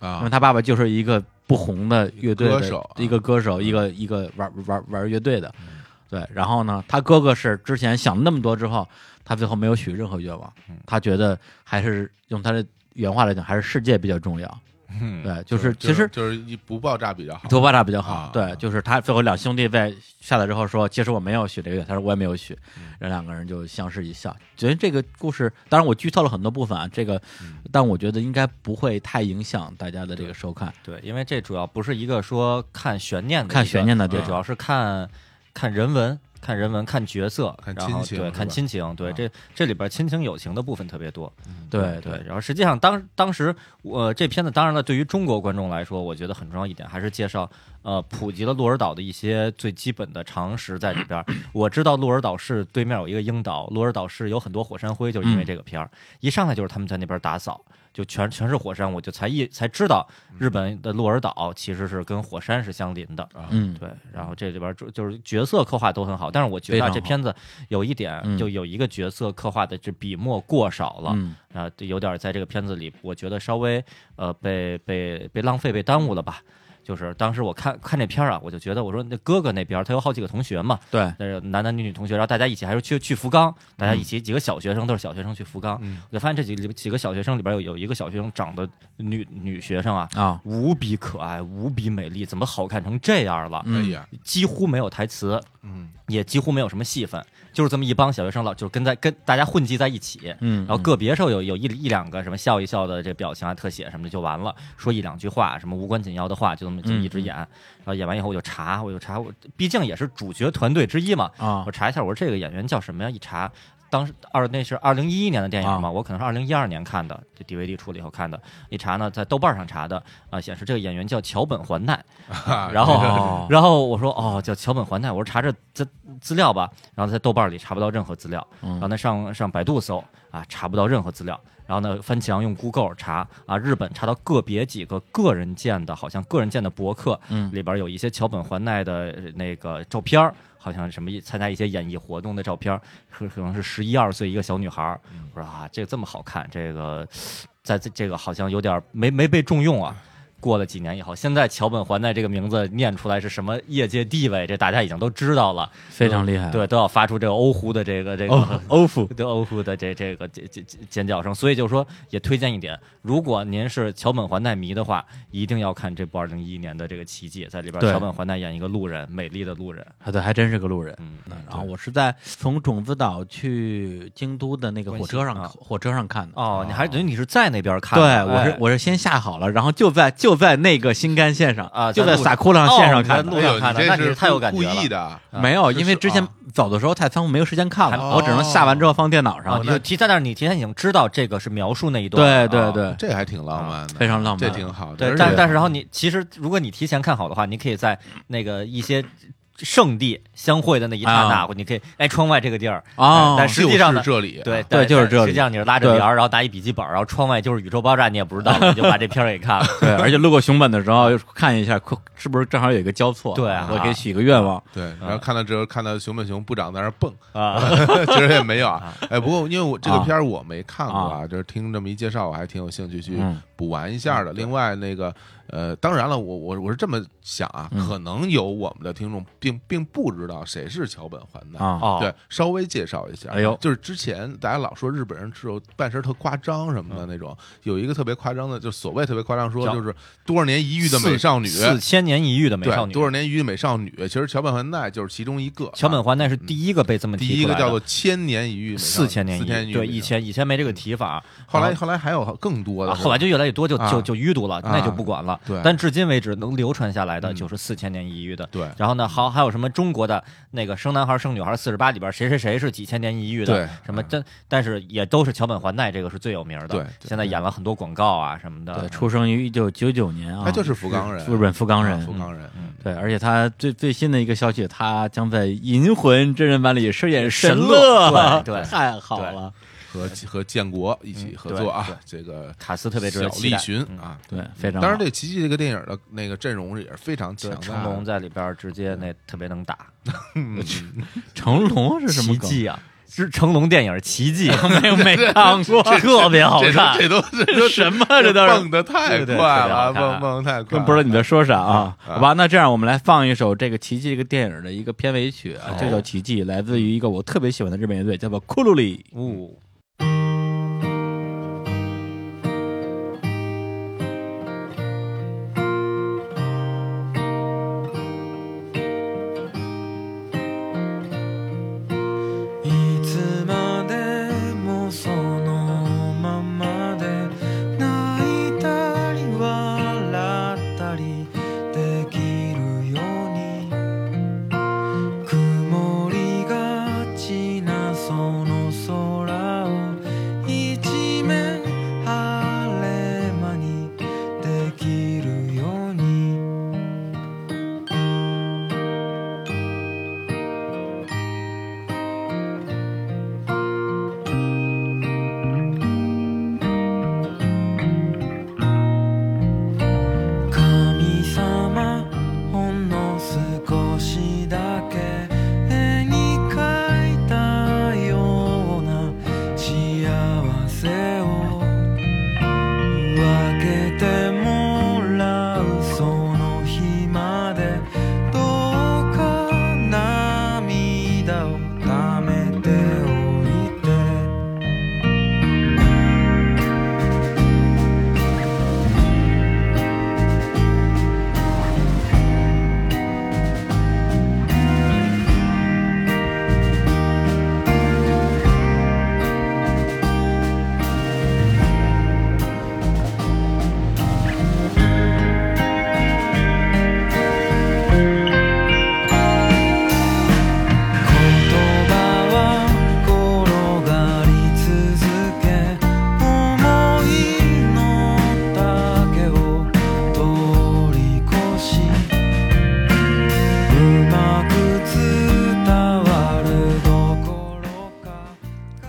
C: 因
A: 啊
C: 为，他爸爸就是一个不红的乐队的
A: 歌手
C: 一个歌手，一个一个玩玩玩乐队的，对。然后呢，他哥哥是之前想那么多之后，他最后没有许任何愿望，他觉得还是用他的原话来讲，还是世界比较重要，
A: 嗯
C: 对，就
A: 就是
C: 其实
A: 就是一不爆炸比较好，
C: 多爆炸比较好。
A: 啊
C: 对，就是他最后两兄弟在下来之后说，其实我没有许这个愿，他说我也没有许，然后两个人就相视一笑。觉得这个故事，当然我剧透了很多部分啊，这个，但我觉得应该不会太影响大家的这个收看。
B: 对，因为这主要不是一个说看悬念的一个，
C: 看悬念的
B: 对
C: 对，
B: 主要是看看人文，看人文、看角色，
A: 看
B: 然后
A: 亲情
B: 对，
A: 是吧
B: 看亲情，对，
A: 啊
B: 这这里边亲情友情的部分特别多，
C: 对
B: 嗯对。然后实际上当当时我、这片子当然了，对于中国观众来说，我觉得很重要一点还是介绍呃普及了鹿儿岛的一些最基本的常识在里边儿。我知道鹿儿岛市对面有一个樱岛，鹿儿岛市有很多火山灰，就是
C: 嗯
B: 因为这个片儿、一上来就是他们在那边打扫。就全全是火山，我就才一才知道日本的鹿儿岛其实是跟火山是相邻的。
C: 嗯，
B: 对，然后这里边就就是角色刻画都很好，但是我觉得啊
C: 非常好
B: 这片子有一点
C: 嗯，
B: 就有一个角色刻画的这笔墨过少了，
C: 嗯
B: 啊、对有点在这个片子里，我觉得稍微呃被被被浪费被耽误了吧。就是当时我看看这片儿啊，我就觉得我说那哥哥那边儿他有好几个同学嘛，
C: 对，
B: 那是男男女女同学，然后大家一起还是去去福冈，大家一起几个小学生都是小学生去福冈，
A: 嗯
B: 我就发现这几个几个小学生里边有有一个小学生长得女女学生啊，
C: 啊，
B: 无比可爱，无比美丽，怎么好看成这样
C: 嗯
B: 了？
A: 哎呀，
B: 几乎没有台词，
A: 嗯，
B: 也几乎没有什么戏份，就是这么一帮小学生老，就是跟在跟大家混迹在一起。
C: 嗯，
B: 然后个别时候有有一一两个什么笑一笑的这表情啊、特写什么的就完了，说一两句话，什么无关紧要的话，就这么就一直演。然后演完以后我就查，我就查，我毕竟也是主角团队之一嘛，
C: 啊
B: 嗯我查一下，我说这个演员叫什么呀？一查，当时二那是二零一一年的电影嘛，我可能是二零一二年看的，这 DVD 出了以后看的。一查呢，在豆瓣上查的，啊、显示这个演员叫桥本环奈。然后，
C: 哦
B: 然后我说哦，叫桥本环奈，我说查这资资料吧，然后在豆瓣里查不到任何资料，
C: 嗯
B: 然后呢上上百度搜啊，查不到任何资料。然后呢，翻墙用 Google 查啊，日本查到个别几个个人建的，好像个人建的博客，
C: 嗯
B: 里边有一些桥本环奈的呃那个照片儿，好像什么一参加一些演艺活动的照片儿，可可能是十一二岁一个小女孩儿。
C: 嗯
B: 我说啊，这个这么好看，这个在这这个好像有点儿没没被重用啊。过了几年以后，现在桥本环奈这个名字念出来是什么业界地位，这大家已经都知道了，
C: 非常厉害，
B: 嗯对，都要发出这个欧呼的这个这个、
C: 哦，欧服，
B: 对欧呼的这这个这这这尖叫声，所以就说也推荐一点，如果您是桥本环奈迷的话，一定要看这部二零一一年的这个奇迹，在里边
C: 对
B: 桥本环奈演一个路人，美丽的路人，
C: 啊，对，还真是个路人。
B: 嗯，
C: 然后我是在从种子岛去京都的那个火车上，
B: 关西啊
C: 火车上看的。
B: 哦，你还等于你是在那边看
C: 对，
B: 的，
C: 我是
B: 哎
C: 我是先下好了，然后就在就在那个新干线上
B: 啊
C: 就
B: 在
C: 在
B: 路
C: 撒库朗线上看
B: 哦
C: 的
B: 你。路上看的
A: 哎呦
B: 那
A: 你这
B: 你是
A: 是
B: 太有感觉
A: 故
B: 了
A: 意的，
C: 没有，因为
A: 是
C: 之前
A: 啊
C: 走的时候太仓促，没有时间看了，
A: 还
C: 我只
B: 哦
C: 能下完之后放电脑
B: 啊，
C: 上
B: 你
C: 了。
B: 就提在那儿，你提前已经知道这个是描述那一段了，
C: 哦对对
B: 啊
C: 对，
A: 这还挺浪漫的，
C: 非常浪漫啊
A: 这挺好的。
B: 对，
A: 而
B: 但
A: 且
B: 但是然后你其实如果你提前看好的话，你可以在那个一些圣地相会的那一刹那，
C: 啊
B: 或你可以哎窗外这个地儿
C: 哦
B: 哎但实际上呢
A: 就是。这里，啊
B: 对
C: 对就是这里
B: 实际上你是拉着帘儿，然后拿一笔记本，然后窗外就是宇宙爆炸，你也不知道，你就把这片儿给看了。
C: 对，而且路过熊本的时候看一下，是不是正好有一个交错？
B: 对啊
C: 我给许个愿望。
A: 对，然后看到这看到熊本熊部长在那儿蹦，
B: 嗯啊，
A: 其实也没有啊。哎，不过因为我这个片儿我没看过
C: 啊
A: 啊，就是听这么一介绍，我还挺有兴趣去
C: 嗯
A: 补完一下的。另外那个呃，当然了，我我我是这么想啊，
C: 嗯
A: 可能有我们的听众并并不知道谁是桥本环奈
C: 啊
B: 哦，
A: 对，稍微介绍一下。啊
C: 哎呦
A: 就是之前大家老说日本人是有办事儿特夸张什么的那种，有一个特别夸张的，就所谓特别夸张说
B: 嗯叫
A: 就是多少年一遇的美少女，
B: 四千年一遇的美少女
A: 对，多，少年一遇的美少女，其实桥本环奈就是其中一个。
B: 桥本
A: 啊
B: 环奈是第一个被这么
A: 第
B: 提
A: 一
B: 出
A: 个
B: 来的
A: 叫做千年一遇美少
B: 四
A: 女，
B: 千年
A: 四千年
B: 一
A: 一遇
B: 遇，对，
A: 美少
B: 以
A: 女
B: 前以前没这个提法，
A: 后
B: 然
A: 来后来还有更多的
B: 啊，
A: 是吧，
B: 后来就越来越多，就
A: 啊
B: 就就淤堵了，那就不管了。
A: 对
B: 但至今为止能流传下来的
A: 嗯
B: 就是啊四千年一遇的。
A: 对
B: 然后呢，还还有什么中国的那个生男孩生女孩四十八里边谁谁谁是几千年一遇的？
A: 对
B: 什么真，但是也都是桥本环奈这个是最有名的。
A: 对对
B: 现在演了很多广告啊什么的。
C: 对，出生于一九九九年啊，
A: 他就是福冈人，
C: 日本福冈
A: 啊
C: 人
A: 福。冈人。嗯
C: 对，而且他最最新的一个消息，他将在《银魂》真人版里饰演
B: 神
C: 乐，
B: 乐对对
C: 太好了。
A: 和和建国一起合作啊，这个
B: 卡嗯斯特别值
A: 小
B: 得期
A: 栗
B: 待嗯
A: 旬啊，
C: 对，非常好。
A: 当然，这《奇迹》这个电影的那个阵容也是非常强
B: 对，
A: 大的。啊
B: 成龙在里边直接那特别能打，
C: 成龙是什么
B: 奇
C: 梗？
B: 迹啊！是成龙电影《奇迹》，没有没
C: 看过
B: 特别好
A: 这
B: 看
A: 都。这都这都
C: 什么这都是
A: 蹦的太
B: 对对
A: 快
B: 特别
A: 了，
B: 好看
A: 蹦
B: 啊
A: 蹦得太快
C: 更
A: 了，
C: 不知道你在说啥啊？
A: 啊
C: 好吧，那这样我们来放一首这个《奇迹》这个电影的一个片尾曲啊
B: 好，
C: 就叫《奇迹》，来自于一个我特别喜欢的日本乐队，叫做库鲁里。
B: 呜、
E: いつまでもそのままで泣いたり笑ったりできるように曇り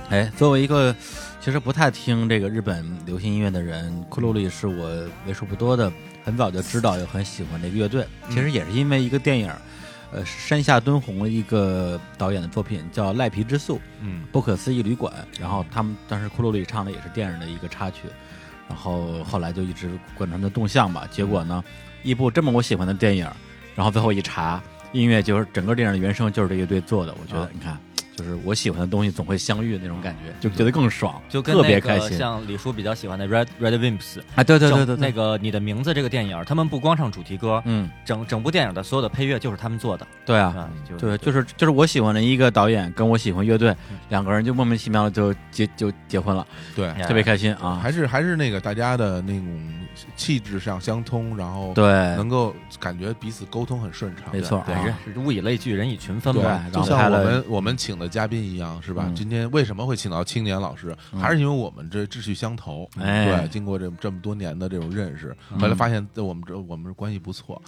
C: 哎作为一个其实不太听这个日本流行音乐的人，库洛里是我为数不多的很早就知道又很喜欢这个乐队。其实也是因为一个电影，呃，山下敦弘一个导演的作品叫《赖皮之宿》，
A: 嗯，
C: 不可思议旅馆，然后他们当时库洛里唱的也是电影的一个插曲，然后后来就一直关注他们的动向吧。结果呢，一部这么我喜欢的电影，然后最后一查，音乐就是整个电影的原声就是这乐队做的，我觉得、你看，就是我喜欢的东西总会相遇那种感啊觉，就觉得更爽，
B: 就跟
C: 特别
B: 那
C: 开
B: 个
C: 心
B: 像李叔比较喜欢的 Red Red Wimps，
C: 啊！对对对对
B: 整那个你的名字这个电影，他们不光唱主题歌，
C: 嗯，
B: 整整部电影的所有的配乐就是他们做的
C: 对啊，
B: 啊，就
C: 对，就是就是我喜欢的一个导演跟我喜欢乐队
B: 嗯，
C: 两个人就莫名其妙的就结就结婚了，
A: 对，
B: 哎
C: 特别开心啊！
A: 还是还是那个大家的那种气质上相通，然后
C: 对，
A: 能够感觉彼此沟通很顺畅，
C: 没错
B: 对，
C: 啊
B: 人是物以类聚，人以群分
A: 对，
B: 嘛。
C: 然
A: 就
C: 后
A: 像
C: 拍
A: 我
C: 了
A: 们我们请的嘉宾一样，是吧？
C: 嗯
A: 今天为什么会请到青年老师，
C: 嗯
A: 还是因为我们这志趣相投。
C: 哎嗯
A: 对，经过这这么多年的这种认识，后来发现呃我们这我们关系不 错。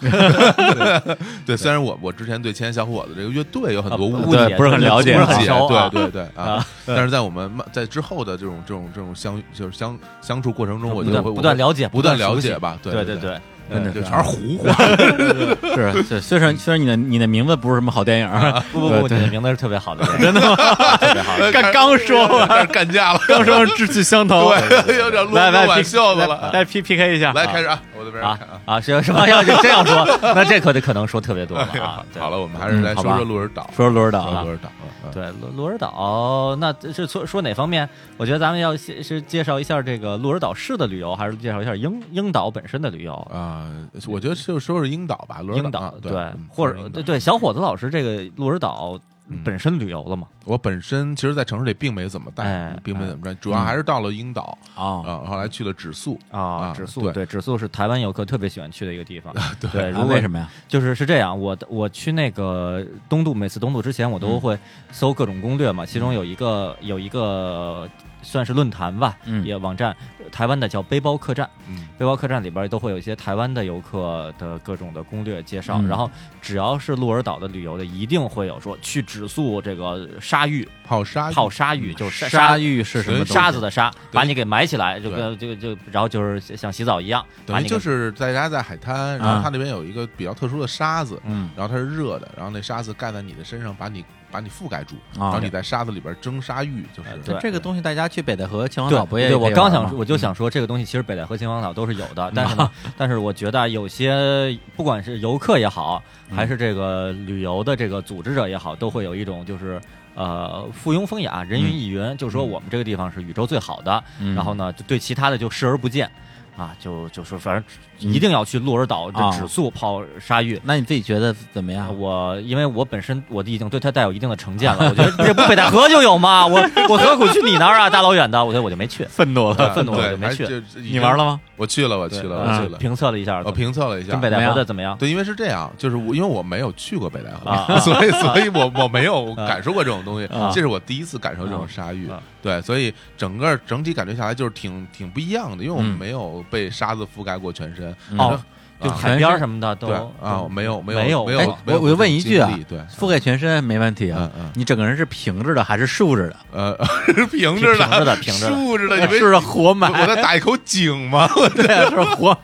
A: 对，虽然我我之前对千年小伙子这个乐队有很多
B: 啊
A: 误
B: 误 解
C: 对不是很了解
A: 不是
B: 不
A: 很
B: 是很熟啊
A: 对对对啊！但是在我们慢在之后的这种这种这种相就是相相处过程中，我
B: 不
A: 就
B: 断
A: 会
B: 不断了解，
A: 不断了
B: 熟悉
A: 解。吧，对
B: 对
A: 对
B: 对，
A: 对啊
C: 真的
A: 就是全是 胡话。
C: 是，对，虽然虽然你的你的名字不是什么好电影啊儿，
B: 不不不，
C: 对
B: 你的名字是特别好的，真的吗？特别好的。
C: 刚刚说 完，
A: 开始干架了，
C: 刚说完志趣相投，
A: 对， 有点撸
C: 来来
A: 撸挽
C: P
A: 袖子
C: 来
A: 了。
C: 来 P P K 一下，
A: 来
C: 啊
A: 开始啊，我这边
B: 啊
A: 看啊。
B: 啊，是什么要真要说，那这可得可能说特别多了啊。
A: 哎
B: 对
A: 好了，我们还是
C: 嗯
A: 来
C: 好
A: 说
C: 吧
A: 说鹿儿岛，
C: 说轮岛
A: 说鹿
C: 了，
A: 儿岛。嗯
B: 对，鹿鹿儿岛，那这是说说哪方面？我觉得咱们要先是介绍一下这个鹿儿岛市的旅游，还是介绍一下英英岛本身的旅游？
A: 啊，我觉得就说说英岛吧，鹿
B: 英
A: 儿
B: 岛
A: 啊
B: 对
A: 嗯，
B: 或
A: 说
B: 者
A: 说英岛
B: 对对，小伙子老师这个鹿儿岛
A: 嗯
B: 本身旅游了嘛？
A: 我本身其实，在城市里并没怎么待
B: 哎，
A: 并没怎么待，主要还是到了英岛
C: 啊，
A: 啊，后来去了指宿 啊
B: 啊，指宿
A: 对啊
B: 对，指宿是台湾游客特别喜欢去的一个地方。
A: 对
B: 对，
C: 然
B: 如
C: 后
B: 果
C: 为什么呀？
B: 就是是这样，我我去那个东渡，每次东渡之前我
C: 嗯
B: 都会搜各种攻略嘛，其中有一个有一个算是论坛吧，
C: 嗯
B: 也网站，台湾的叫背包客栈，
A: 嗯
B: 背包客栈里边都会有一些台湾的游客的各种的攻略介绍，
C: 嗯
B: 然后只要是鹿儿岛的旅游的，一定会有说去指宿这个沙浴
A: 泡沙
B: 泡沙浴，就是
C: 嗯鲨鱼是什么东西？
B: 沙子的沙，
A: 对
B: 把你给埋起来，就跟就就然后就是像洗澡一样，把
A: 等于
B: 你给
A: 就是大家在海滩，然后它那边有一个比较特殊的沙子，
C: 嗯
A: 然后它是热的，然后那沙子盖在你的身上，把你把你覆盖住，然
C: 啊
A: 后，你在沙子里边蒸沙浴，就是
B: 对
C: 这个东西大家去北戴河、秦皇
B: 对
C: 岛不嗯也？
B: 对，我刚想，说，
C: 说，
B: 我就想说，这个东西其实北戴河、秦皇岛都是有的，但是呢，但是我觉得啊有些不管是游客也好，
C: 嗯
B: 还是这个旅游的这个组织者也好，都会有一种就是。呃，附庸风雅，人云亦云，就说我们这个地方是宇宙最好的，
C: 嗯
B: 然后呢，就对其他的就视而不见，啊，就就说反正
C: 嗯
B: 一定要去鹿儿岛
C: 啊
B: 这指宿泡沙浴。
C: 那你自己觉得怎么
B: 啊
C: 样？
B: 我因为我本身我已经对它带有一定的成见了，我觉得这不北戴河就有吗？我我何苦去你那儿啊？大老远的，我觉得我就没去。
C: 愤怒
A: 对，
B: 愤怒了
A: 对
B: 就没
A: 还
B: 去
A: 就
C: 你玩了？吗？
A: 我去了，我去了，
B: 对啊
A: 我去了，
B: 评测了一下，
A: 我评测了一下
B: 跟，北戴河的怎么样？
A: 对，因为是这样，就是我因为我没有去过北戴河，
B: 啊啊
A: 所以所以我我没有感受过这种东西，
C: 啊
A: 这是我第一次感受这种沙浴。
B: 啊啊
A: 对，所以整个整体感觉下来就是挺挺不一样的，因为我
C: 嗯
A: 没有被沙子覆盖过全身。
C: 嗯
A: 然后
B: 就
A: 啊
B: 海边儿什么的都嗯
A: 对啊，我没有没有
B: 没有
A: 没
B: 哎
A: 有
B: 我，
A: 没有
C: 我就问一句啊
A: 经历对，
C: 覆盖全身没问题啊
A: 嗯。嗯
C: 你整个人是平着的还是竖着的？
A: 呃， 平
B: 平
A: 着的，
B: 着的平着的
A: 竖着的，你
C: 是
A: 没
C: 哎不是活埋？
A: 我在打一口井吗？
C: 对啊，是活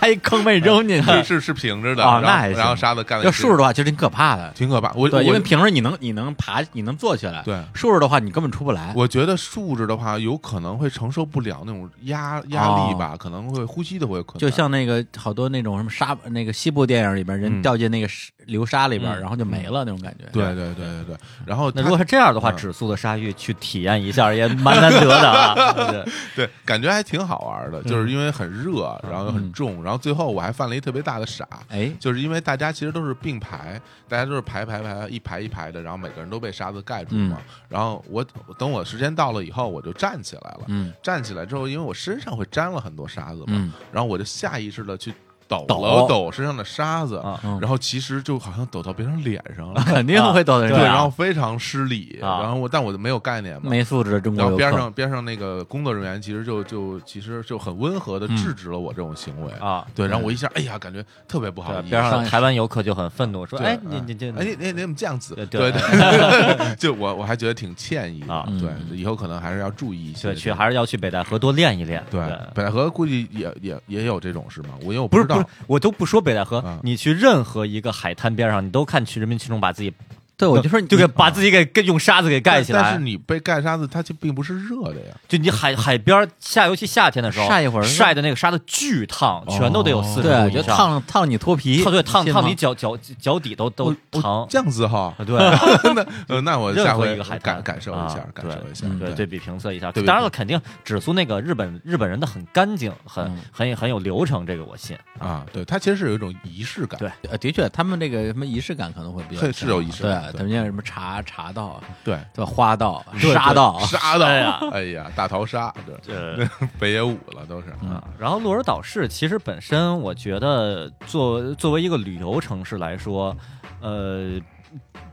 C: 挖一坑把你扔进去。
A: 是是是平着的，
C: 啊那
A: 然后
C: 还行
A: 然后沙子干在
C: 要竖着的话，其实挺可怕的。
A: 挺可怕。我
C: 对，
A: 我
C: 因为平着你能你能爬，你能坐起来。
A: 对
C: 竖着的话你根本出不来。
A: 我觉得竖着的话，有可能会承受不了那种压压力吧，可能会呼吸都会困难。
C: 哦就像那个好多那种什么沙那个西部电影里边，人
A: 嗯
C: 掉进那个石流沙里边，
B: 嗯
C: 然后就没了那种感觉。
A: 对对对对对，然后
B: 那
A: 它
B: 如果是这样的话，
A: 嗯
B: 指宿的沙浴去体验一下也蛮难得的啊。 对
A: 对感觉还挺好玩
C: 嗯
A: 的，就是因为很热，然后又很重，然后最后我还犯了一特别大的傻。
C: 哎，
A: 就是因为大家其实都是并排，大家都是排排排一排一排的，然后每个人都被沙子盖住嘛。
C: 嗯
A: 然后我等我时间到了以后，我就站起来了。
C: 嗯
A: 站起来之后，因为我身上会沾了很多沙子嘛，
C: 嗯
A: 然后我就下意识的去抖
C: 抖
A: 了抖身上的沙子
B: 啊，
C: 嗯
A: 然后其实就好像抖到别人脸上了，
C: 肯定会抖的人
A: 对，
C: 啊
A: 然后非常失礼，
B: 啊
A: 然后我但我就没有概念嘛。
C: 没素质的中国
A: 然后
C: 游
A: 边
C: 客
A: 上边上那个工作人员其实就就其实就很温和的制止了我这种行为
B: 啊
A: 对，然后我一下哎呀感觉特别不好
B: 对，
A: 意思
B: 边，上
C: 上
B: 的台湾游客就很愤怒，说：“
A: 对
B: 哎，你你这，
A: 哎你你你怎么这样子？
B: 对
A: 对
B: 对
A: 对，就我我还觉得挺歉意的
B: 啊
A: 对
C: 嗯，
A: 以后可能还是要注意一些这
B: 对，
A: 个。
B: 去还是要去北戴河多练一练。”
A: 对，北戴河估计也也也有这种是吗？我因为我
B: 不是
A: 知道
B: 不是，我都不说北戴河，
A: 啊
B: 你去任何一个海滩边上，你都看群人民群众把自己，
C: 对我就说你
B: 就给把自己给给用沙子给盖起
A: 但
B: 来
A: 但是。你被盖沙子，它就并不是热的呀。
B: 就你海海边儿下，尤其夏天的时候，
C: 晒一会儿
B: 晒的那个沙子巨烫，全都得有四十
A: 哦
C: 对，
B: 度
C: 就
B: 以上，
C: 烫烫你脱皮，
B: 烫对烫
C: 信
B: 烫
C: 吗
B: 你脚脚脚底都都
A: 我我
B: 疼。，
A: 这样子哈
B: 对，
A: 那呃那我
B: 任
A: 下
B: 何
A: 回
B: 一个海滩
A: 感感受一下
B: 啊，
A: 感受一下
C: 对嗯，
B: 对对比评测一下。
A: 对比
B: 当然了，肯定只诉那个日本日本人的很干净，很、
C: 嗯
B: 很很有流程，这个我信。
A: 啊，对，它其实是有一种仪式感，
B: 对
C: 呃，的确，他们这个什么仪式感可能会比较
A: 是
C: 强
A: 是有仪式
C: 对
A: 感对
C: 他们叫什么茶茶道、
A: 对，
C: 叫花道、
B: 对
C: 沙道，
A: 沙的
B: 哎呀，
A: 哎呀，大逃杀，对，
B: 呃，
A: 北野武了都是，
B: 啊，然后鹿儿岛市其实本身，我觉得作作为一个旅游城市来说，呃，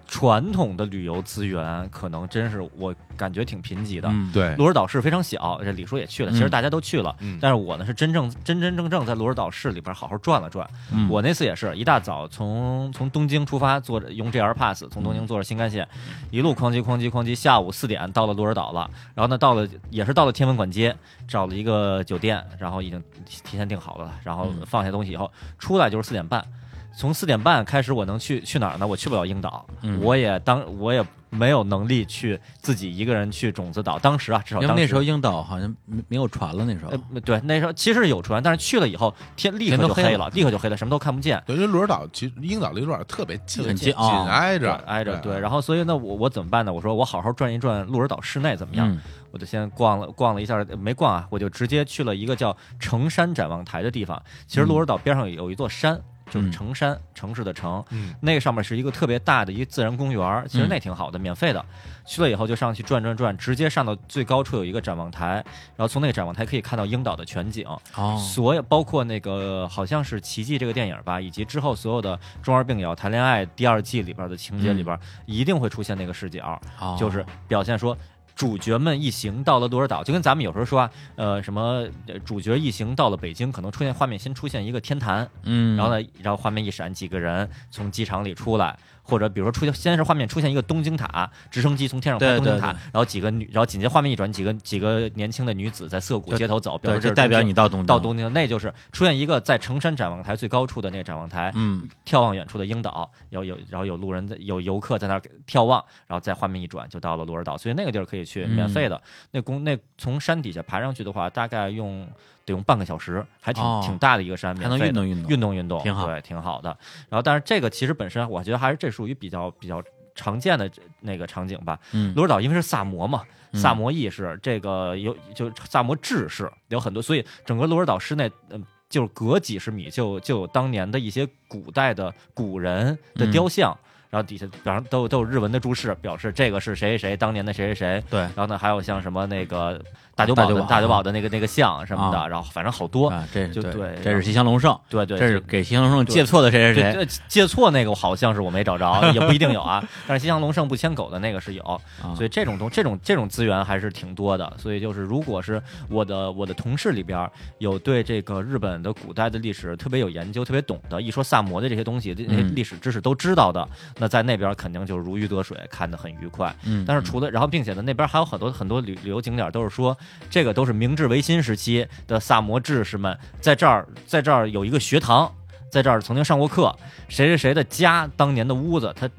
B: 传统的旅游资源可能真是我感觉挺贫瘠的。
C: 嗯，
A: 对，
B: 鹿儿岛市非常小，这李叔也去了，其实
C: 嗯
B: 大家都去了，
A: 嗯
B: 但是我呢是真正真真正正在鹿儿岛市里边好好转了转。
C: 嗯
B: 我那次也是一大早从从东京出发，坐着用 JR Pass 从东京坐着新干线，
C: 嗯
B: 一路哐叽哐叽哐叽，下午四点到了鹿儿岛了。然后呢，到了也是到了天文馆街，找了一个酒店，然后已经提前订好了，然后
C: 嗯
B: 放下东西以后出来就是四点半。从四点半开始，我能去去哪儿呢？我去不了樱岛，
C: 嗯
B: 我也当我也没有能力去自己一个人去种子岛。当时啊，至少
C: 因为
B: 当
C: 那时候
B: 候。
C: 樱岛好像没没有船了，那时候
B: 呃，对，那时候其实有船，但是去了以后天立
C: 天
B: 刻
C: 啊
B: 就
C: 都黑
B: 黑
C: 了
B: 了，立刻就黑了，什么都看不见。
A: 对因为鹿儿岛其实樱岛离鹿儿岛特别近，
C: 很近
A: 紧
C: 啊
A: 挨着
B: 对挨着，对。
A: 对
B: 然后所以呢，我我怎么办呢？我说我好好转一转鹿儿岛市内怎么样？
C: 嗯
B: 我就先逛了逛了一下，没逛啊，我就直接去了一个叫城山展望台的地方。其实鹿儿岛边上有一座山，就是
C: 嗯
B: 城山，城市的城。
A: 嗯，
B: 那个上面是一个特别大的一个自然公园儿，其实
C: 嗯
B: 那挺好的，免费的。去了以后就上去转转转，直接上到最高处有一个展望台，然后从那个展望台可以看到樱岛的全景。
C: 哦，
B: 所有包括那个好像是《奇迹》这个电影吧，以及之后所有的《中二病也要谈恋爱》第二季里边的情节里边，一定会出现那个视角，嗯
C: 哦
B: 就是表现说。主角们一行到了鹿儿岛，就跟咱们有时候说啊，呃，什么呃主角一行到了北京，可能出现画面先出现一个天坛，
C: 嗯，
B: 然后呢，然后画面一闪，几个人从机场里出来，或者比如说出现，先是画面出现一个东京塔，直升机从天上拍
C: 对
B: 东京
C: 对
B: 塔，
C: 对
B: 然后几个女，然后紧接着画面一转，几个几个年轻的女子在涩谷
C: 对
B: 街头走，表
C: 对，
B: 示这
C: 这
B: 是
C: 代表
B: 东京
C: 你到东京
B: 到，东京，那就是出现一个在城山展望台最高处的那个展望台，
C: 嗯，
B: 眺望远处的樱岛，有有然后有路人在有游客在那儿眺望，然后再画面一转就到了鹿儿岛，所以那个地儿可以去
C: 嗯
B: 免费的。那公那从山底下爬上去的话，大概用得用半个小时，还挺、
C: 哦
B: 挺大的一个山，
C: 还
B: 免
C: 能
B: 费
C: 运
B: 的
C: 动运动，
B: 运动运动，
C: 挺好
B: 对，挺好的。然后但是这个其实本身我觉得还是这属于比较比较常见的这那个场景吧，
C: 嗯
B: 鹿儿岛因为是萨摩嘛，
C: 嗯
B: 萨摩意识这个有就萨摩制式有很多，所以整个鹿儿岛市内，嗯、就是隔几十米就就有当年的一些古代的古人的雕像。然后底下，比方都有都有日文的注释，表示这个是谁谁谁当年的谁谁谁。
C: 对
B: 然后呢，还有像什么那个大久保
C: 大久
B: 的
C: 保
B: 大久保的那个那个像什么的，
C: 啊
B: 然后反正好多。
C: 啊，这
B: 就对
C: 这是西乡隆盛，
B: 对对，
C: 这是给西乡隆盛借错的谁谁
B: 对，
C: 谁
B: 这借错那个好像是我没找着，也不一定有啊。但是西乡隆盛不牵狗的那个是有，
C: 啊，
B: 所以这种东这种这种资源还是挺多的。所以就是，如果是我的我的同事里边儿有对这个日本的古代的历史特别有研究、特别懂的，一说萨摩的这些东西，这那些
C: 嗯
B: 历史知识都知道的，那在那边儿肯定就是如鱼得水，看得很愉快。
C: 嗯，
B: 但是除了，然后并且呢，那边还有很多很多旅旅游景点都是说，这个都是明治维新时期的萨摩志士们在这儿，在这儿有一个学堂。在这儿曾经上过课，谁谁谁的家当年的屋子，他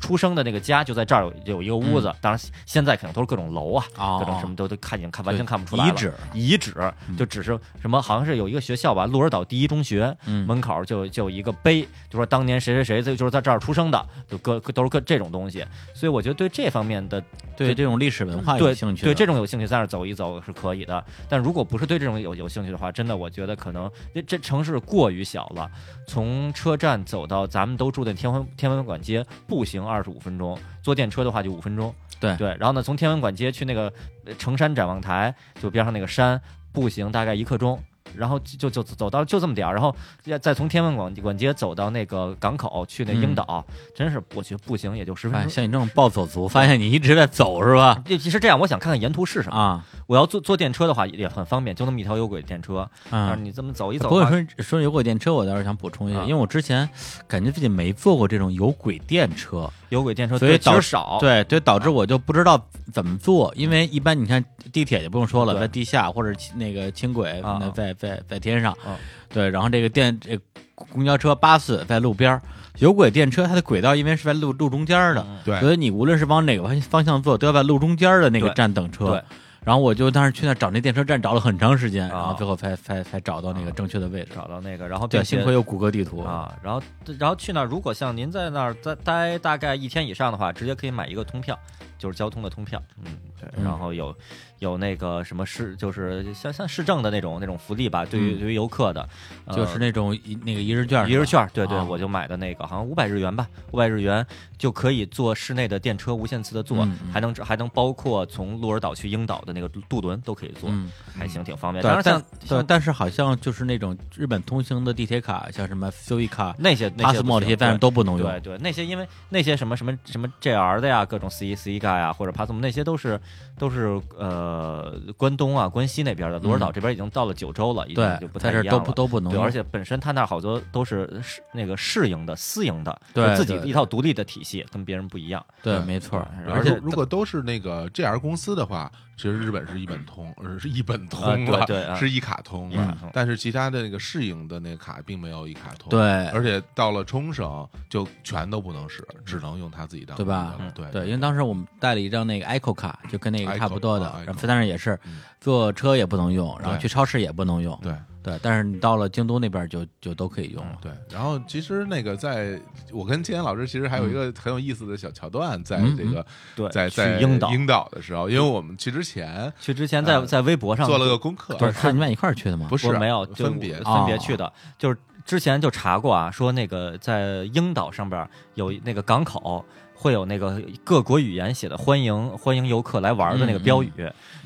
B: 出生的那个家就在这儿有有一个屋子。当然，现在肯定都是各种楼啊，
C: 嗯哦
B: 各种什么都都看已经看
C: 对
B: 完全看不出来了
C: 遗址，
B: 遗址就只是什么，好像是有一个学校吧，鹿儿岛第一中学，
C: 嗯
B: 门口就就有一个碑，就说当年谁谁谁就就是在这儿出生的，就各各都是各这种东西。所以我觉得对这方面的
C: 对这种历史文化有
B: 对
C: 兴趣的，
B: 对这种有兴趣在那儿走一走是可以的。但如果不是对这种有有兴趣的话，真的我觉得可能这这城市过于小了。从车站走到咱们都住的天文天文馆街，步行二十五分钟，坐电车的话就五分钟。
C: 对
B: 对，然后呢，从天文馆街去那个呃城山展望台，就边上那个山，步行大概一刻钟。然后就就就走到就这么点儿，然后要再从天文馆馆街走到那个港口去那
C: 嗯
B: 英岛，真是我觉得步行也就十分
C: 哎，
B: 钟。
C: 像你这种暴走族，发现你一直在走是吧？
B: 就其实这样，我想看看沿途是什么。
C: 啊，
B: 我要坐坐电车的话也很方便，就那么一条有轨电车。但是
C: 嗯。
B: 你这么走一走
C: 不
B: 的话，
C: 过说说有轨电车，我倒是想补充一下，
B: 啊
C: 因为我之前感觉自己没坐过这种有轨电车，
B: 有轨电车
C: 所以
B: 对其
C: 导
B: 实少。
C: 对对，导
B: 啊
C: 致我就不知道怎么坐，因为一般你看地铁就不用说了，
B: 对
C: 在地下或者轻那个轻轨
B: 啊啊
C: 在在在天上
B: 啊，
C: 对，然后这个电这公交车、巴士在路边儿，有轨电车它的轨道因为是在路路中间儿的，
B: 嗯
A: 对
C: 所以你无论是往哪个方方向坐，都要在路中间儿的那个
B: 对
C: 站等车。
B: 对
C: 然后我就当时去那儿找那电车站，找了很长时间，
B: 啊
C: 然后最后才才才找到那个正确的位置。
B: 找到那个，然后
C: 对，
B: 并且
C: 幸亏有谷歌地图。
B: 啊，然后然后去那儿，如果像您在那儿待待大概一天以上的话，直接可以买一个通票，就是交通的通票，嗯，对，然后有有那个什么市，就是像像市政的那种那种福利吧，对于、
C: 嗯
B: 对于游客的，呃
C: 就是那种一那个一日券是吧，
B: 一日券，对对，
C: 啊
B: 我就买的那个，好像五百日元吧，五百日元就可以坐室内的电车无限次的坐，
C: 嗯嗯
B: 还能还能包括从鹿儿岛去英岛的那个渡轮都可以坐，
C: 嗯，
B: 还行，挺方便。
C: 对
B: 当然像
C: 但对，
B: 像
C: 但是好像就是那种日本通行的地铁卡，像什么 s u i c a
B: 那些那
C: p a
B: 些
C: s
B: 不
C: m o 这
B: 行
C: 些，但是
B: 对
C: 都不能用。
B: 对对，那些因为那些什么什么什么 JR 的呀，各种 C 一 C 一嘎呀，或者 Pasmo 那些都是都是呃关东啊、关西那边的，鹿儿岛这边已经到了九州了，已经就
C: 嗯对
B: 不，太
C: 在
B: 一
C: 这
B: 样
C: 儿
B: 了。
C: 都不都不能
B: 对，
C: 用。
B: 而且本身他那儿好多都是是那个市营的、私营的，
C: 对
B: 有自己
C: 对
B: 一套独立的体系，跟别人不一样。
C: 对，
A: 对
C: 没错儿。
B: 对
A: 而
C: 而
A: 且
C: 且
A: 如果都是那个 JR 公司的话，其实日本是一本通，呃是一本通
B: 啊
A: 了，
B: 对对啊
A: 是一卡通
B: 一卡
A: 了
B: 通。
A: 但是其他的那个适应的那个卡并没有一卡通。。
C: 对
A: 而且到了冲绳就全都不能使，只能用他自己当
C: 嗯对吧嗯
A: 地的了对
C: 对，因为当时我们带了一张那个 echo 卡，就跟那个
A: Echo，
C: 差不多的
A: 啊，
C: 然后
A: Echo
C: 但是也是
A: 嗯
C: 坐车也不能用，然后
A: 对
C: 去超市也不能用。
A: 对嗯
C: 对，但是你到了京都那边儿就就都可以用了。
A: 对，然后其实那个在，我跟金岩老师其实还有一个很有意思的小桥段，在
C: 嗯
A: 这个
B: 对，
A: 在
B: 去
A: 在
B: 英岛
A: 英岛的时候，因为我们去之前
B: 去之前在
A: 呃
B: 在微博上
A: 做了个功课，
C: 不是，看你们俩一块儿去的吗？
A: 不是
B: 我没有就
A: 分别
B: 分别
C: 哦
B: 去的，就是之前就查过啊，说那个在英岛上边儿有那个港口。会有那个各国语言写的欢迎欢迎游客来玩儿
A: 嗯
B: 的那个标语，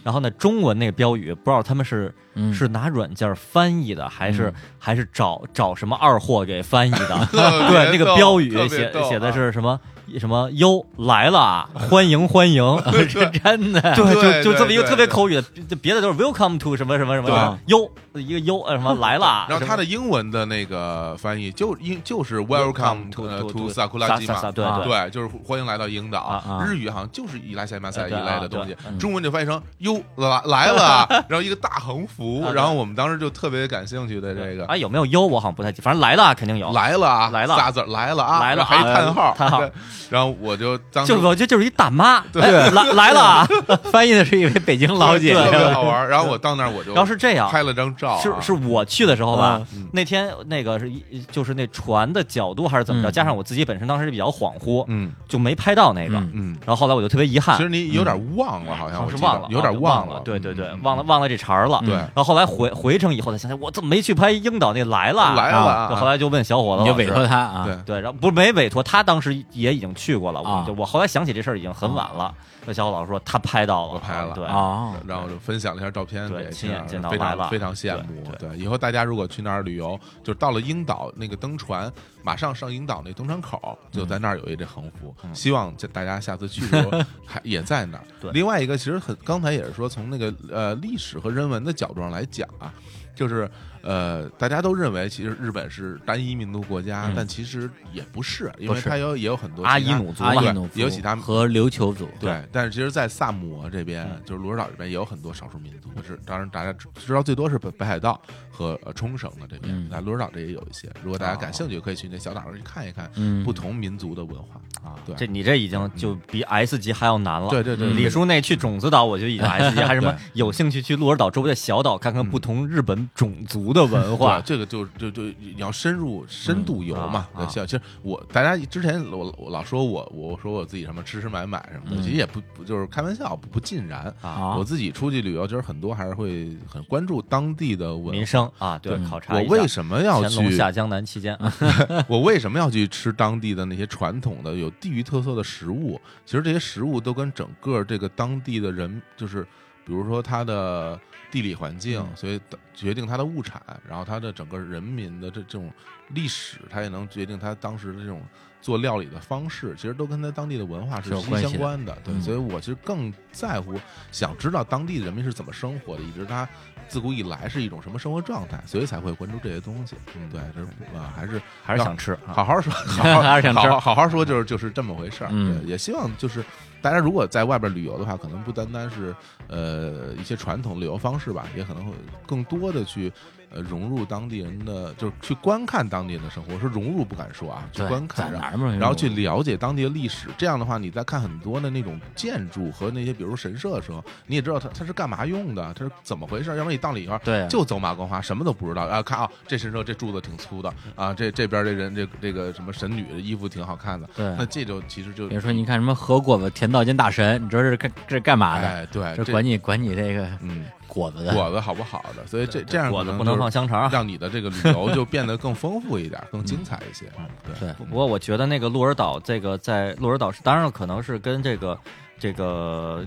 B: 然后呢，中文那个标语不知道他们是、
C: 嗯
B: 是拿软件翻译的，还是、
C: 嗯
B: 还是找找什么二货给翻译 的？
A: 对
B: 对，那个标语写写的。
A: 特别逗啊
B: 是什么什么哟来了啊，欢迎 欢迎，
C: 是真的。
A: 对对
B: 对，就就这么一个
A: 对
B: 特别
A: 对
B: 口语的，别别的都是 welcome to 什么什么什么
A: 对
B: 啊哟，一个哟呃什么来了啊
A: 啊，然后他
B: 什么嗯
A: 的英文的那个翻译就英就是 Welcome to 呃 to 萨库拉基嘛，
B: 对
C: 啊
B: 对
A: 对，就是欢迎来到英岛
C: 啊。
A: 日语好像就是伊拉夏马赛一
B: 对啊
A: 类的东西
B: 对，
C: 嗯
A: 中文就翻译成“哟来来了啊”， 然后一个大横幅
B: 啊。对
A: 然后我们当时就特别感兴趣的这个
B: 啊有没有哟？我好像不太记，反正来了啊肯定有，
A: 来了啊，
B: 来了
A: 仨字儿来了啊，
B: 来了啊
A: 还一叹号，
B: 叹号
A: 对。然后我就当时
B: 就是我觉得就是一大妈，哎来来了啊，
C: 翻译的是一位北京老姐
A: 特
C: 姐
A: 别
C: 吧，
A: 好玩儿。然后我到那儿我就
B: 然后是这样，
A: 拍了张照啊，
B: 是是我去的时候吧，
A: 嗯
B: 那天那个是一就是那船的角度还是怎么着，
C: 嗯
B: 加上我自己本身当时比较恍惚，
A: 嗯
B: 就没拍到那个。
C: 嗯
A: 嗯，
B: 然后后来我就特别遗憾，
A: 其实你有点忘了，好像
B: 好
A: 我
B: 像
A: 记
B: 啊嗯哦
A: 得
B: 是忘了，啊
A: 有点
B: 忘
A: 了，
B: 对对对
A: 嗯，
B: 忘了忘了这茬儿了。
A: 对
B: 然后后来回回程以后才想起来，我怎么没去拍英岛那来了？
A: 来了啊
B: 对后来就问小伙子
C: 你
B: 老
C: 就
B: 师，
C: 委托他啊。
A: 对
B: 对，然后不是没委托，他当时也已经去过了。
C: 啊
B: 我就我后来想起这事儿已经很晚了。那小伙老师说他拍到了，
A: 我拍了
B: 对，
C: 哦，
A: 然后就分享了一下照片
B: 对
A: 给
B: 亲眼见到
A: 非
B: 来了
A: 常非常羡慕。对，以后大家如果去那儿旅游，就到了英岛那个登船，马上上英岛那登船口，就在那儿有一这横幅。希望这大家下次去的时候还也在那儿。
B: 对
A: 另外一个其实很，刚才也是说从那个呃历史和人文的角度上来讲啊，就是呃大家都认为其实日本是单一民族国家
C: 嗯，
A: 但其实也不是，因
C: 不
A: 为
C: 是
A: 它有也有很多
B: 阿
A: 其
B: 伊
A: 他
B: 努族
C: 阿
B: 嘛
A: 对
C: 伊努族
A: 尤其他们
C: 和琉球族，
A: 对，但是其实，在萨摩这边，啊
B: 嗯
A: 就是鹿儿岛这边也有很多少数民族，是当然大家知知道最多是北北海道和呃冲绳的这边
C: 嗯，
A: 那、鹿儿岛这也有一些。如果大家
B: 哦
A: 感兴趣，可以去那小岛上去看一看
C: 嗯
A: 不同民族的文化。
B: 啊
A: 对
B: 这你这已经就比 S 级还要难了。
A: 嗯对对对，
B: 李叔那去种子岛，我就已经 S 级，还什么
A: 对
B: 有兴趣去鹿儿岛周围的小岛看看不同日本种族的文
A: 对
B: 化。
A: 这个就就就你要深入深度游嘛。
B: 嗯啊
A: 对，像其实我大家之前我我老说我我说我自己什么吃吃买买什么的，
C: 嗯
A: 其实也不不就是开玩笑，不不尽然。
C: 啊
A: 我，自己出去旅游，其实很多还是会很关注当地的文
B: 民
A: 化。
B: 生啊，对，
C: 对
B: 考察
A: 我
B: 一下
A: 为什么要
B: 乾隆
A: 去
B: 下江南期间 啊，
A: 我为什么要去吃当地的那些传统的有地域特色的食物？其实这些食物都跟整个这个当地的人，就是比比如说它的地理环境，
C: 嗯
A: 所以导决定它的物产，然后它的整个人民的这这种历史，它也能决定它当时的这种做料理的方式，其实都跟它当地的文化是
C: 是有
A: 息
C: 关系
A: 息相
C: 的
A: 关的。对，
C: 嗯
A: 所以我其实更在乎想知道当地人民是怎么生活的，以及他自古以来是一种什么生活状态，所以才会关注这些东西。嗯，对，这啊还是
B: 还是想吃啊。
A: 好 好说，好好
C: 还是想吃
A: 好好好好说，就是就是这么回事儿。
C: 嗯
A: 对也希望就是大家如果在外边旅游的话，可能不单单是呃一些传统旅游方式吧，也可能会更多的去呃融入当地人的，就是去观看当地人的生活。是融入不敢说啊，去
C: 对
A: 观看
C: 在
A: 然后
C: 哪儿嗯嘛？
A: 然后去了解当地的历史。这样的话，你在看很多的那种建筑和那些，比如神社的时候，你也知道它它是干嘛用的，它是怎么回事。要不然你到里边儿
C: 对啊
A: 就走马观花，什么都不知道啊。看啊，这神社这柱子挺粗的啊，这这边这人这这个什么神女的衣服挺好看的。
C: 对
A: 那这就其实就
C: 比如说你看什么和果子甜到间大神，你知道这是干这是干嘛的？
A: 哎对，
C: 这
A: 这
C: 管你管你这 个
A: 嗯
C: 果子的，啊
A: 果子好不好的，所以这这样
B: 果
A: 可
B: 子
A: 能
B: 不能
A: 就是
B: 放香肠啊。
A: 让你的这个旅游就变得更丰富一点，更精彩一些。
B: 嗯
A: 对
C: 对
B: 不过我觉得那个鹿儿岛，这个在鹿儿岛是当然了可能是跟这个这个呃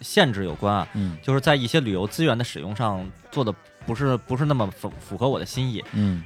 B: 限制有关啊，
C: 嗯
B: 就是在一些旅游资源的使用上做的不是不是那么符符合我的心意。
C: 嗯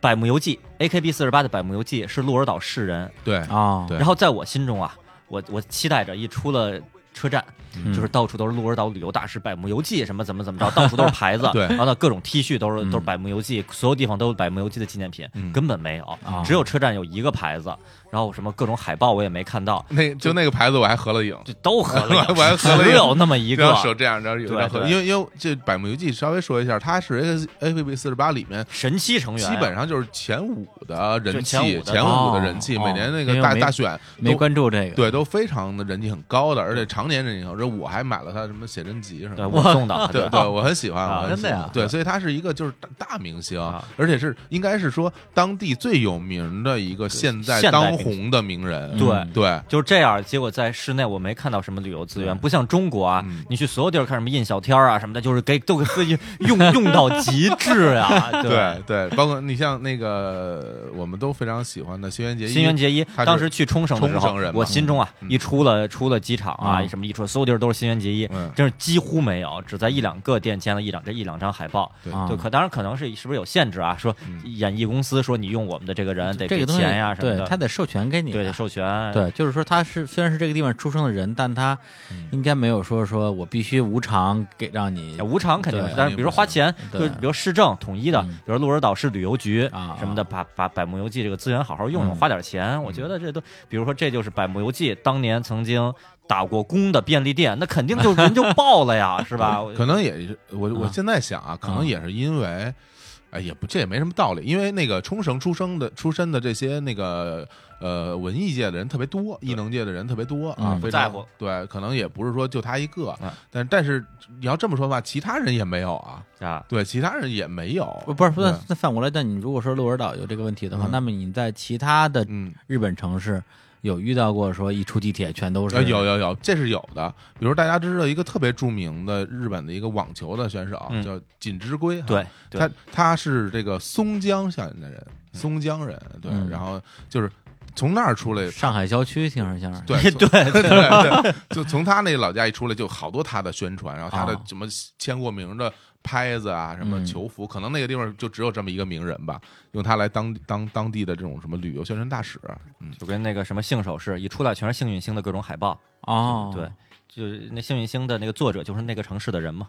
B: 百慕游记 AKB 四十八的百慕游记是鹿儿岛市人，
A: 对
C: 哦，
A: 对，
B: 然后在我心中啊，我我期待着一出了车站，
C: 嗯
B: 就是到处都是鹿儿岛旅游大师百慕游记什么怎么怎么着，到处都是牌子
A: 对
B: 然后呢各种 T 恤都是
C: 嗯
B: 都是百慕游记，所有地方都有百慕游记的纪念品
A: 嗯，
B: 根本没有
C: 啊，
B: 只有车站有一个牌子，然后什么各种海报我也没看到，
A: 那就那个牌子我还合了影，
B: 就都合了
A: 我还
B: 影，
A: 合了影
B: 只有那么一
A: 不要
B: 个
A: 啊手这样，然后有
B: 对
A: 点合，
B: 对
A: 因为因为这《百慕游记》稍微说一下，它是 A A P P 四十八里面
B: 神奇成员
A: 基
B: 啊，
A: 本上就是前五的人
B: 就
A: 气
B: 前五，的
A: 前五的
C: 哦
A: 人气，
C: 哦
A: 每年那
C: 因为
A: 个
C: 我
A: 大
C: 没
A: 大选
C: 没
A: 都
C: 关注这个，
A: 对都非常的人气很高的，而且常年人气很高。这我还买了他什么写真集什么
B: 对
A: 的。
B: 我送 的，
A: 对对，我很喜欢，
B: 啊
A: 我很喜
C: 真的
A: 欢
C: 呀
A: 对，所以他是一个就是大大明星
B: 啊，
A: 而且是应该是说当地最有名的一个现在
B: 现代
A: 当
B: 明星
A: 红的名人。
B: 对
A: 嗯对，
B: 就这样，结果在室内我没看到什么旅游资源，
A: 对
B: 不像中国啊，
A: 嗯
B: 你去所有地儿看什么印小天儿啊什么的，就是给都给自己用用到极致 啊。
A: 对对，包括你像那个我们都非常喜欢的新垣结衣，
B: 新垣结衣
A: 他是
B: 当时去冲绳的时
A: 冲
B: 候
A: 绳人，嘛
B: 我心中啊
A: 嗯
B: 一出了出了机场啊
C: 嗯
B: 什么一出，所有地儿都是新垣结衣
A: 嗯，
B: 真是几乎没有，只在一两个店签了一两这一两张海报。
A: 对
C: 啊
B: 就可当然可能是是不是有限制啊？说
A: 嗯
B: 演艺公司说你用我们的这个人得
C: 这
B: 给
C: 个东西
B: 钱呀什么
C: 对，他
B: 的，
C: 得授权给你
B: 对
C: 的，
B: 得授权，
C: 对，就是说他是虽然是这个地方出生的人，但他应该没有说说我必须无偿给让你
B: 无偿肯定是
C: 对，
B: 但是比如说花钱，就
C: 对
B: 是比如市政统一的，
C: 嗯
B: 比如鹿儿岛市旅游局
C: 啊
B: 什么的，把把百慕游记这个资源好好用用，
C: 嗯
B: 花点钱，我觉得这都，比如说这就是百慕游记当年曾经打过工的便利店，那肯定就人就爆了 呀，是吧？
A: 可能也是我我
C: 啊
A: 现在想啊，可能也是因为，哎，也不这也没什么道理，因为那个冲绳出生的出身的这些那个呃文艺界的人特别多，艺能界的人特别多啊，
C: 嗯
A: 非常
B: 不在乎
A: 对，可能也不是说就他一个
C: 啊
B: 嗯，
A: 但但是你要这么说吧，其他人也没有啊，
B: 啊，
A: 对，其他人也没有，
C: 不不是，
A: 对
C: 那那反过来，但你如果说鹿儿岛有这个问题的话，
A: 嗯
C: 那么你在其他的
A: 嗯。
C: 日本城市有遇到过说一出地铁全都
A: 呃，
C: 是
A: 有有有，这是有的。比如大家知道一个特别著名的日本的一个网球的选手，
B: 嗯
A: 叫锦织圭，
C: 啊
B: 对，对
A: 他他是这个松江县的人，松江人，对，
C: 嗯
A: 然后就是从那儿出来，
C: 上海郊区，听着像是
A: 对
B: 对
A: 从对对，就从他那老家一出来，就好多他的宣传，然后他的
B: 哦
C: 啊
A: 什么签过名的拍子啊，什么
C: 嗯
A: 球服，可能那个地方就只有这么一个名人吧，用他来当当当地的这种什么旅游宣传大使，嗯，
B: 就跟那个什么性手势一出来全是幸运星的各种海报，
C: 哦，
B: 对。就是那幸运星的那个作者，就是那个城市的人嘛。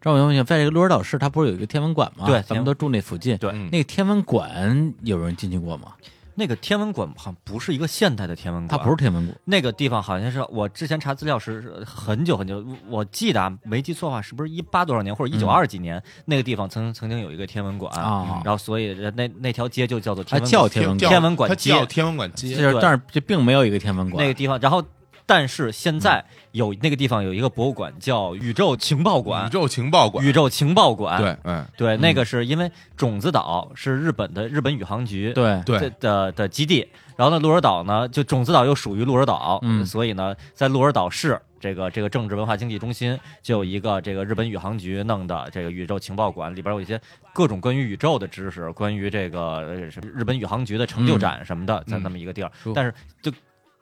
C: 张伟同学，在这个鹿儿岛市，它不是有一个天文馆吗？
B: 对
C: 咱们都住那附近。
B: 对
A: 嗯
C: 那个天文馆有人进去过吗？
B: 那个天文馆好像不是一个现代的天文
C: 它
B: 馆，
C: 不是天文馆，
B: 那个地方好像是我之前查资料是是很久很久，我记得啊，没记错的话，是不是一八多少年或者一九二几年、那个地方曾曾经有一个天文馆
C: 啊
B: 然后所以人那那条街就叫做
C: 它
B: 天文
C: 叫
B: 馆。
C: 天文
A: 叫
C: 馆，
B: 天文馆
A: 他
B: 街
A: 叫天文馆街，
C: 就是
B: 对
C: 但是这并没有一个天文
B: 那个
C: 馆。
B: 地方，然后但是现在有、那个地方有一个博物馆叫宇宙情报馆，
A: 宇宙情报馆，
B: 宇宙情报馆。
A: 对，嗯，
B: 对那个是因为种子岛是日本的日本宇航局
C: 对，
A: 对
B: 的，的的基地。然后呢，鹿儿岛呢，就种子岛又属于鹿儿岛，
C: 嗯
B: 所以呢，在鹿儿岛市这个这个政治文化经济中心，就有一个这个日本宇航局弄的这个宇宙情报馆，里边有一些各种关于宇宙的知
C: 嗯
B: 识，关于这个呃什么日本宇航局的成就展什么的，在那么一个地儿。
A: 嗯
B: 但是就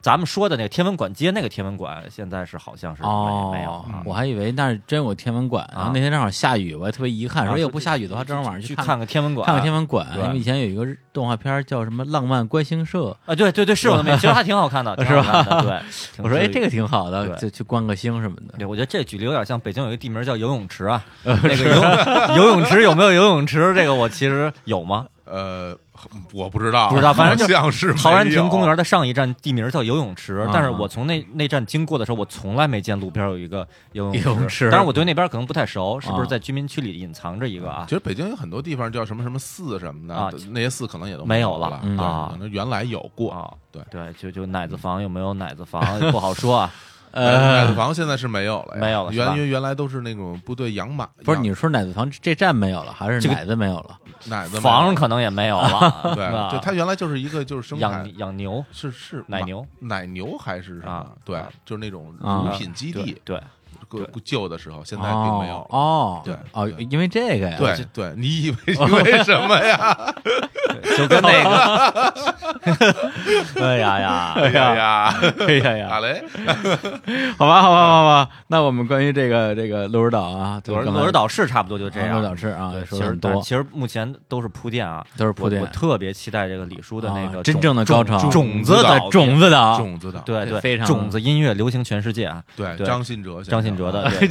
B: 咱们说的那个天文馆街那个天文馆，现在是好像是没
C: 哦，
B: 没有啊。
C: 我还以为那是真有天文馆，然后那天正好下雨，我还特别遗憾，
B: 啊
C: 说要
B: 说
C: 哎不
B: 去
C: 下雨的话，正好晚上
B: 去
C: 看
B: 看个天文馆，
C: 看个天文馆，哎
B: 对
C: 因为以前有一个日动画片叫什么《浪漫观星社
B: 啊，对对对，是我 那边，其实还挺好看的，挺好看的对，》，挺
C: 我说哎，
B: 挺
C: 这个挺好的，
B: 对
C: 就去观个星什么的。
B: 对，我觉得这举例有点像北京有一个地名叫游泳池啊，那个游游泳池有没有游泳池？这个我其实有吗？
A: 呃，我不知道，
B: 不知道反正就
A: 好像是
B: 陶然
A: 没
B: 亭
A: 有
B: 公园的上一站地名叫游泳池
C: 啊，
B: 但是我从那那站经过的时候，我从来没见路边有一个游
C: 游泳
B: 泳
C: 池
B: 但是我对那边可能不太熟，是不
C: 啊
B: 是在居民区里隐藏着一个啊
A: 其？实北京有很多地方叫什么什么寺什么的，
B: 啊
A: 那些寺可能也都
B: 没有
A: 了
B: 了
A: 对
B: 啊
A: 可能原来有过。
B: 啊，
A: 对
B: 对，就就奶子房有没有奶子房不好 说啊。
A: 奶子
C: 呃，
A: 房现在是没有了呀，
B: 没有了是吧
A: 原因为原来都是那种部队养马，
C: 不是
A: 养
C: 你说奶子房这站没有了，还是
B: 这个
C: 奶子没有了？
A: 奶子没有
B: 房可能也没有了，
A: 对，
B: 啊
A: 就它原来就是一个就是生产
B: 养养牛
A: 是是
B: 奶
A: 马
B: 牛
A: 奶牛还是什么
B: 啊？
A: 对
B: 啊，
A: 就是那种
C: 啊
A: 乳品基地，
B: 对，
A: 旧
B: 对
A: 旧的时候，现在并没有了。
C: 哦哦，
A: 对
C: 哦，
A: 对
C: 因为这个呀，
B: 哦
A: 对对，你以为因为什么 呀？
B: 就跟那 个， 哎呀呀，
A: 哎呀，
C: 哎 呀呀
A: 打，雷！
C: 好吧，好吧，好吧，那我们关于这个这个鹿儿岛啊，
B: 鹿儿鹿儿岛是差不多就这样。
C: 鹿儿岛市啊
B: 对，，
C: 说
B: 其
C: 的
B: 实
C: 很
B: 但
C: 多
B: 其实目前都是铺垫啊，
C: 都是铺垫
B: 我我特别期待这个李叔的那
C: 啊
B: 个
C: 真
B: 种
C: 正的高
B: 种
C: 潮，
B: 种子
C: 的
B: 岛
C: 种子岛，
A: 种子岛，
B: 啊对对，
C: 非常
B: 种子音乐流行全世界啊，
A: 对
B: 对
A: 张信哲先生，
B: 张信哲的 对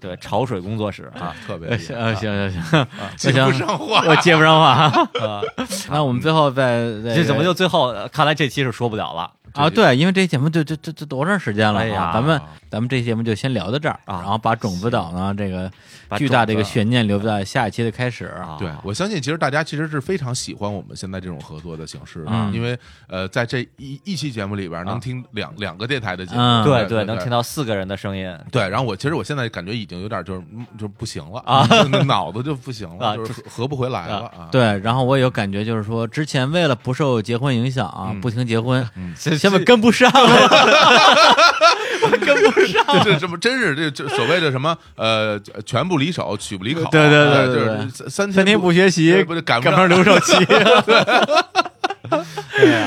B: 对潮水工作室啊
A: 啊，，特别
C: 呃，
A: 厉
C: 行
A: 害
C: 呃行行行，
A: 接
C: 我
A: 不
C: 想
A: 上话，
C: 我接不上话。
B: 呃
C: 那我们最后再再
B: 这怎么就最后呃看来这期是说不了了
C: 啊？对，因为这节目就就就就多长时间了
B: 哎
C: 啊？
B: 呀
C: 咱们咱们这节目就先聊到这儿，
B: 啊
C: 然后把种子岛呢这个
B: 把
C: 巨大的一个
B: 种子
C: 悬念留在下一期的开始
B: 啊？
A: 对，我相信其实大家其实是非常喜欢我们现在这种合作的形式的，
C: 嗯啊
A: 因为呃，在这一一期节目里边儿能听两、两个电台的节目，
C: 嗯
B: 对
A: 对，
B: 能听
A: 到。
B: 到四个人的声音
A: 对，然后我其实我现在感觉已经有点就是嗯就不行了
B: 啊，
A: 就脑子就不行 了，
B: 啊
A: 就是合合不回来了啊。
C: 对，然后我有感觉，就是说之前为了不受结婚影响啊，
A: 嗯
C: 不停结婚，
B: 这
C: 现在跟不上了，跟不 上。
A: 这这什么真是这这所谓的什么呃，全不离手，曲不离口，
C: 对对对
A: 对
C: 对
A: 就是三三
C: 三天不学习，
A: 不是赶不
C: 赶不上
A: 上
C: 刘少奇。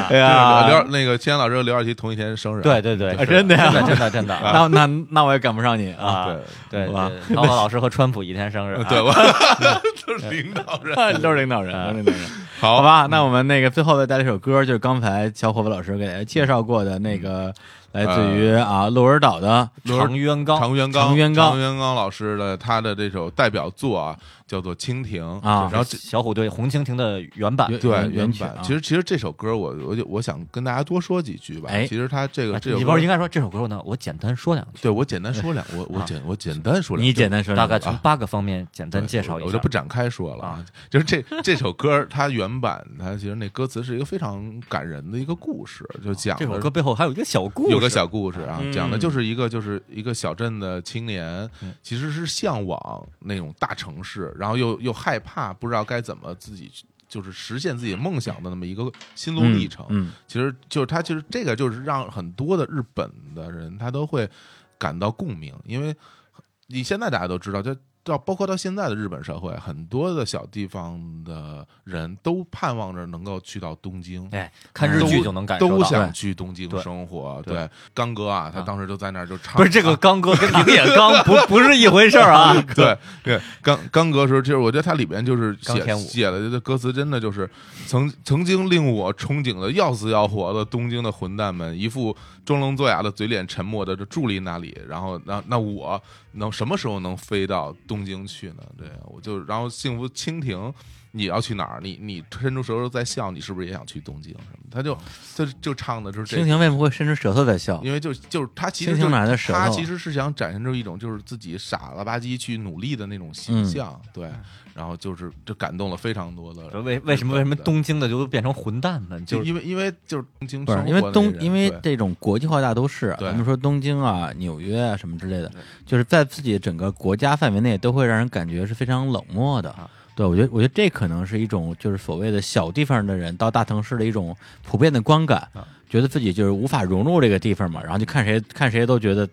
C: 哎呀，
A: 刘那个千老师刘少奇同一天生日，
B: 对对对，
A: 就是
C: 啊真的呀
B: 真的真的 真的啊
C: 那那那我也赶不上 你啊！
B: 啊！对对
C: 哇，
B: 高考老师和川普一天生日啊，
A: 呃对，我 就是领导 人，
C: 都是领导人，都是领导人。
A: 好
C: 好，嗯吧，那我们那个最后再带来一首歌，就是刚才小伙伴老师给大家介绍过的那个，来自于啊嗯鹿儿岛的
A: 刘少
B: 常渊刚
A: 常元刚，
C: 常元刚
A: 常元刚老师的他的这首代表作啊，叫做《蜻蜓》
C: 啊
A: 然后这
B: 小虎队红蜻蜓的原版
C: 原
A: 对
C: 原
A: 原
C: 曲啊
A: 版，其实其实这首歌我我就我想跟大家多说几句吧。
C: 哎
A: 其实他这个
B: 啊
A: 这首
B: 你不
A: 歌
B: 是应，该说这首歌呢？我简单说两句，
A: 对我简单说两，我我
B: 啊
A: 简我简单说两句，
C: 你简单说
B: 大
C: 两句，
B: 概从八个方面简单
A: 对
B: 介绍一
A: 我
B: 下。
A: 我就不展开说了啊
B: 啊。
A: 就是这这首歌，它原版它其实那歌词是一个非常感人的一个故事，就讲
B: 这首
A: 的
B: 歌背后还有一个小故事，
A: 有个小故事啊，
C: 嗯
A: 讲的就是一个就是一个小镇的青年，其实是向往那种大城市，然后又又害怕不知道该怎么自己去就是实现自己梦想的那么一个心路历程。
C: 嗯，
A: 其实就是他，其实这个就是让很多的日本的人他都会感到共鸣，因为你现在大家都知道，就到包括到现在的日本社会，很多的小地方的人都盼望着能够去到东京。
B: 哎，看日剧就能感受
A: 嗯
B: 到。嗯
A: 都想去东京
B: 对
A: 生活。
B: 对
A: 对，刚哥啊，他
B: 啊
A: 当时就在那儿就唱，啊
B: 不是这个刚 哥跟林野刚不不是一回事儿啊！
A: 对对，刚刚哥时候，就是我觉得他里边就是
B: 钢
A: 写
B: 铁舞
A: 写的这歌词，真的就是曾曾经令我憧憬的要死要活的东京的混蛋们，一副装聋作哑的嘴脸，沉默的伫立那里。然后那那我能什么时候能飞到东京去呢？对，我就然后幸福蜻蜓。你要去哪儿？你你伸出舌头在笑，你是不是也想去东京？什么？他就他就唱的就是这
C: 蜻蜓为什么会伸出舌头在笑？
A: 因为就就是他其
C: 蜻
A: 实
C: 蜓
A: 就
C: 哪来的舌头啊
A: 他其实是想展现出一种就是自己傻了吧唧去努力的那种
C: 嗯
A: 形象，对，然后就是这感动了非常多的人。
B: 为为什么为什么东京的就变成混蛋们？
A: 就
B: 就是
A: 因为因为就是东京
C: 不是
A: 生活
C: 因为
A: 的
C: 东，
A: 人
C: 因为
A: 对
C: 这种国际化大都市啊，
A: 对
C: 咱们说东京啊、纽约啊什么之类的，就是在自己整个国家范围内，都会让人感觉是非常冷漠的
B: 啊。
C: 对，我觉得，我觉得这可能是一种，就是所谓的小地方的人到大城市的一种普遍的观感，
B: 啊
C: 觉得自己就是无法融入这个地方嘛，然后就看谁看谁都觉得
A: 啊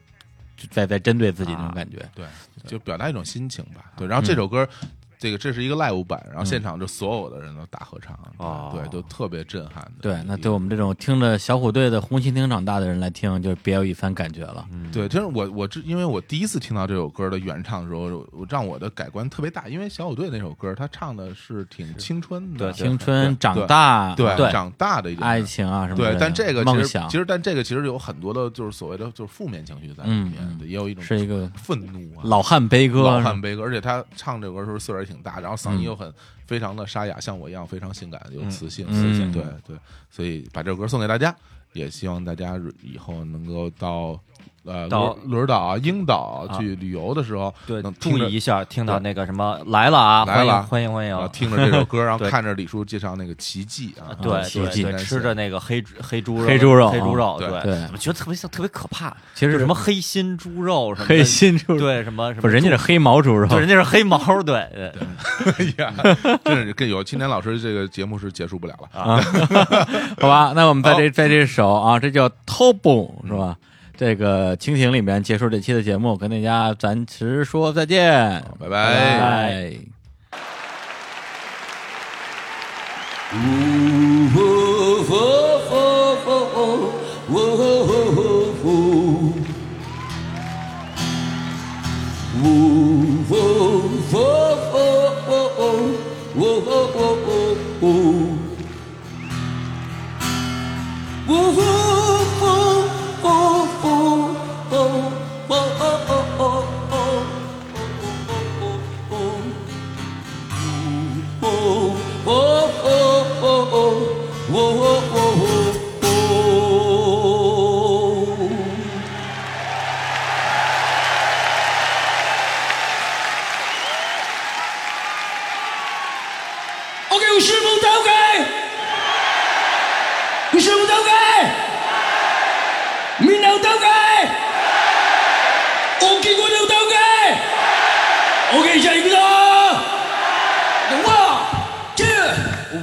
C: 就在在针对自己那种感觉。
A: 对，就表达一种心情吧。对，然后这首歌。这个这是一个 live 版，然后
C: 嗯
A: 现场就所有的人都大合唱，
B: 哦
A: 对，都特别震撼的。
C: 对，那对我们这种听着小虎队的红蜻蜓长大的人来听，就别有一番感觉了。
A: 对，真是我我之因为我第一次听到这首歌的原唱的时候，我让我的改观特别大，因为小虎队那首歌他唱的是挺青春的，
B: 对
C: 青春、长
A: 对
C: 大，
A: 对
C: 对，
A: 长大的一件
C: 爱
A: 事
C: 情啊什么之类
A: 对
C: 的，，
A: 但这个其
C: 梦
A: 实
C: 想
A: 其实但这个其实有很多的，就是所谓的就是负面情绪在里面，
C: 嗯嗯
A: 对也有一种
C: 是一个
A: 愤怒啊，
C: 老汉悲歌，
A: 老汉悲歌，而且他唱这首歌的时候岁数也挺大，然后嗓
C: 嗯
A: 音又很非常的沙哑，像我一样非常性感，有磁性，
C: 嗯
A: 磁性
C: 嗯
A: 对对，所以把这首歌送给大家，也希望大家以后能够到呃
B: 到
A: 鹿儿岛啊、英岛
B: 啊
A: 去旅游的时候，
B: 对
A: 能，
B: 注意一下，听到那个什么来了啊，
A: 来了
B: 欢迎欢迎
A: 啊，
B: 欢迎，
A: 听着这 首 歌，然后
B: 对
A: 看着李叔介绍那个奇迹啊，
B: 对
A: 啊
B: 对
C: 奇迹
B: 对，吃着那个黑猪黑猪肉
C: 黑猪肉
B: 黑猪肉，
A: 对
C: 对
B: 我觉得特别像特别可怕，
C: 其实
B: 就什么黑心猪肉什么的
C: 黑心猪，，
B: 对什么什么，
C: 不，人家是黑毛猪肉
B: 对，人家是黑毛，对对对
A: 哎呀，真是跟有青年老师这个节目是结束不了了。
C: 啊，好吧，
A: 哦
C: 那我们在这在这首啊，这叫 t o b o 是吧？这个蜻蜓里面结束这期的节目，跟大家暂时说再见，
A: 拜拜
C: 拜拜
F: 我给我师傅投给，给师傅投给，民党投给，我给我牛投给，我给下一个党。One, two,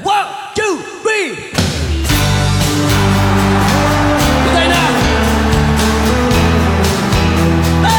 F: one, two, three。不在那。哎。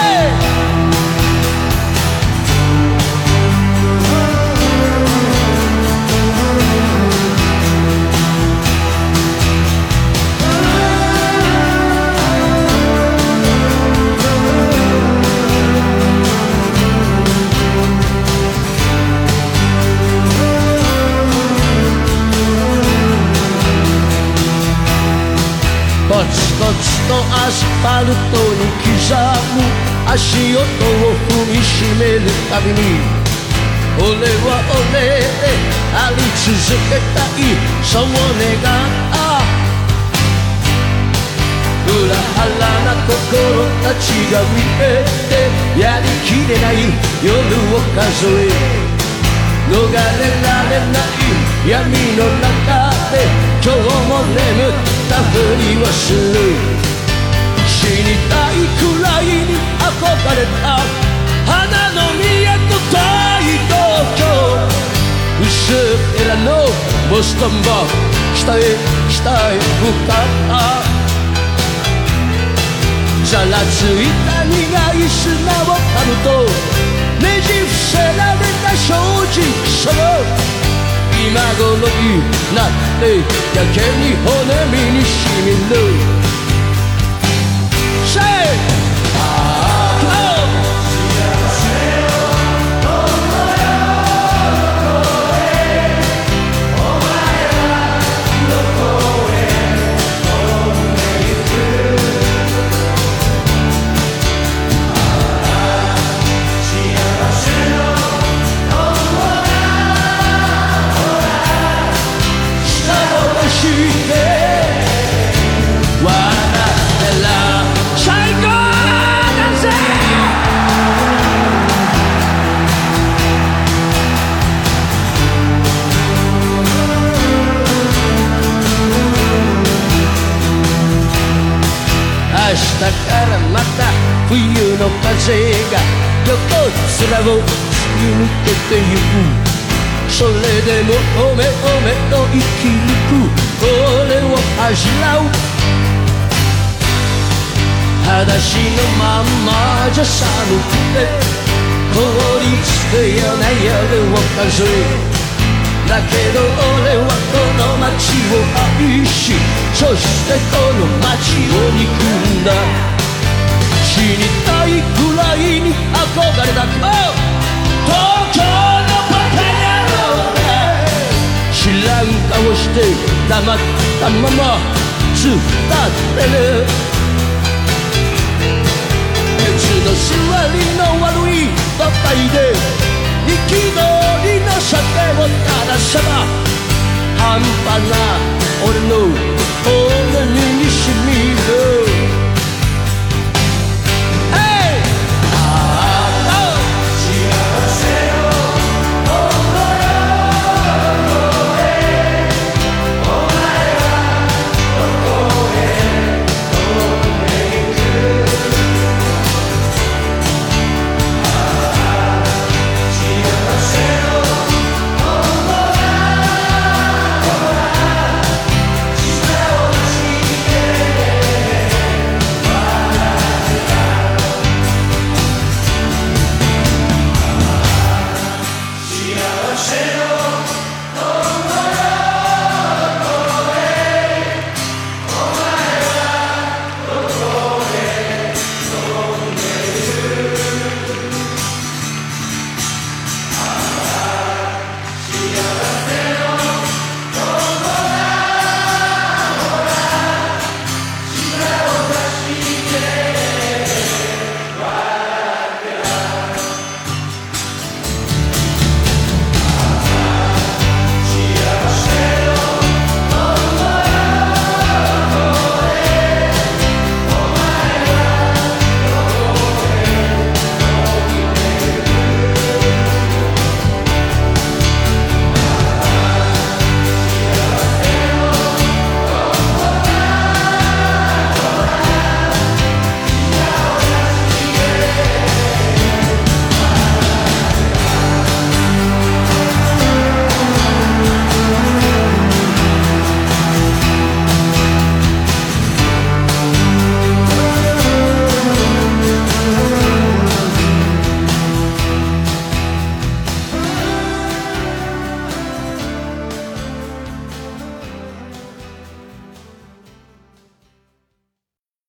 G: とちとちとアスファルトに刻む足音を踏みしめるたびに俺は俺であり続けたいそう願う裏腹な心たちが見えてやりきれない夜を数え逃れられない闇の中で今日も眠ったふりをする死にたいくらいに憧れた花の都大東京薄っぺらのボストンも下へ下へ向かったざらついた苦い砂を噛むとねじ伏せられた正直さが今頃になってやけに骨身にしみる Say! Oh! 下をして笑ったら最高だぜ明日からまた冬の風が横面を突き抜けてゆくそれでもおめおめと生き抜く俺を恥じらう裸足のまんまじゃ寒くて通り捨てような夜を数えだけど俺はこの街を愛しそしてこの街を憎んだ死にたいくらいに憧れたか東京のバカ野郎が知らん顔して黙ったまま突っ立ってる別の座りの悪いバタイで憤りの酒を垂らせば半端な俺の Oh,